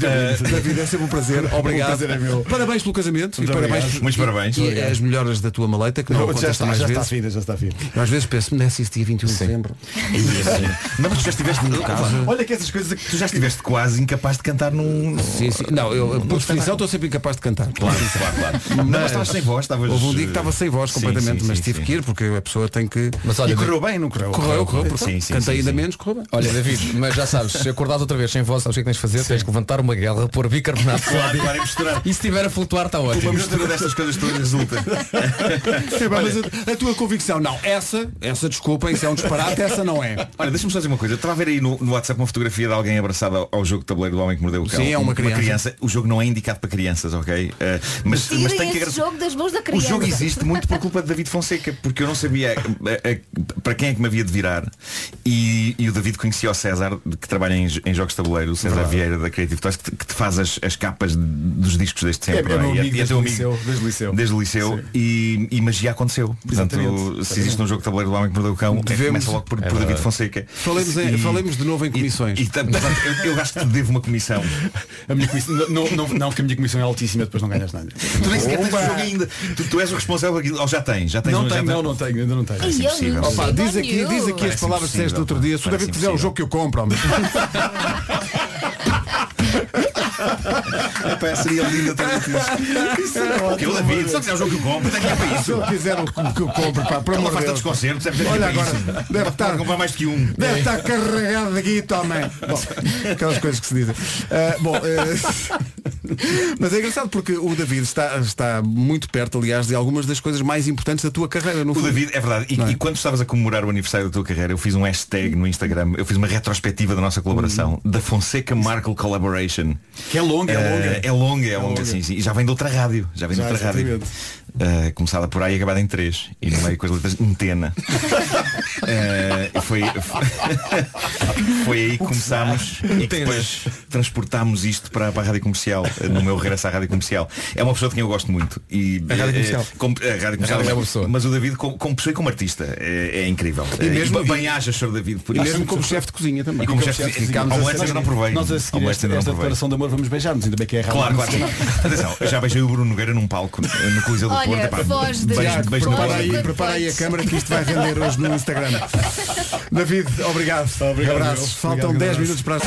[SPEAKER 9] Eh,
[SPEAKER 1] David, é sempre um prazer. Obrigado.
[SPEAKER 9] prazer é meu.
[SPEAKER 1] Parabéns pelo casamento
[SPEAKER 9] Muito
[SPEAKER 1] e parabéns.
[SPEAKER 9] obrigado. Muitos parabéns.
[SPEAKER 1] E,
[SPEAKER 9] Obrigado.
[SPEAKER 1] as melhoras da tua maleta que não
[SPEAKER 18] já
[SPEAKER 1] acontece
[SPEAKER 18] está,
[SPEAKER 1] mais
[SPEAKER 18] já está
[SPEAKER 1] vezes.
[SPEAKER 18] a fina, já está a fina.
[SPEAKER 1] Eu às vezes penso, me desse isso dia 21 de dezembro.
[SPEAKER 9] Não, mas tu já estiveste
[SPEAKER 18] Olha que essas coisas que
[SPEAKER 9] tu já estiveste quase incapaz de cantar num.
[SPEAKER 1] Sim, sim. Não, eu por definição estou sempre incapaz de cantar.
[SPEAKER 9] Claro, claro, claro. Não, mas estavas sem voz, estavas.
[SPEAKER 1] Houve um dia que estava sem voz
[SPEAKER 9] Sim,
[SPEAKER 1] completamente,
[SPEAKER 9] sim,
[SPEAKER 1] mas
[SPEAKER 9] sim,
[SPEAKER 1] tive
[SPEAKER 9] sim.
[SPEAKER 1] que ir porque a pessoa tem que.
[SPEAKER 7] Mas olha,
[SPEAKER 1] e correu
[SPEAKER 7] David-
[SPEAKER 1] bem, não correu? Correu, correu. portanto,
[SPEAKER 7] Sim, sim,
[SPEAKER 1] Cantei
[SPEAKER 7] sim,
[SPEAKER 1] ainda
[SPEAKER 7] sim.
[SPEAKER 1] menos, correu bem.
[SPEAKER 7] Olha David, mas já sabes, se acordares outra vez sem voz, sabes o que é que tens de fazer? Tens de levantar uma guerra, pôr bicarbonato de
[SPEAKER 9] Claro,
[SPEAKER 7] sódio
[SPEAKER 9] claro, e misturar.
[SPEAKER 7] e se estiver a flutuar está ótimo.
[SPEAKER 9] Uma mistura destas coisas todas resulta.
[SPEAKER 1] Sim, pá, mas a, a tua convicção, não, essa, essa desculpa, isso é um disparate, essa não é.
[SPEAKER 9] Olha, deixa-me só dizer uma coisa. Eu Estava a ver aí no, no WhatsApp uma fotografia de alguém abraçada ao, ao jogo de tabuleiro do homem que mordeu o cão.
[SPEAKER 1] Sim, é uma criança.
[SPEAKER 9] O jogo não é indicado para crianças, ok? Eh, mas,
[SPEAKER 2] Tirem
[SPEAKER 9] mas tem que
[SPEAKER 2] esse
[SPEAKER 9] agradecer.
[SPEAKER 2] jogo das mãos da
[SPEAKER 9] O
[SPEAKER 2] criança.
[SPEAKER 9] jogo existe muito por culpa de David Fonseca, porque eu não sabia eh, eh, para quem é que me havia de virar e, e o David conhecia o César, de- que trabalha em, em jogos de tabuleiro, o César
[SPEAKER 18] Verdade.
[SPEAKER 9] Vieira da Creative Toys, que, te- que te faz as, as capas de- dos discos desde
[SPEAKER 18] É, é
[SPEAKER 9] sempre.
[SPEAKER 18] meu
[SPEAKER 9] não
[SPEAKER 18] amigo
[SPEAKER 9] E e
[SPEAKER 18] desde
[SPEAKER 9] teu
[SPEAKER 18] o liceu, desde o liceu.
[SPEAKER 9] Desde o liceu. E, e magia aconteceu. Portanto,
[SPEAKER 18] Exatamente.
[SPEAKER 9] se existe um jogo de tabuleiro do Homem que Mordeu o Cão, é,
[SPEAKER 1] Devemos-
[SPEAKER 9] começa logo por,
[SPEAKER 1] É
[SPEAKER 9] por
[SPEAKER 1] verdade.
[SPEAKER 9] David Fonseca.
[SPEAKER 1] Falemos em- falemos
[SPEAKER 9] de novo em comissões. E, tam- eu, eu acho que te devo uma comissão.
[SPEAKER 18] A minha comissão, não, não, não, que a minha comissão é altíssima, depois não ganhas nada.
[SPEAKER 9] Tu nem sequer tens o
[SPEAKER 18] Oba!
[SPEAKER 9] jogo ainda. Tu, tu és o responsável aqui. Ou já tens, já tens
[SPEAKER 18] Não
[SPEAKER 9] um, já
[SPEAKER 18] tenho,
[SPEAKER 9] tens-
[SPEAKER 18] não, não tenho, ainda não tenho.
[SPEAKER 9] Parece impossível.
[SPEAKER 1] Opa, diz aqui, diz aqui as
[SPEAKER 9] Parece
[SPEAKER 1] palavras que disseste
[SPEAKER 9] impossível,
[SPEAKER 1] no outro dia. Se o
[SPEAKER 9] parece
[SPEAKER 1] David quiser um
[SPEAKER 9] impossível.
[SPEAKER 1] jogo que eu compro, homem.
[SPEAKER 9] Epá, seria lindo ter dito isso. Que
[SPEAKER 1] é
[SPEAKER 9] eu David, se eu quiser um jogo que eu compro, tem que ir para
[SPEAKER 1] Se
[SPEAKER 9] isso.
[SPEAKER 1] eu quiser o que eu compro, pá, para
[SPEAKER 9] Ela faz tantos concertos, deve ter
[SPEAKER 1] Olha
[SPEAKER 9] que ir para
[SPEAKER 1] agora,
[SPEAKER 9] isso.
[SPEAKER 1] deve
[SPEAKER 9] Pode
[SPEAKER 1] estar-
[SPEAKER 9] comprar mais que um.
[SPEAKER 1] Deve estar carregado de guita, homem. Bom, aquelas coisas que se dizem. Ah, bom, eh, mas é engraçado porque o David está, está muito perto, aliás, de algumas das coisas mais importantes da tua carreira. No
[SPEAKER 9] O
[SPEAKER 1] fundo.
[SPEAKER 9] David, é verdade, e,
[SPEAKER 1] Não é?
[SPEAKER 9] e quando estavas a comemorar o aniversário da tua carreira, eu fiz um hashtag no Instagram, eu fiz uma retrospectiva da nossa colaboração,
[SPEAKER 1] Uhum.
[SPEAKER 9] da Fonseca Markle Collaboration.
[SPEAKER 18] Que é longa, é longa.
[SPEAKER 9] É longa, é longa, sim, sim. E já vem de outra rádio. Já vem
[SPEAKER 18] Já,
[SPEAKER 9] de outra rádio. Eh, começada por aí e acabada em três E no meio com as letras Metena. Eh, foi, foi aí que começámos e que depois transportámos isto para, para a rádio comercial, eh, no meu regresso à rádio comercial. É uma pessoa de quem eu gosto muito. E,
[SPEAKER 18] A Rádio
[SPEAKER 9] eh,
[SPEAKER 18] Comercial.
[SPEAKER 9] com- a rádio comercial
[SPEAKER 18] A Rádio
[SPEAKER 9] é
[SPEAKER 18] é
[SPEAKER 9] uma
[SPEAKER 18] uma
[SPEAKER 9] pessoa. Mas o David, como, como pessoa e como artista, é, é incrível.
[SPEAKER 18] E
[SPEAKER 9] Eh,
[SPEAKER 18] mesmo-
[SPEAKER 9] e bem haja, Sr. David, por
[SPEAKER 18] E
[SPEAKER 9] isso.
[SPEAKER 18] mesmo como chefe de cozinha também.
[SPEAKER 9] E como chefe de cozinha. um Ao Lester ainda não provei. um
[SPEAKER 18] Nós a
[SPEAKER 9] Ao
[SPEAKER 18] seguir
[SPEAKER 9] Lester
[SPEAKER 18] esta,
[SPEAKER 9] ainda não
[SPEAKER 18] esta
[SPEAKER 9] provei.
[SPEAKER 18] declaração de amor vamos beijar-nos, ainda bem que é errado.
[SPEAKER 9] Claro, claro. sim. Atenção, eu já beijei o Bruno Nogueira num palco, eh, no Coliseu do
[SPEAKER 2] Olha,
[SPEAKER 9] Porto. Epá,
[SPEAKER 2] foge,
[SPEAKER 9] beijo-
[SPEAKER 1] Tiago,
[SPEAKER 9] beijo no
[SPEAKER 1] prepara,
[SPEAKER 9] palco.
[SPEAKER 1] aí, prepara aí a câmara que isto vai render hoje no Instagram. David, obrigado.
[SPEAKER 18] Obrigado,
[SPEAKER 1] Abraços.
[SPEAKER 18] meu.
[SPEAKER 1] Faltam
[SPEAKER 18] Obrigado,
[SPEAKER 1] 10
[SPEAKER 18] grande
[SPEAKER 1] minutos para as...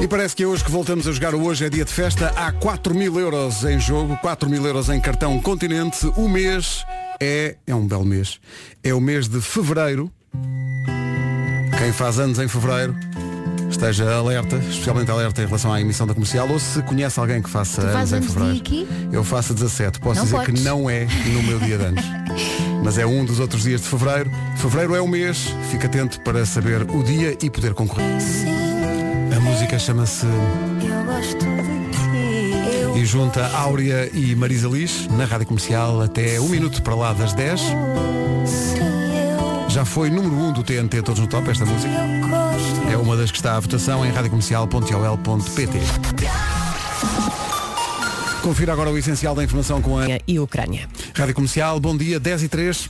[SPEAKER 1] E parece que é hoje que voltamos a jogar o Hoje é Dia de Festa. Há 4 mil euros em jogo, 4 mil euros em cartão continente. O mês é... é um belo mês. É o mês de Fevereiro. Quem faz anos em Fevereiro, esteja alerta, especialmente alerta em relação à emissão da comercial, ou se conhece alguém que faça
[SPEAKER 2] Tu
[SPEAKER 1] anos
[SPEAKER 2] faz
[SPEAKER 1] em
[SPEAKER 2] anos dia
[SPEAKER 1] Fevereiro.
[SPEAKER 2] aqui?
[SPEAKER 1] Eu faço 17, posso
[SPEAKER 2] Não
[SPEAKER 1] dizer
[SPEAKER 2] podes.
[SPEAKER 1] que não é no meu dia de anos. Mas é um dos outros dias de fevereiro. Fevereiro é o mês, fica atento para saber o dia e poder concorrer. A música chama-se
[SPEAKER 10] Eu gosto de ti. Eu
[SPEAKER 1] e junta Áurea e Marisa Liz na rádio comercial até um minuto para lá das 10. Já foi número 1 um do TNT Todos no Top esta música. É uma das que está à votação em radiocomercial.ol.pt. Confira agora o essencial da informação com a
[SPEAKER 14] e Ucrânia.
[SPEAKER 1] Rádio Comercial, bom dia, 10 e 3.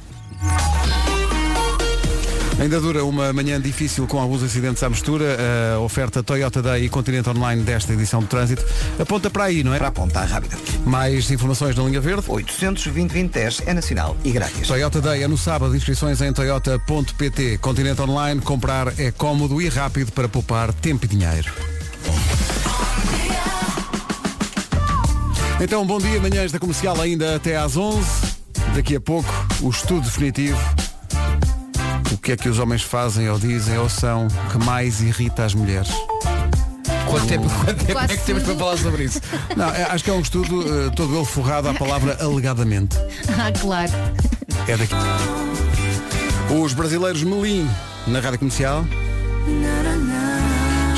[SPEAKER 1] Ainda dura uma manhã difícil com alguns acidentes à mistura. A oferta Toyota Day e Continente Online desta edição do trânsito aponta para aí, não é? Para
[SPEAKER 4] apontar rápida.
[SPEAKER 1] Mais informações na linha verde?
[SPEAKER 4] 820-2010 é nacional e grátis.
[SPEAKER 1] Toyota Day é no sábado. Inscrições em toyota.pt. Continente Online. Comprar é cómodo e rápido para poupar tempo e dinheiro. Então, bom dia. Manhãs da Comercial ainda até às 11. Daqui a pouco, o estudo definitivo. O que é que os homens fazem ou dizem ou são que mais irrita as mulheres?
[SPEAKER 7] Quanto tempo, quanto tempo é
[SPEAKER 2] Quase
[SPEAKER 7] que temos para
[SPEAKER 2] tudo.
[SPEAKER 7] falar sobre isso?
[SPEAKER 1] Não, é- acho que é um estudo eh, todo ele forrado à palavra alegadamente.
[SPEAKER 2] Ah, claro.
[SPEAKER 1] É daqui. Os brasileiros Melim na rádio comercial.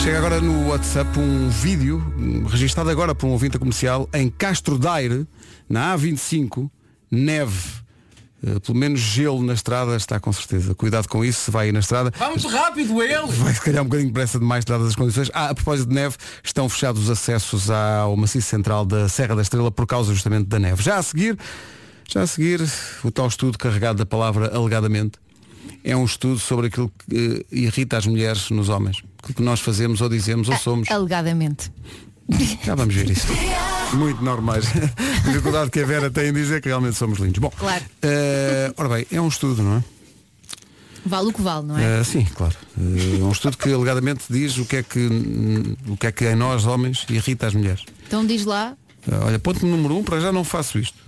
[SPEAKER 1] Chega agora no WhatsApp um vídeo hum, registado agora por um ouvinte da comercial em Castro Daire, na A25, neve. Eh, pelo menos gelo na estrada está com certeza. Cuidado com isso, se vai aí na estrada.
[SPEAKER 19] Vamos rápido, ele!
[SPEAKER 1] Vai se calhar um bocadinho depressa demais dadas as condições. Ah, a propósito de neve, estão fechados os acessos ao maciço central da Serra da Estrela por causa justamente da neve. Já a seguir, já a seguir, o tal estudo carregado da palavra alegadamente é um estudo sobre aquilo que eh, irrita as mulheres nos homens. Aquilo que nós fazemos ou dizemos ou somos.
[SPEAKER 2] Ah, Alegadamente.
[SPEAKER 1] Já vamos ver isso. Muito normais. A dificuldade que a Vera tem em dizer que realmente somos lindos. Bom,
[SPEAKER 2] Claro.
[SPEAKER 1] eh, ora bem, é um estudo, não é?
[SPEAKER 2] Vale o que vale, não é?
[SPEAKER 1] Ah, sim, claro. Ah, É um estudo que alegadamente diz o que é que, hum, o que, é que em nós homens irrita as mulheres.
[SPEAKER 2] Então diz lá.
[SPEAKER 1] Ah, olha, ponto número um, para já não faço isto.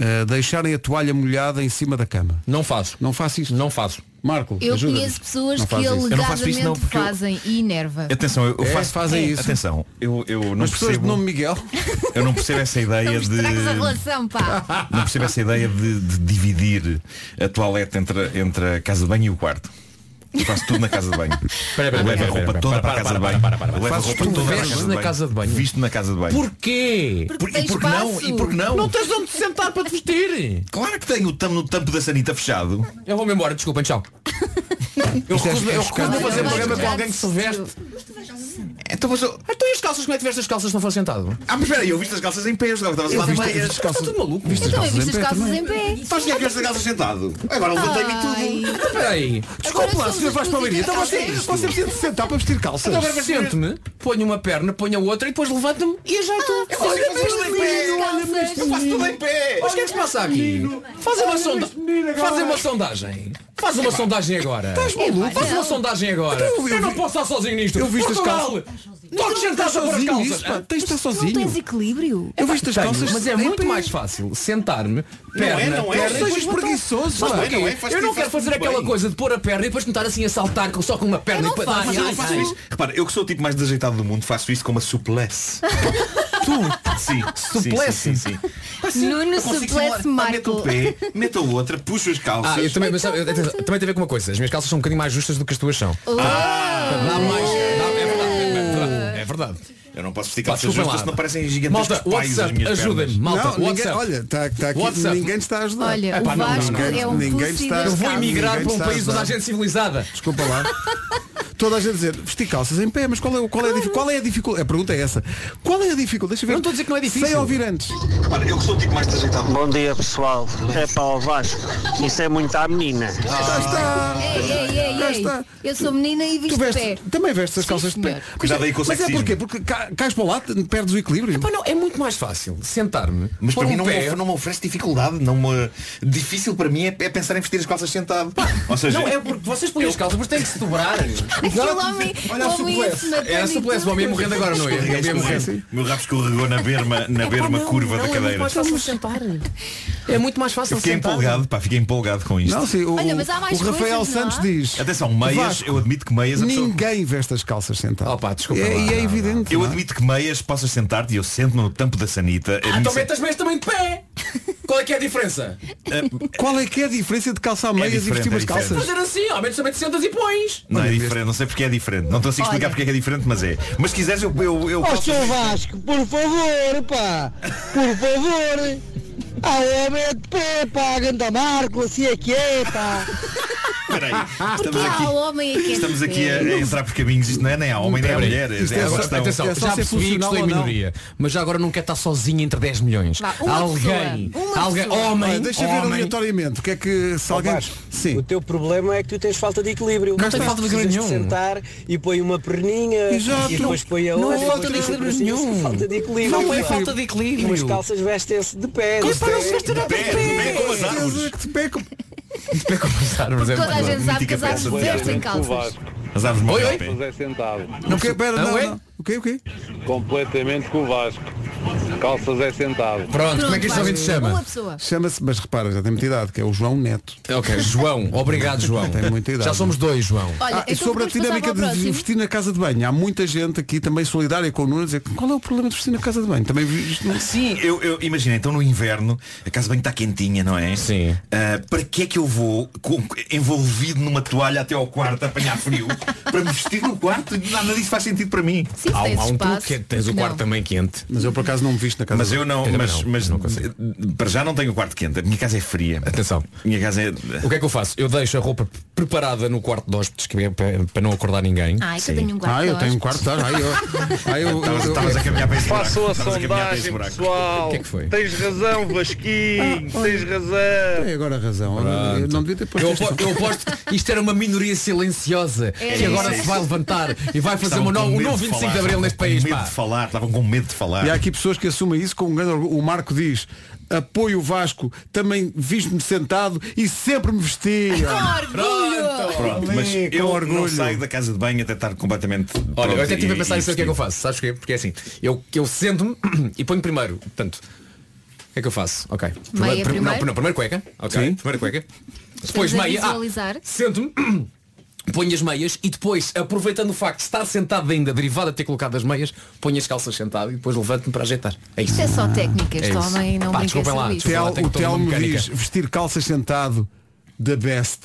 [SPEAKER 1] Ah, deixarem a toalha molhada em cima da cama.
[SPEAKER 7] Não faço.
[SPEAKER 1] Não faço isto.
[SPEAKER 7] Não faço.
[SPEAKER 1] Marco,
[SPEAKER 2] Eu
[SPEAKER 1] ajuda-me.
[SPEAKER 2] conheço pessoas
[SPEAKER 1] Não
[SPEAKER 2] que
[SPEAKER 1] faz isso.
[SPEAKER 2] alegadamente
[SPEAKER 9] Eu não faço isto, não, porque eu-
[SPEAKER 2] fazem e enerva.
[SPEAKER 9] Atenção, eu, eu
[SPEAKER 1] É,
[SPEAKER 9] faço
[SPEAKER 1] fazem
[SPEAKER 9] é,
[SPEAKER 1] isso.
[SPEAKER 9] Atenção, eu, eu não
[SPEAKER 1] Mas pessoas
[SPEAKER 9] percebo.
[SPEAKER 1] de nome Miguel.
[SPEAKER 9] Eu não percebo essa ideia de.
[SPEAKER 2] Então Tragas a relação,
[SPEAKER 1] Ah,
[SPEAKER 2] pá.
[SPEAKER 9] Não percebo essa ideia de, de dividir a toalete entre, entre a casa de banho e o quarto. Eu faço tudo na casa de banho.
[SPEAKER 7] pera,
[SPEAKER 9] Eu levo a
[SPEAKER 7] pera,
[SPEAKER 9] roupa
[SPEAKER 7] pera,
[SPEAKER 9] toda
[SPEAKER 7] pera,
[SPEAKER 9] para
[SPEAKER 7] para,
[SPEAKER 9] a casa de
[SPEAKER 7] para,
[SPEAKER 9] banho.
[SPEAKER 7] para, para, para.
[SPEAKER 9] Eu levo a
[SPEAKER 7] Fazes
[SPEAKER 9] roupa
[SPEAKER 7] tu
[SPEAKER 9] toda para a
[SPEAKER 7] vestes
[SPEAKER 9] casa de
[SPEAKER 7] na
[SPEAKER 9] banho.
[SPEAKER 7] casa de banho?
[SPEAKER 9] Visto na casa de banho.
[SPEAKER 7] Porquê?
[SPEAKER 9] Por- e porque não? E porque não?
[SPEAKER 7] Não tens onde te sentar para te vestir.
[SPEAKER 9] Claro que tenho o tampo no tampo da sanita fechado.
[SPEAKER 7] Eu vou-me embora, desculpa, tchau.
[SPEAKER 1] Eu
[SPEAKER 19] Isto é- é
[SPEAKER 1] recuso-me- eu recuso-me a
[SPEAKER 19] escândalo.
[SPEAKER 1] fazer um programa com alguém
[SPEAKER 19] que se veste.
[SPEAKER 9] Então, mas eu...
[SPEAKER 19] então e as calças? Como é que veste as calças se não for sentado?
[SPEAKER 9] Ah, mas espera aí, eu viste as calças em pé, eu estava a
[SPEAKER 19] Eu
[SPEAKER 9] falar
[SPEAKER 19] também,
[SPEAKER 9] meias.
[SPEAKER 7] é-
[SPEAKER 19] viste as
[SPEAKER 7] Tá
[SPEAKER 19] calças-
[SPEAKER 9] Está tudo maluco.
[SPEAKER 19] Eu
[SPEAKER 1] Então,
[SPEAKER 19] também
[SPEAKER 2] viste as calças em pé.
[SPEAKER 9] Faz que é que veste as calças sentado? Agora levantei-me e tudo.
[SPEAKER 19] Espera aí.
[SPEAKER 9] Agora
[SPEAKER 19] Desculpa lá,
[SPEAKER 9] somos
[SPEAKER 19] senhor
[SPEAKER 9] as
[SPEAKER 19] Vasco Palmeirinho. Então
[SPEAKER 9] músicas
[SPEAKER 19] você,
[SPEAKER 9] calças.
[SPEAKER 19] você precisa de sentar para vestir calças.
[SPEAKER 9] Então agora
[SPEAKER 19] agora
[SPEAKER 9] vai ser-
[SPEAKER 19] sente-me, ponho uma perna, ponho a outra e depois levanto-me e ajeito.
[SPEAKER 9] eu faço tudo em pé. Eu faço tudo em pé.
[SPEAKER 19] Mas o que é que se passa aqui? Fazem uma,
[SPEAKER 9] Olha
[SPEAKER 19] sonda...
[SPEAKER 9] este menino agora.
[SPEAKER 19] Fazem uma sondagem. Faz uma
[SPEAKER 9] Epá,
[SPEAKER 19] sondagem agora.
[SPEAKER 9] estás maluco?
[SPEAKER 19] Faz uma
[SPEAKER 9] Não.
[SPEAKER 19] sondagem agora.
[SPEAKER 9] Então,
[SPEAKER 19] Eu,
[SPEAKER 9] eu vi-
[SPEAKER 19] não posso estar sozinho nisto.
[SPEAKER 1] Eu vi estas
[SPEAKER 19] Portugal,
[SPEAKER 1] calças.
[SPEAKER 19] Todos sentados a pôr as calças. Hã?
[SPEAKER 1] Tens de estar
[SPEAKER 2] Não
[SPEAKER 1] sozinho.
[SPEAKER 2] tens equilíbrio.
[SPEAKER 19] Epá,
[SPEAKER 1] visto as
[SPEAKER 19] tenho,
[SPEAKER 1] calças
[SPEAKER 19] Mas é
[SPEAKER 1] em
[SPEAKER 19] muito
[SPEAKER 1] pé.
[SPEAKER 19] mais fácil sentar-me,
[SPEAKER 1] Não é,
[SPEAKER 19] perna,
[SPEAKER 1] não é.
[SPEAKER 19] perna,
[SPEAKER 1] Não
[SPEAKER 19] e
[SPEAKER 1] sejas
[SPEAKER 19] depois voltar.
[SPEAKER 1] preguiçoso,
[SPEAKER 19] Mas
[SPEAKER 1] pá.
[SPEAKER 19] porquê?
[SPEAKER 1] Não é, faz-
[SPEAKER 19] Eu não tipo
[SPEAKER 1] faz
[SPEAKER 19] quero
[SPEAKER 1] tudo
[SPEAKER 19] fazer aquela
[SPEAKER 1] bem.
[SPEAKER 19] coisa de pôr a perna e depois tentar assim a saltar com- só com uma perna
[SPEAKER 9] Eu
[SPEAKER 19] e depois
[SPEAKER 9] Mas eu não faço isso. Repara, eu que sou o tipo mais desajeitado do mundo, faço isso com uma suplesse. tu? Sim. Suplesse? Sim, sim, sim.
[SPEAKER 1] Ah,
[SPEAKER 2] Nuno
[SPEAKER 9] Eu consigo
[SPEAKER 2] Suplesse
[SPEAKER 9] simular. Ah, Meto o
[SPEAKER 2] Marco.
[SPEAKER 9] pé, meto a outra, puxo as calças.
[SPEAKER 7] Ah, eu também, mas, sabe, eu- atenção, também tem a ver com uma coisa. As minhas calças são um bocadinho mais justas do que as tuas são.
[SPEAKER 2] Oh!
[SPEAKER 1] Ah,
[SPEAKER 7] Dá mais. dá- é verdade, é verdade, é verdade.
[SPEAKER 9] Eu não posso vestir
[SPEAKER 7] Pá,
[SPEAKER 9] calças
[SPEAKER 7] desculpem lá.
[SPEAKER 9] justas, não parecem gigantescos
[SPEAKER 7] Malta,
[SPEAKER 9] pais as
[SPEAKER 7] WhatsApp,
[SPEAKER 9] minhas
[SPEAKER 7] ajudem-me.
[SPEAKER 9] pernas.
[SPEAKER 7] Malta,
[SPEAKER 1] Não, ninguém-
[SPEAKER 7] WhatsApp.
[SPEAKER 1] olha, está está aqui,
[SPEAKER 7] WhatsApp.
[SPEAKER 1] ninguém te está a ajudar.
[SPEAKER 2] Olha,
[SPEAKER 1] Epá,
[SPEAKER 2] o
[SPEAKER 1] não, não,
[SPEAKER 2] Vasco
[SPEAKER 1] ninguém-
[SPEAKER 2] é um
[SPEAKER 1] ninguém te está
[SPEAKER 7] Eu
[SPEAKER 1] a
[SPEAKER 2] possível
[SPEAKER 7] vou
[SPEAKER 1] ajudar,
[SPEAKER 7] emigrar
[SPEAKER 1] ninguém
[SPEAKER 7] para um
[SPEAKER 1] te está a
[SPEAKER 7] país onde há
[SPEAKER 1] ajudar.
[SPEAKER 7] gente civilizada.
[SPEAKER 1] Desculpa lá. Toda a gente dizer, vestir calças em pé, mas qual é, o- qual é, a, dificu- qual é a dificuldade? A pergunta é essa. Qual é a dificuldade? Deixa eu ver. Não estou a dizer que não é difícil. Sem ouvir antes.
[SPEAKER 9] Repara, eu que sou o tipo mais desajeitado do mundo.
[SPEAKER 20] Bom dia pessoal, é para o Vasco. Isso é muito à menina.
[SPEAKER 2] Ei, ei, ei,
[SPEAKER 1] Cá
[SPEAKER 2] ei.
[SPEAKER 1] está.
[SPEAKER 2] Eu sou menina e visto pé.
[SPEAKER 1] Também vestes as calças de pé.
[SPEAKER 9] Cuidado
[SPEAKER 1] Mas é-
[SPEAKER 9] aí com o
[SPEAKER 1] Mas é
[SPEAKER 9] sexismo.
[SPEAKER 1] porquê? Porque ca- cais para o lado, perdes o equilíbrio.
[SPEAKER 7] Epá, não, é muito mais fácil sentar-me.
[SPEAKER 9] Mas
[SPEAKER 7] pôr
[SPEAKER 9] para mim
[SPEAKER 7] um
[SPEAKER 9] não,
[SPEAKER 7] pé.
[SPEAKER 9] me, não me oferece dificuldade. Não me... Difícil para mim é, é pensar em vestir as calças sentado. Ou seja,
[SPEAKER 19] Não, é porque vocês põem as calças, mas têm que se dobrar.
[SPEAKER 2] Aquele homem,
[SPEAKER 19] a
[SPEAKER 2] o homem ia se matando
[SPEAKER 7] Era
[SPEAKER 2] e
[SPEAKER 7] suplesse, o homem ia morrendo agora, não é?
[SPEAKER 9] escorreguei,
[SPEAKER 7] Ele ia morrendo.
[SPEAKER 9] escorreguei. meu rabo escorregou na berma, na berma curva da cadeira.
[SPEAKER 19] fácil sentar. É muito mais fácil
[SPEAKER 9] Eu fiquei
[SPEAKER 19] sentar.
[SPEAKER 9] empolgado, pá, fiquei empolgado com isto.
[SPEAKER 1] Não, sim, o,
[SPEAKER 2] Olha, mas há mais
[SPEAKER 1] o Rafael
[SPEAKER 2] coisas, não há?
[SPEAKER 1] Santos diz.
[SPEAKER 9] Atenção, meias,
[SPEAKER 1] Vasco,
[SPEAKER 9] eu admito que meias a pessoa-
[SPEAKER 1] Ninguém veste as calças
[SPEAKER 7] Oh,
[SPEAKER 1] sentadas. Opa,
[SPEAKER 9] desculpa
[SPEAKER 1] É,
[SPEAKER 9] lá,
[SPEAKER 1] e
[SPEAKER 9] não,
[SPEAKER 1] é
[SPEAKER 9] não.
[SPEAKER 1] evidente.
[SPEAKER 9] Eu
[SPEAKER 1] não é?
[SPEAKER 9] admito que meias possas sentar-te e eu sento-me no tampo da sanita. é
[SPEAKER 19] Ah, então mete as meias também de pé. Qual é que é a diferença?
[SPEAKER 1] Qual é que é a diferença de calçar meias e vestir
[SPEAKER 9] diferente, é
[SPEAKER 1] umas
[SPEAKER 9] diferente.
[SPEAKER 1] calças?
[SPEAKER 19] Fazer assim, ao menos também te sentas e pões.
[SPEAKER 9] Não é diferente, não sei porque é diferente. Não estou a conseguir explicar
[SPEAKER 19] Olha.
[SPEAKER 9] porque é que é diferente, mas é. Mas se quiseres eu. eu, eu
[SPEAKER 19] Oh,
[SPEAKER 9] posso-
[SPEAKER 19] seu
[SPEAKER 21] Vasco, por favor, pá, por favor. Ah, homem de pé, pá, ganda Marco, assim é que é, pá.
[SPEAKER 9] Espera aí,
[SPEAKER 2] Porque
[SPEAKER 9] estamos aqui.
[SPEAKER 2] há o homem aqui.
[SPEAKER 9] Estamos aqui a, a entrar por caminhos, isto não é nem a homem nem a
[SPEAKER 7] Peraí,
[SPEAKER 9] mulher.
[SPEAKER 7] isto
[SPEAKER 9] é
[SPEAKER 7] é
[SPEAKER 9] a
[SPEAKER 7] só-
[SPEAKER 9] questão.
[SPEAKER 7] atenção,
[SPEAKER 9] É só
[SPEAKER 7] já
[SPEAKER 9] ser
[SPEAKER 7] percebi que
[SPEAKER 9] funcional
[SPEAKER 7] estou em
[SPEAKER 9] ou não.
[SPEAKER 7] minoria, mas já agora não quer estar sozinho entre 10 milhões.
[SPEAKER 2] Vá, uma
[SPEAKER 7] alguém,
[SPEAKER 2] pessoa, uma
[SPEAKER 7] alguém,
[SPEAKER 2] pessoa.
[SPEAKER 7] homem,
[SPEAKER 1] Olha, deixa eu ver
[SPEAKER 7] homem.
[SPEAKER 1] aleatoriamente. O que é que se alguém. Sim.
[SPEAKER 22] O teu problema é que tu tens falta de equilíbrio.
[SPEAKER 1] Não
[SPEAKER 22] Não
[SPEAKER 1] tens
[SPEAKER 22] tens
[SPEAKER 1] falta de
[SPEAKER 22] precisas
[SPEAKER 1] equilíbrio nenhum.
[SPEAKER 22] sentar e põe uma perninha
[SPEAKER 1] Exato.
[SPEAKER 22] e depois põe a
[SPEAKER 1] Não é
[SPEAKER 22] outra.
[SPEAKER 1] falta
[SPEAKER 22] e depois
[SPEAKER 1] de
[SPEAKER 22] põe
[SPEAKER 1] equilíbrio
[SPEAKER 22] assim, isso é
[SPEAKER 1] nenhum.
[SPEAKER 22] Falta de equilíbrio.
[SPEAKER 1] Não é
[SPEAKER 22] pá.
[SPEAKER 1] falta de equilíbrio.
[SPEAKER 22] Umas calças vestem-se de pé.
[SPEAKER 1] Como é
[SPEAKER 22] de
[SPEAKER 1] para
[SPEAKER 22] pé,
[SPEAKER 1] não se vestir
[SPEAKER 22] de
[SPEAKER 1] nada de
[SPEAKER 22] pé,
[SPEAKER 1] pé?
[SPEAKER 22] de pé, com as
[SPEAKER 1] Certeza
[SPEAKER 22] árvores.
[SPEAKER 1] que de pé com-
[SPEAKER 7] Mas é
[SPEAKER 2] Toda a
[SPEAKER 7] verdade.
[SPEAKER 2] gente sabe
[SPEAKER 7] Mítica
[SPEAKER 2] que as
[SPEAKER 7] peça
[SPEAKER 2] árvores
[SPEAKER 7] de teatro.
[SPEAKER 2] vestem calças.
[SPEAKER 9] As árvores
[SPEAKER 7] Oi,
[SPEAKER 9] morrem
[SPEAKER 7] oi.
[SPEAKER 9] ao pé.
[SPEAKER 23] é sentado.
[SPEAKER 1] Não quero, pera, não,
[SPEAKER 23] Ah,
[SPEAKER 1] não. O quê, o quê?
[SPEAKER 23] Completamente com o Vasco. Calças é sentado.
[SPEAKER 7] Pronto, como é que este ouvinte se chama?
[SPEAKER 1] Chama-se, mas repara, já tem muita idade, que é o João Neto.
[SPEAKER 7] Ok, João, obrigado João.
[SPEAKER 1] Tem muita idade.
[SPEAKER 7] Já somos dois, João.
[SPEAKER 1] Ah,
[SPEAKER 2] Olha,
[SPEAKER 1] e
[SPEAKER 2] então
[SPEAKER 1] sobre a
[SPEAKER 2] podemos passar
[SPEAKER 1] dinâmica
[SPEAKER 2] para o
[SPEAKER 1] de
[SPEAKER 2] próximo?
[SPEAKER 1] vestir na casa de banho, há muita gente aqui também solidária com o Nuno a dizer qual é o problema de vestir na casa de banho? Também vi isto no-
[SPEAKER 9] Sim, eu, eu imagino, então no inverno, a casa bem está quentinha, não é? Sim. para que é que eu vou com- envolvido numa toalha até ao quarto a apanhar frio? para me vestir no quarto? Nada disso faz sentido para mim.
[SPEAKER 2] Sim, Há um- tens há um espaço. truque, é que
[SPEAKER 7] tens o quarto
[SPEAKER 9] também quente.
[SPEAKER 1] Mas eu por acaso não me visto na casa
[SPEAKER 9] Mas
[SPEAKER 1] de
[SPEAKER 9] eu
[SPEAKER 1] banho.
[SPEAKER 9] não,
[SPEAKER 1] Eu também
[SPEAKER 9] mas,
[SPEAKER 1] não.
[SPEAKER 9] mas para já não tenho o quarto quente, a minha casa é fria.
[SPEAKER 7] Atenção.
[SPEAKER 9] Minha casa é.
[SPEAKER 7] O que é que eu faço? Eu deixo a roupa preparada no quarto de hóspedes que é para, para não acordar ninguém.
[SPEAKER 2] Ai, que eu tenho um quarto
[SPEAKER 7] Ah, eu
[SPEAKER 2] de
[SPEAKER 7] tenho um quarto
[SPEAKER 2] hóspedes.
[SPEAKER 7] de hóspedes.
[SPEAKER 1] tá, Ai, eu-
[SPEAKER 9] Estavas- estavas a caminhar para esse buraco.
[SPEAKER 23] Façam a
[SPEAKER 9] Estavas a caminhar para esse
[SPEAKER 23] sondagem,
[SPEAKER 9] buraco.
[SPEAKER 23] pessoal.
[SPEAKER 1] O que é que foi?
[SPEAKER 23] Tens razão, Vasquinho. tens razão.
[SPEAKER 1] Tem agora razão.
[SPEAKER 7] Pronto.
[SPEAKER 1] Eu não devia ter posto
[SPEAKER 7] Eu
[SPEAKER 1] esta-
[SPEAKER 7] aposto, eu aposto que isto era uma minoria silenciosa
[SPEAKER 1] É
[SPEAKER 7] que agora
[SPEAKER 1] isso.
[SPEAKER 7] se vai levantar e vai fazer
[SPEAKER 9] Estavam
[SPEAKER 7] uma
[SPEAKER 9] com
[SPEAKER 7] no- um
[SPEAKER 9] medo
[SPEAKER 7] novo
[SPEAKER 9] de
[SPEAKER 7] 25
[SPEAKER 9] falar,
[SPEAKER 7] de Abril
[SPEAKER 9] estavam
[SPEAKER 7] neste
[SPEAKER 9] com
[SPEAKER 7] país.
[SPEAKER 9] medo
[SPEAKER 7] pá.
[SPEAKER 9] de falar, estavam com medo de falar.
[SPEAKER 1] E há aqui pessoas que assumem isso com um grande orgulho. O Marco diz, apoio o Vasco, também visto-me sentado e sempre me vesti.
[SPEAKER 9] Pronto,
[SPEAKER 1] um
[SPEAKER 9] Pronto, mas
[SPEAKER 1] Ali, com
[SPEAKER 9] eu não
[SPEAKER 1] orgulho.
[SPEAKER 9] saio da casa de banho até estar completamente.
[SPEAKER 7] Olha, eu
[SPEAKER 9] pronto
[SPEAKER 7] até estive a
[SPEAKER 9] e-
[SPEAKER 7] pensar
[SPEAKER 9] e
[SPEAKER 7] em saber o que é que eu faço, sabes porquê? Porque é assim, eu, eu sento-me e ponho primeiro, portanto, o que é que eu faço? Ok.
[SPEAKER 2] Meia
[SPEAKER 7] prim-
[SPEAKER 2] primeiro?
[SPEAKER 7] Não, não, primeiro cueca. Ok.
[SPEAKER 1] Sim.
[SPEAKER 7] Primeiro cueca. Depois
[SPEAKER 2] Estamos a
[SPEAKER 7] meia. Ah,
[SPEAKER 2] visualizar.
[SPEAKER 7] sento-me, ponho as meias e depois, aproveitando o facto de estar sentado ainda, derivado de ter colocado as meias, ponho as calças sentado e depois levanto-me para ajeitar. É isso.
[SPEAKER 2] Isto é só técnica, este
[SPEAKER 7] isso.
[SPEAKER 2] homem não
[SPEAKER 7] Pá,
[SPEAKER 2] brinca
[SPEAKER 7] desculpem lá,
[SPEAKER 2] sobre isto.
[SPEAKER 7] desculpem lá,
[SPEAKER 1] Tel-
[SPEAKER 7] tenho
[SPEAKER 1] o
[SPEAKER 7] toda uma
[SPEAKER 1] Telmo
[SPEAKER 7] mecânica.
[SPEAKER 1] diz, vestir calças sentado, the best.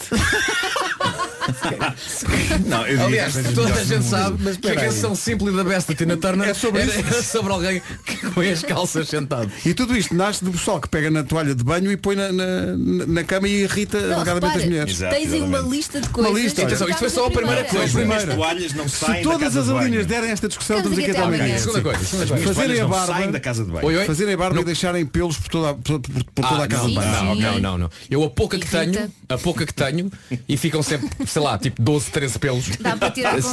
[SPEAKER 9] Não, eu diria
[SPEAKER 7] Aliás,
[SPEAKER 9] que é das
[SPEAKER 7] toda a
[SPEAKER 9] melhores
[SPEAKER 7] gente
[SPEAKER 9] do mundo.
[SPEAKER 7] sabe
[SPEAKER 9] Mas
[SPEAKER 7] que a
[SPEAKER 9] espera aí.
[SPEAKER 7] canção simples da Besta Tina Turner
[SPEAKER 9] É sobre
[SPEAKER 7] era,
[SPEAKER 9] isso.
[SPEAKER 7] era sobre alguém que com as calças sentado.
[SPEAKER 1] E tudo isto nasce do pessoal que pega na toalha de banho e põe na, na, na cama e irrita
[SPEAKER 2] Não,
[SPEAKER 1] alegadamente
[SPEAKER 2] repara,
[SPEAKER 1] as mulheres.
[SPEAKER 2] tens aí uma lista de coisas.
[SPEAKER 1] lista,
[SPEAKER 7] Atenção, isto foi só a primeira
[SPEAKER 2] Ficámos na
[SPEAKER 7] coisa.
[SPEAKER 9] As toalhas não
[SPEAKER 1] Se
[SPEAKER 9] saem da
[SPEAKER 1] todas
[SPEAKER 9] casa
[SPEAKER 1] as
[SPEAKER 9] de banho.
[SPEAKER 1] linhas derem esta discussão,
[SPEAKER 2] Ficamos
[SPEAKER 1] estamos aqui até
[SPEAKER 2] aqui
[SPEAKER 1] amanhã.
[SPEAKER 2] até amanhã.
[SPEAKER 9] Segunda
[SPEAKER 1] Sim.
[SPEAKER 9] coisa, segunda
[SPEAKER 1] As
[SPEAKER 9] coisa.
[SPEAKER 1] minhas
[SPEAKER 9] As toalhas
[SPEAKER 1] Fazerem a
[SPEAKER 9] não
[SPEAKER 1] barba,
[SPEAKER 9] saem da casa de banho.
[SPEAKER 1] Oi, oi. Fazerem a barba e deixarem pelos por toda, a- por, por-
[SPEAKER 9] Ah,
[SPEAKER 1] por toda a casa de banho.
[SPEAKER 7] Não, não, não, não. Eu a pouca que tenho, a pouca que tenho, e ficam sempre, sei lá, tipo 12, 13 pelos.
[SPEAKER 2] Dá para tirar com-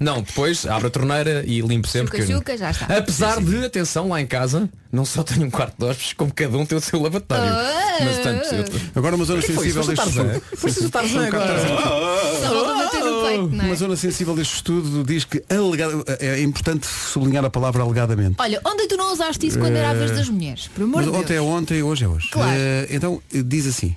[SPEAKER 7] Não, depois abro a torneira e limpo sempre.
[SPEAKER 2] Chuca,
[SPEAKER 7] que-
[SPEAKER 2] chuca, já está.
[SPEAKER 7] Apesar de, atenção, lá em casa, não só tenho um quarto de hóspedes, como cada um tem o seu lavatório.
[SPEAKER 2] Oh.
[SPEAKER 7] Mas tanto, eu-
[SPEAKER 1] Agora uma
[SPEAKER 7] O
[SPEAKER 1] zona
[SPEAKER 7] que é que foi
[SPEAKER 1] sensível
[SPEAKER 7] isso? Foi
[SPEAKER 1] deste
[SPEAKER 7] Tarzan?
[SPEAKER 1] estudo.
[SPEAKER 7] Foi isso do Tarzan
[SPEAKER 1] Um bocado
[SPEAKER 7] agora.
[SPEAKER 1] Tarzan.
[SPEAKER 2] Só vou bater no peito, não é?
[SPEAKER 1] Uma zona sensível deste estudo diz que alega- é importante sublinhar a palavra alegadamente.
[SPEAKER 2] Olha, ontem tu não usaste isso quando era a vez das mulheres. Por amor
[SPEAKER 1] Mas
[SPEAKER 2] de Deus.
[SPEAKER 1] ontem é ontem, hoje é hoje.
[SPEAKER 2] Claro.
[SPEAKER 1] Eh, então eh, diz assim: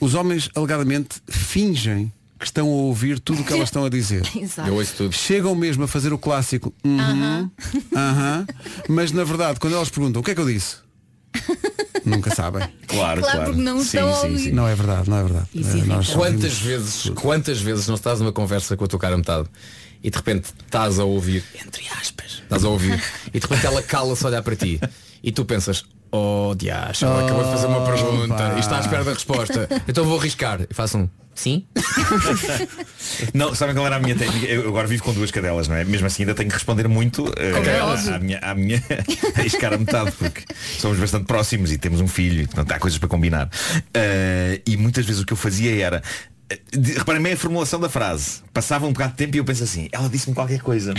[SPEAKER 1] os homens alegadamente fingem que estão a ouvir tudo o que elas estão a dizer.
[SPEAKER 2] Exato. Eu ouço
[SPEAKER 7] tudo.
[SPEAKER 1] Chegam mesmo a fazer o clássico uhum,
[SPEAKER 2] Aham.
[SPEAKER 1] aham", mas na verdade quando elas perguntam o que é que eu disse, nunca sabem.
[SPEAKER 2] Claro,
[SPEAKER 9] Claro,
[SPEAKER 2] claro. porque não estão a ouvir.
[SPEAKER 1] Não é verdade, não é verdade. Eh, nós
[SPEAKER 7] Quantas
[SPEAKER 1] ouvimos-
[SPEAKER 7] vezes, quantas vezes não estás numa conversa com a tua cara a metade e de repente estás a ouvir, entre aspas, estás a ouvir e de repente ela cala-se a olhar para ti e tu pensas, oh diacho, ela acabou de fazer uma pergunta
[SPEAKER 9] Opa.
[SPEAKER 7] e está à espera da resposta. Então vou arriscar. E faço um sim.
[SPEAKER 9] Não, sabem qual era a minha técnica? Eu eu agora vivo com duas cadelas, não é? Mesmo assim ainda tenho que responder muito eh,
[SPEAKER 7] Como é
[SPEAKER 9] à-
[SPEAKER 7] óbvio.
[SPEAKER 9] à, minha, à minha arriscar a metade, porque somos bastante próximos e temos um filho, e, portanto há coisas para combinar. Eh, e muitas vezes o que eu fazia era. eh, de- Reparem bem a formulação da frase. Passava um bocado de tempo e eu penso assim, ela disse-me qualquer coisa.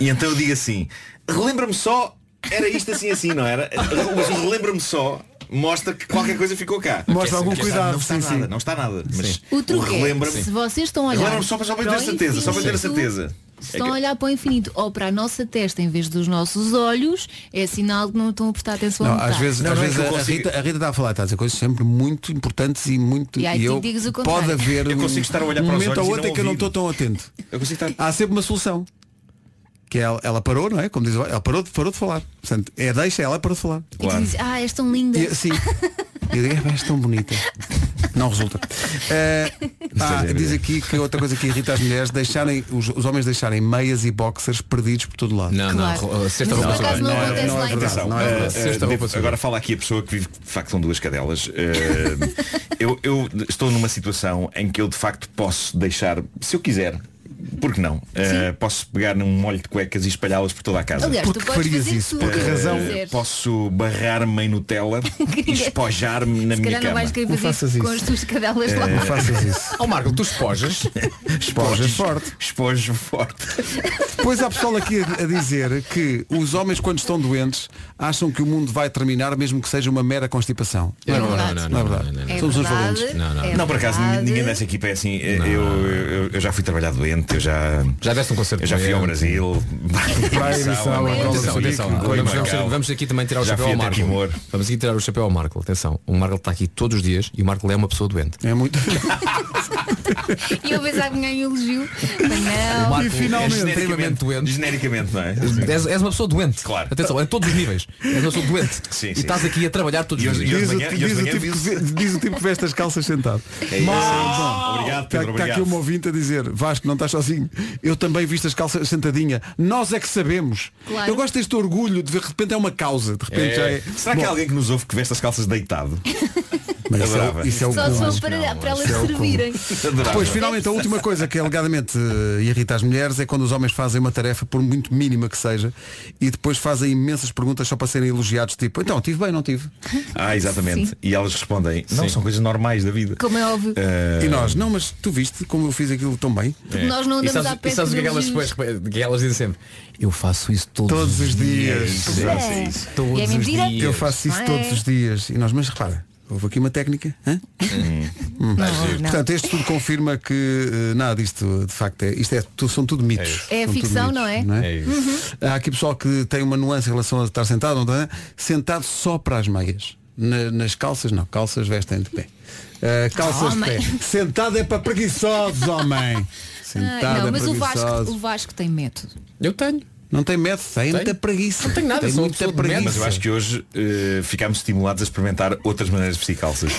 [SPEAKER 9] e então eu digo assim, relembra-me só, era isto assim assim, não era? Mas o relembra-me só. Mostra que qualquer coisa ficou cá.
[SPEAKER 1] Mostra algum
[SPEAKER 9] Que é-
[SPEAKER 1] cuidado,
[SPEAKER 9] Não
[SPEAKER 1] sim,
[SPEAKER 9] está nada,
[SPEAKER 1] sim.
[SPEAKER 9] não está nada. Mas
[SPEAKER 2] O truque é,
[SPEAKER 9] relembra-me.
[SPEAKER 2] se vocês estão a olhar
[SPEAKER 9] Relembra-me só para, só para ter
[SPEAKER 2] o
[SPEAKER 9] certeza, só para ter a
[SPEAKER 2] infinito,
[SPEAKER 9] certeza. É
[SPEAKER 2] Se estão a olhar para o infinito ou para a nossa testa em vez dos nossos olhos, é sinal que não estão a prestar atenção
[SPEAKER 1] Não,
[SPEAKER 2] a metade.
[SPEAKER 1] às vezes, às
[SPEAKER 9] não é
[SPEAKER 1] vezes
[SPEAKER 9] que eu
[SPEAKER 1] a- a,
[SPEAKER 9] consigo-
[SPEAKER 1] Rita, a Rita está a falar, está a dizer coisas sempre muito importantes e muito.
[SPEAKER 2] E aí tu
[SPEAKER 1] eu
[SPEAKER 2] dizes o contrário.
[SPEAKER 1] pode haver
[SPEAKER 9] Eu
[SPEAKER 1] um,
[SPEAKER 9] consigo estar a olhar
[SPEAKER 1] um
[SPEAKER 9] para os
[SPEAKER 1] momento
[SPEAKER 9] olhos
[SPEAKER 1] ou
[SPEAKER 9] e
[SPEAKER 1] outro
[SPEAKER 9] não
[SPEAKER 1] em que eu não
[SPEAKER 9] ouvir.
[SPEAKER 1] estou tão atento.
[SPEAKER 9] Eu consigo estar.
[SPEAKER 1] Há sempre uma solução. Que ela, ela parou, não é? Como diz, o- ela parou, de- parou de falar. Portanto, é deixa, ela parou de falar.
[SPEAKER 2] E tu dizes, ah, és tão linda.
[SPEAKER 1] E, sim. E eu digo, "É, pá, és tão bonita. Não resulta. Eh, ah, diz aqui que outra coisa que irrita as mulheres, deixarem, os, os homens deixarem meias e boxers perdidos por todo lado.
[SPEAKER 7] Não,
[SPEAKER 2] Claro.
[SPEAKER 7] não, ro- sexta
[SPEAKER 2] Mas
[SPEAKER 7] roupa
[SPEAKER 2] por acaso
[SPEAKER 7] suja.
[SPEAKER 2] não acontece
[SPEAKER 1] não é
[SPEAKER 2] lá em casa.
[SPEAKER 9] Atenção,
[SPEAKER 1] Não é
[SPEAKER 9] eh,
[SPEAKER 1] verdade.
[SPEAKER 9] eh,
[SPEAKER 7] Sexta roupa
[SPEAKER 9] devo-
[SPEAKER 7] suja.
[SPEAKER 9] agora fala aqui a pessoa que vive de facto com duas cadelas. Eh, eu, eu estou numa situação em que eu de facto posso deixar, se eu quiser, porque não? Eh, posso pegar num molho de cuecas e espalhá-las por toda a casa.
[SPEAKER 2] Aliás, tu podes fazer tudo o que
[SPEAKER 9] Eh,
[SPEAKER 2] quiseres.
[SPEAKER 9] posso barrar-me em Nutella e espojar-me na
[SPEAKER 2] Se
[SPEAKER 9] minha
[SPEAKER 2] calhar não
[SPEAKER 9] cama.
[SPEAKER 2] vais querer fazer isso com as tuas cadelas lá.
[SPEAKER 9] Eh,
[SPEAKER 1] Faças isso.
[SPEAKER 7] Ó Oh, Marco, tu espojas.
[SPEAKER 1] Espojas forte.
[SPEAKER 9] Espojo forte.
[SPEAKER 1] Depois há pessoal aqui a, a dizer que os homens quando estão doentes acham que o mundo vai terminar mesmo que seja uma mera constipação. Não é
[SPEAKER 7] Não, não,
[SPEAKER 1] verdade.
[SPEAKER 7] não,
[SPEAKER 1] Não é
[SPEAKER 7] não,
[SPEAKER 1] verdade.
[SPEAKER 7] não, não,
[SPEAKER 2] não.
[SPEAKER 1] Somos
[SPEAKER 2] É
[SPEAKER 1] uns
[SPEAKER 2] verdade.
[SPEAKER 1] valentes.
[SPEAKER 7] Não, não.
[SPEAKER 2] É
[SPEAKER 9] não, por acaso,
[SPEAKER 2] verdade.
[SPEAKER 9] ninguém dessa equipa é assim. Eu, eu, eu já fui trabalhar doente, eu já.
[SPEAKER 7] Já deste um concerto.
[SPEAKER 9] Eu já fui ao
[SPEAKER 7] com ele.
[SPEAKER 9] Brasil.
[SPEAKER 1] Guiné-Bissau,
[SPEAKER 7] Atenção, atenção.
[SPEAKER 9] Guiné-Bissau, Guiné-Bissau,
[SPEAKER 7] Vamos, vamos-
[SPEAKER 9] Macau.
[SPEAKER 7] vamos aqui também tirar o
[SPEAKER 9] Já
[SPEAKER 7] chapéu
[SPEAKER 9] fui
[SPEAKER 7] ao
[SPEAKER 9] até
[SPEAKER 7] Marco.
[SPEAKER 9] Timor.
[SPEAKER 7] Vamos aqui tirar o chapéu ao Marco. Atenção, o Marco está aqui todos os dias e o Marco é uma pessoa doente.
[SPEAKER 1] É muito.
[SPEAKER 2] E eu pensava que ganhei um elogio. Mas
[SPEAKER 7] O
[SPEAKER 2] não.
[SPEAKER 7] Marco
[SPEAKER 9] Finalmente.
[SPEAKER 7] é extremamente doente.
[SPEAKER 9] Genericamente, não é?
[SPEAKER 7] És, és uma pessoa doente.
[SPEAKER 9] Claro.
[SPEAKER 7] Atenção, a todos os níveis. És uma pessoa doente.
[SPEAKER 9] Sim,
[SPEAKER 7] E
[SPEAKER 9] sim.
[SPEAKER 7] estás aqui a trabalhar todos
[SPEAKER 9] E
[SPEAKER 7] os
[SPEAKER 9] hoje-
[SPEAKER 7] dias.
[SPEAKER 9] e hoje-
[SPEAKER 1] Diz o,
[SPEAKER 9] manhã-
[SPEAKER 1] diz,
[SPEAKER 9] hoje
[SPEAKER 1] o
[SPEAKER 9] manhã
[SPEAKER 1] tipo que,
[SPEAKER 9] vi-se.
[SPEAKER 1] vê- diz o tipo que veste as calças sentado.
[SPEAKER 9] É isso, é isso.
[SPEAKER 1] Mal.
[SPEAKER 7] Tá-
[SPEAKER 9] Obrigado,
[SPEAKER 1] Está
[SPEAKER 9] Pedro.
[SPEAKER 1] aqui
[SPEAKER 9] Obrigado.
[SPEAKER 1] uma ouvinte a dizer, Vasco, não estás sozinho. Eu também visto as calças sentadinha. Nós é que sabemos.
[SPEAKER 2] Claro.
[SPEAKER 1] Eu gosto deste orgulho de ver, de repente é uma causa. De repente já é.
[SPEAKER 9] É. Será que
[SPEAKER 1] Bom,
[SPEAKER 9] há alguém que nos ouve que veste as calças deitado?
[SPEAKER 1] mas isso é-
[SPEAKER 9] Adorava.
[SPEAKER 1] isso é o
[SPEAKER 2] Só
[SPEAKER 1] cúmulo.
[SPEAKER 2] são para, para elas
[SPEAKER 7] é
[SPEAKER 2] servirem.
[SPEAKER 9] Adorava.
[SPEAKER 1] Pois, finalmente, a última coisa que alegadamente eh, irrita as mulheres é quando os homens fazem uma tarefa, por muito mínima que seja, e depois fazem imensas perguntas só para serem elogiados, tipo, então, tive bem, não tive.
[SPEAKER 9] Ah, exatamente.
[SPEAKER 2] Sim.
[SPEAKER 9] E elas respondem, não,
[SPEAKER 7] Sim.
[SPEAKER 9] são coisas normais da vida.
[SPEAKER 2] Como é óbvio.
[SPEAKER 9] Eh,
[SPEAKER 1] E nós, não, mas tu viste como eu fiz aquilo tão bem?
[SPEAKER 2] Nós não
[SPEAKER 7] E
[SPEAKER 2] andamos à
[SPEAKER 7] sabes, e
[SPEAKER 2] pesca
[SPEAKER 7] sabes o que é
[SPEAKER 2] de
[SPEAKER 7] que elas
[SPEAKER 2] elogios.
[SPEAKER 7] depois que elas dizem sempre? Eu faço isso todos,
[SPEAKER 1] Todos os dias.
[SPEAKER 9] exato, é isso.
[SPEAKER 7] Todos
[SPEAKER 2] E é
[SPEAKER 7] os
[SPEAKER 2] mentira?
[SPEAKER 7] dias.
[SPEAKER 1] Eu faço isso
[SPEAKER 2] Não é?
[SPEAKER 1] todos os dias. E nós, mas repara, houve aqui uma técnica. hã? Hum.
[SPEAKER 2] Não, não.
[SPEAKER 1] Portanto, este estudo confirma que eh, nada disto, de facto, é, isto é, tu- são tudo mitos.
[SPEAKER 2] É
[SPEAKER 1] São tudo
[SPEAKER 2] ficção,
[SPEAKER 1] mitos, Uhum.
[SPEAKER 2] não é?
[SPEAKER 7] É isso.
[SPEAKER 1] Há aqui pessoal que tem uma nuance em relação a estar sentado, não está, sentado só para as meias. Na- nas calças, não, calças vestem de pé. Ah, calças de pé.
[SPEAKER 2] Homem.
[SPEAKER 1] Sentado é para preguiçosos, homem.
[SPEAKER 2] Ah,
[SPEAKER 1] Sentado
[SPEAKER 2] não,
[SPEAKER 1] é
[SPEAKER 2] mas o
[SPEAKER 1] preguiçoso.
[SPEAKER 2] Vasco, o Vasco tem método.
[SPEAKER 7] Eu tenho.
[SPEAKER 1] Não tem medo, tem muita preguiça. Não tem
[SPEAKER 9] nada,
[SPEAKER 1] tem
[SPEAKER 9] sou uma
[SPEAKER 1] muita
[SPEAKER 9] pessoa de medo.
[SPEAKER 1] preguiça.
[SPEAKER 9] Mas eu acho que hoje eh, ficámos estimulados a experimentar outras maneiras de vestir calças.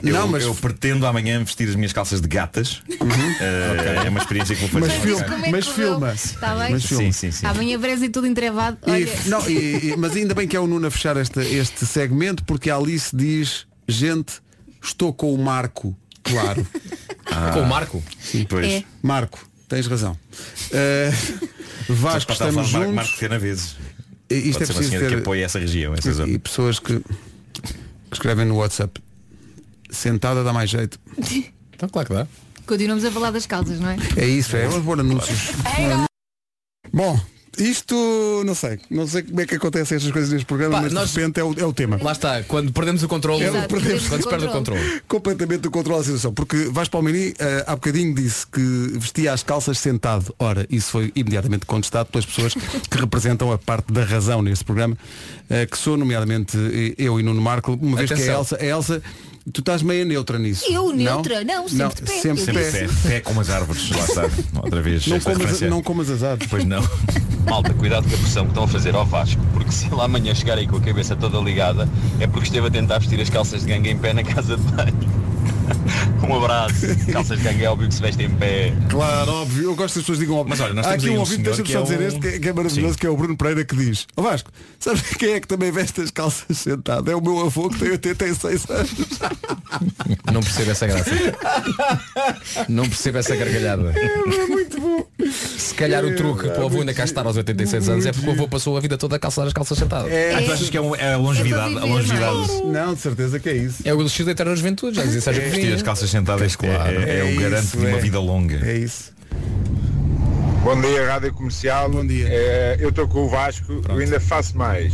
[SPEAKER 9] eu,
[SPEAKER 1] Não, mas-
[SPEAKER 9] eu pretendo amanhã vestir as minhas calças de gatas. Eh, É uma experiência que vou fazer.
[SPEAKER 1] Mas filma,
[SPEAKER 2] Como é que correu? Está bem?
[SPEAKER 1] Mas filma.
[SPEAKER 9] Sim, sim, sim.
[SPEAKER 2] Amanhã aparece tudo entrevado. Olha,
[SPEAKER 1] E- não, e- e- mas ainda bem que é o Nuno a fechar este, este segmento porque a Alice diz, gente, estou com o Marco, claro.
[SPEAKER 3] Ah.
[SPEAKER 7] Com o Marco?
[SPEAKER 1] Sim.
[SPEAKER 9] Pois. É.
[SPEAKER 1] Marco, tens razão. Eh, Vasco,
[SPEAKER 9] Para estar a falar
[SPEAKER 1] estamos
[SPEAKER 9] de Marco,
[SPEAKER 1] juntos.
[SPEAKER 9] Marco Canaveses.
[SPEAKER 1] E- isto
[SPEAKER 9] Pode
[SPEAKER 1] é
[SPEAKER 9] ser uma
[SPEAKER 1] preciso
[SPEAKER 9] senhora
[SPEAKER 1] ter-
[SPEAKER 9] que apoia essa região, é essa zona.
[SPEAKER 1] E pessoas que, que escrevem no WhatsApp. Sentada dá mais jeito. Então claro que dá.
[SPEAKER 2] continuamos a falar das calças, não é?
[SPEAKER 1] É isso, é. Vamos pôr anúncios. Bom, isto não sei. Não sei como é que acontecem estas coisas neste programa,
[SPEAKER 7] Pá,
[SPEAKER 1] mas
[SPEAKER 7] nós-
[SPEAKER 1] de repente é o, é o tema.
[SPEAKER 7] Lá está, quando perdemos o controle,
[SPEAKER 1] É, perdemos
[SPEAKER 7] quando se perde o controle.
[SPEAKER 1] Completamente do controle da situação. Porque Vasco Palmini eh, há bocadinho disse que vestia as calças sentado. Ora, isso foi imediatamente contestado pelas pessoas que representam a parte da razão neste programa, eh, que sou nomeadamente eh, eu e Nuno Marco, uma vez que é a
[SPEAKER 7] Atenção.
[SPEAKER 1] Elsa, a Elsa, tu estás meia neutra nisso.
[SPEAKER 2] Eu neutra? Não, sempre de pé.
[SPEAKER 1] Sempre de
[SPEAKER 9] Sempre
[SPEAKER 1] pé.
[SPEAKER 9] pé, pé como as árvores, lá está. Outra vez.
[SPEAKER 1] Não
[SPEAKER 3] é
[SPEAKER 9] esta
[SPEAKER 1] comas,
[SPEAKER 9] referência.
[SPEAKER 1] não comas azar.
[SPEAKER 9] Pois não.
[SPEAKER 3] Malta, cuidado com a pressão que estão a fazer ao Vasco, porque se ele amanhã chegar aí com a cabeça toda ligada, é porque esteve a tentar vestir as calças de gangue em pé na casa de banho. Um abraço. Calças de gangue é óbvio que se vestem em pé.
[SPEAKER 1] Claro, óbvio, eu gosto que as pessoas digam óbvio.
[SPEAKER 3] Mas olha, nós
[SPEAKER 1] Há
[SPEAKER 3] temos
[SPEAKER 1] aqui
[SPEAKER 3] aí
[SPEAKER 1] um
[SPEAKER 3] um
[SPEAKER 1] ouvinte,
[SPEAKER 3] senhor
[SPEAKER 1] deixa-me
[SPEAKER 3] que
[SPEAKER 1] só
[SPEAKER 3] é
[SPEAKER 1] dizer
[SPEAKER 3] um-
[SPEAKER 1] este, que é, que é maravilhoso, que é o Bruno Pereira que diz, ó Vasco, sabes quem é que também veste as calças sentado? É o meu avô que tem 86 anos.
[SPEAKER 7] Não percebo essa graça. Não percebo essa gargalhada.
[SPEAKER 1] É muito bom.
[SPEAKER 7] Se calhar o
[SPEAKER 8] É,
[SPEAKER 7] truque para o avô ainda cá estar aos 86 anos é porque o avô passou a vida toda a calçar as calças sentadas.
[SPEAKER 1] É. Ah, tu
[SPEAKER 9] achas que é, a
[SPEAKER 1] longevidade- a longevidade? Não, de certeza que é isso.
[SPEAKER 7] É o elixir da eterna juventude, já dizia Sérgio
[SPEAKER 9] É, vestir
[SPEAKER 7] Godinho.
[SPEAKER 9] as calças sentadas é, é,
[SPEAKER 7] É
[SPEAKER 9] o garante
[SPEAKER 7] isso,
[SPEAKER 9] de uma
[SPEAKER 7] é.
[SPEAKER 9] vida longa.
[SPEAKER 1] É isso.
[SPEAKER 8] Bom dia, Rádio Comercial. É- Bom dia. eu estou com o Vasco, eu ainda faço mais.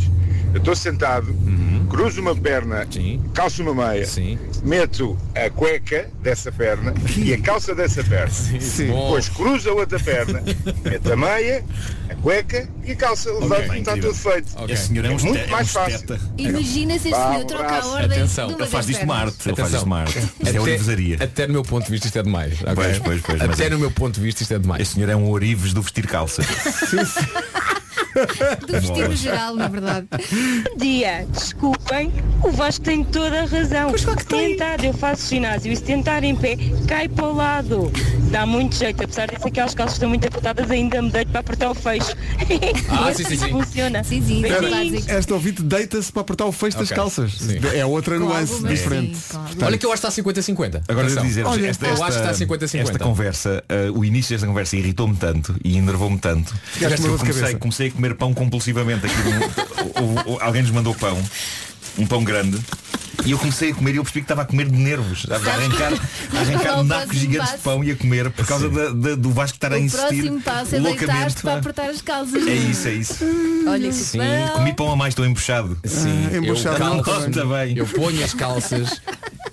[SPEAKER 8] Eu estou sentado, cruzo uma perna, calço uma meia, É. meto a cueca dessa perna e a calça dessa perna. Depois cruzo a outra perna, meto a meia, a cueca e a calça.
[SPEAKER 9] Ok,
[SPEAKER 8] Levanto e está
[SPEAKER 9] incrível.
[SPEAKER 8] tudo feito.
[SPEAKER 9] Ok. Esse senhor é um
[SPEAKER 8] muito
[SPEAKER 9] este- é
[SPEAKER 8] mais
[SPEAKER 9] um
[SPEAKER 8] fácil.
[SPEAKER 9] esteta.
[SPEAKER 2] Imagina se este
[SPEAKER 8] Vá,
[SPEAKER 2] senhor
[SPEAKER 8] um
[SPEAKER 2] troca a
[SPEAKER 8] abraço.
[SPEAKER 2] ordem
[SPEAKER 7] Atenção,
[SPEAKER 2] de uma
[SPEAKER 7] ele
[SPEAKER 2] das
[SPEAKER 7] faz isto de
[SPEAKER 2] pernas.
[SPEAKER 9] Arte, ele faz
[SPEAKER 7] Atenção.
[SPEAKER 9] isto uma arte. Isto
[SPEAKER 7] Até-
[SPEAKER 9] é orivesaria.
[SPEAKER 7] Até no meu ponto de vista isto é demais. ok?
[SPEAKER 9] Pois, pois, pois, mas
[SPEAKER 7] Até
[SPEAKER 9] é.
[SPEAKER 7] no meu ponto de vista isto é demais.
[SPEAKER 9] Este senhor é um orives do vestir calças.
[SPEAKER 2] Do vestido geral, na verdade.
[SPEAKER 12] Dia, desculpem, o Vasco tem toda a razão. Pois claro que Sentado, eu faço ginásio e se tentar em pé, cai para o lado. Dá muito jeito, apesar de aquelas calças estão muito apertadas, ainda me deito para apertar o fecho.
[SPEAKER 1] Ah, sim, sim, sim.
[SPEAKER 12] Funciona.
[SPEAKER 2] Sim, sim,
[SPEAKER 1] Espera, esta ouvinte deita-se para apertar o fecho das
[SPEAKER 7] Ok.
[SPEAKER 1] calças. É outra
[SPEAKER 7] Com
[SPEAKER 1] nuance
[SPEAKER 7] alguma-
[SPEAKER 1] diferente.
[SPEAKER 7] Sim, claro. Olha que eu acho que está 50-50.
[SPEAKER 9] Agora
[SPEAKER 7] Atenção.
[SPEAKER 9] devo dizer
[SPEAKER 7] Olha,
[SPEAKER 9] esta,
[SPEAKER 7] eu
[SPEAKER 9] esta-
[SPEAKER 7] acho que está 50-50.
[SPEAKER 9] esta conversa, eh, o início desta conversa irritou-me tanto e enervou-me tanto. que
[SPEAKER 7] Ficaste com
[SPEAKER 9] eu
[SPEAKER 7] dor de
[SPEAKER 9] comecei,
[SPEAKER 7] cabeça.
[SPEAKER 9] comecei a comer pão compulsivamente. Aqui no- o- o- o- alguém nos mandou pão, um pão grande. E eu comecei a comer e eu percebi que estava a comer de nervos, a arrancar, a arrancar
[SPEAKER 2] Qual é o
[SPEAKER 9] nacos
[SPEAKER 2] próximo
[SPEAKER 9] gigantes de
[SPEAKER 2] passo?
[SPEAKER 9] pão e a comer por causa da- da- do Vasco estar a
[SPEAKER 2] O
[SPEAKER 9] insistir
[SPEAKER 2] próximo passo é deitar-te
[SPEAKER 9] loucamente.
[SPEAKER 2] para apertar as calças.
[SPEAKER 9] É isso, é isso.
[SPEAKER 2] Olha que
[SPEAKER 9] Sim,
[SPEAKER 2] bom.
[SPEAKER 9] comi pão a mais, estou Ah, embuchado.
[SPEAKER 7] Sim, eu,
[SPEAKER 9] não
[SPEAKER 7] calço,
[SPEAKER 9] também.
[SPEAKER 7] eu ponho as calças,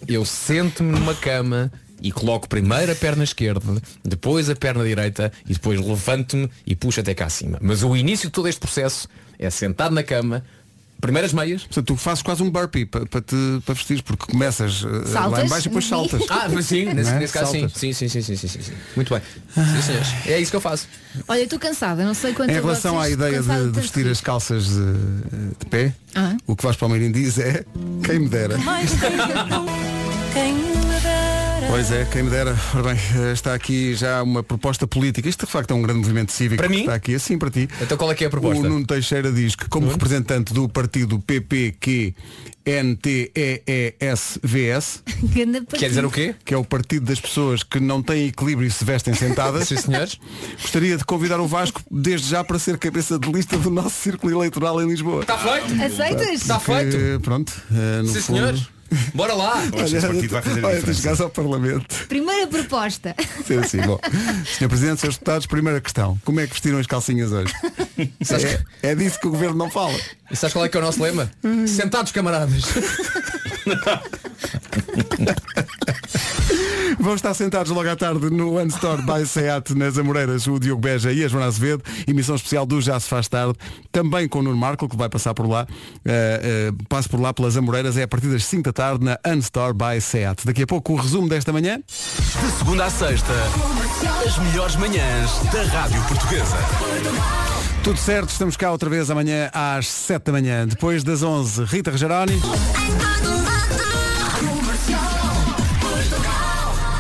[SPEAKER 7] eu sento-me numa cama e coloco primeiro a perna esquerda, depois a perna direita e depois levanto-me e puxo até cá acima. Mas o início de todo este processo é sentado na cama, primeiras meias.
[SPEAKER 1] Portanto, tu fazes quase um burpee para pa te para vestir, porque começas eh, lá
[SPEAKER 7] Saltas?
[SPEAKER 1] em baixo e depois saltas.
[SPEAKER 7] Ah, mas sim, nesse,
[SPEAKER 1] Não é?
[SPEAKER 7] nesse caso sim.
[SPEAKER 1] Saltas.
[SPEAKER 7] Sim, sim, sim, sim, sim, sim, sim. Muito bem. Sim, senhores. É isso que eu faço.
[SPEAKER 2] Olha, eu estou cansada, não sei quanto
[SPEAKER 1] Em relação
[SPEAKER 7] assim,
[SPEAKER 1] à ideia de, de vestir as calças de, de pé,
[SPEAKER 2] Ah.
[SPEAKER 1] o que Vasco Palmeirinho diz é quem me dera.
[SPEAKER 24] Quem me dera.
[SPEAKER 1] Pois é, quem me dera. Ora bem, eh, está aqui já uma proposta política. Isto de facto é um grande movimento cívico. Para mim? Está aqui assim para ti.
[SPEAKER 7] Então qual é que é a proposta?
[SPEAKER 1] O Nuno Teixeira diz que como representante do partido PPQ NTEESVS
[SPEAKER 2] Quer
[SPEAKER 1] Que é o partido das pessoas que não têm equilíbrio e se vestem sentadas.
[SPEAKER 7] Sim, senhores.
[SPEAKER 1] Gostaria de convidar o Vasco desde já para ser cabeça de lista do nosso círculo eleitoral em Lisboa.
[SPEAKER 7] Está feito? Aceitas? Está Tá
[SPEAKER 1] Porque,
[SPEAKER 7] feito?
[SPEAKER 1] Pronto. eh, no
[SPEAKER 7] Sim,
[SPEAKER 1] fundo-
[SPEAKER 7] senhores. Bora lá.
[SPEAKER 1] Olha, tu chegares ao Parlamento.
[SPEAKER 2] Primeira proposta.
[SPEAKER 1] Sim, sim, bom. Senhor Presidente, senhores deputados, primeira questão. Como é que vestiram as calcinhas hoje?
[SPEAKER 7] Sabes
[SPEAKER 1] É, é disso que o Governo não fala.
[SPEAKER 7] E sabes qual é que é o nosso lema? Sentados, camaradas.
[SPEAKER 1] Vão estar sentados logo à tarde no One Store by Seat nas Amoreiras, o Diogo Beja e a Joana Azevedo, emissão especial do Já se faz tarde, também com o Nuno Marco, que vai passar por lá, uh, uh, passa por lá pelas Amoreiras, é a partir das 5 da tarde na Unstore by Seat. Daqui a pouco o resumo desta manhã.
[SPEAKER 5] De segunda à sexta, as melhores manhãs da Rádio Portuguesa.
[SPEAKER 1] Tudo certo, estamos cá outra vez amanhã às 7 da manhã. Depois das 11, Rita Rogeroni.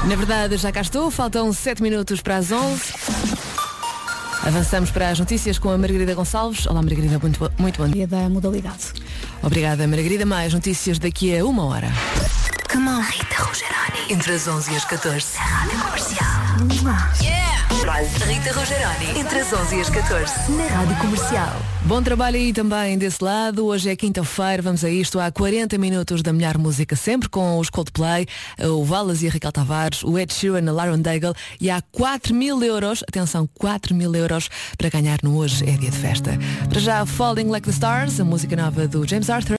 [SPEAKER 14] Na verdade, já cá estou, faltam 7 minutos para as 11. Avançamos para as notícias com a Margarida Gonçalves. Olá, Margarida, muito, bo- muito bom dia. da modalidade. Obrigada, Margarida. Mais notícias daqui a uma hora.
[SPEAKER 17] Que mal. Rita Rogeroni. Entre as 11 e as 14. Rádio Comercial. Rita Rogeroni. Entre as 11 e as 14. Na Rádio Comercial.
[SPEAKER 14] Bom trabalho aí também desse lado. Hoje é quinta-feira, vamos a isto. Há 40 minutos da melhor música sempre com os Coldplay, eh, o Valas e a Raquel Tavares, o Ed Sheeran, a Lauren Daigle e há 4 mil euros, atenção, 4 mil euros para ganhar no Hoje é Dia de Festa. Para já, Falling Like the Stars, a música nova do James Arthur.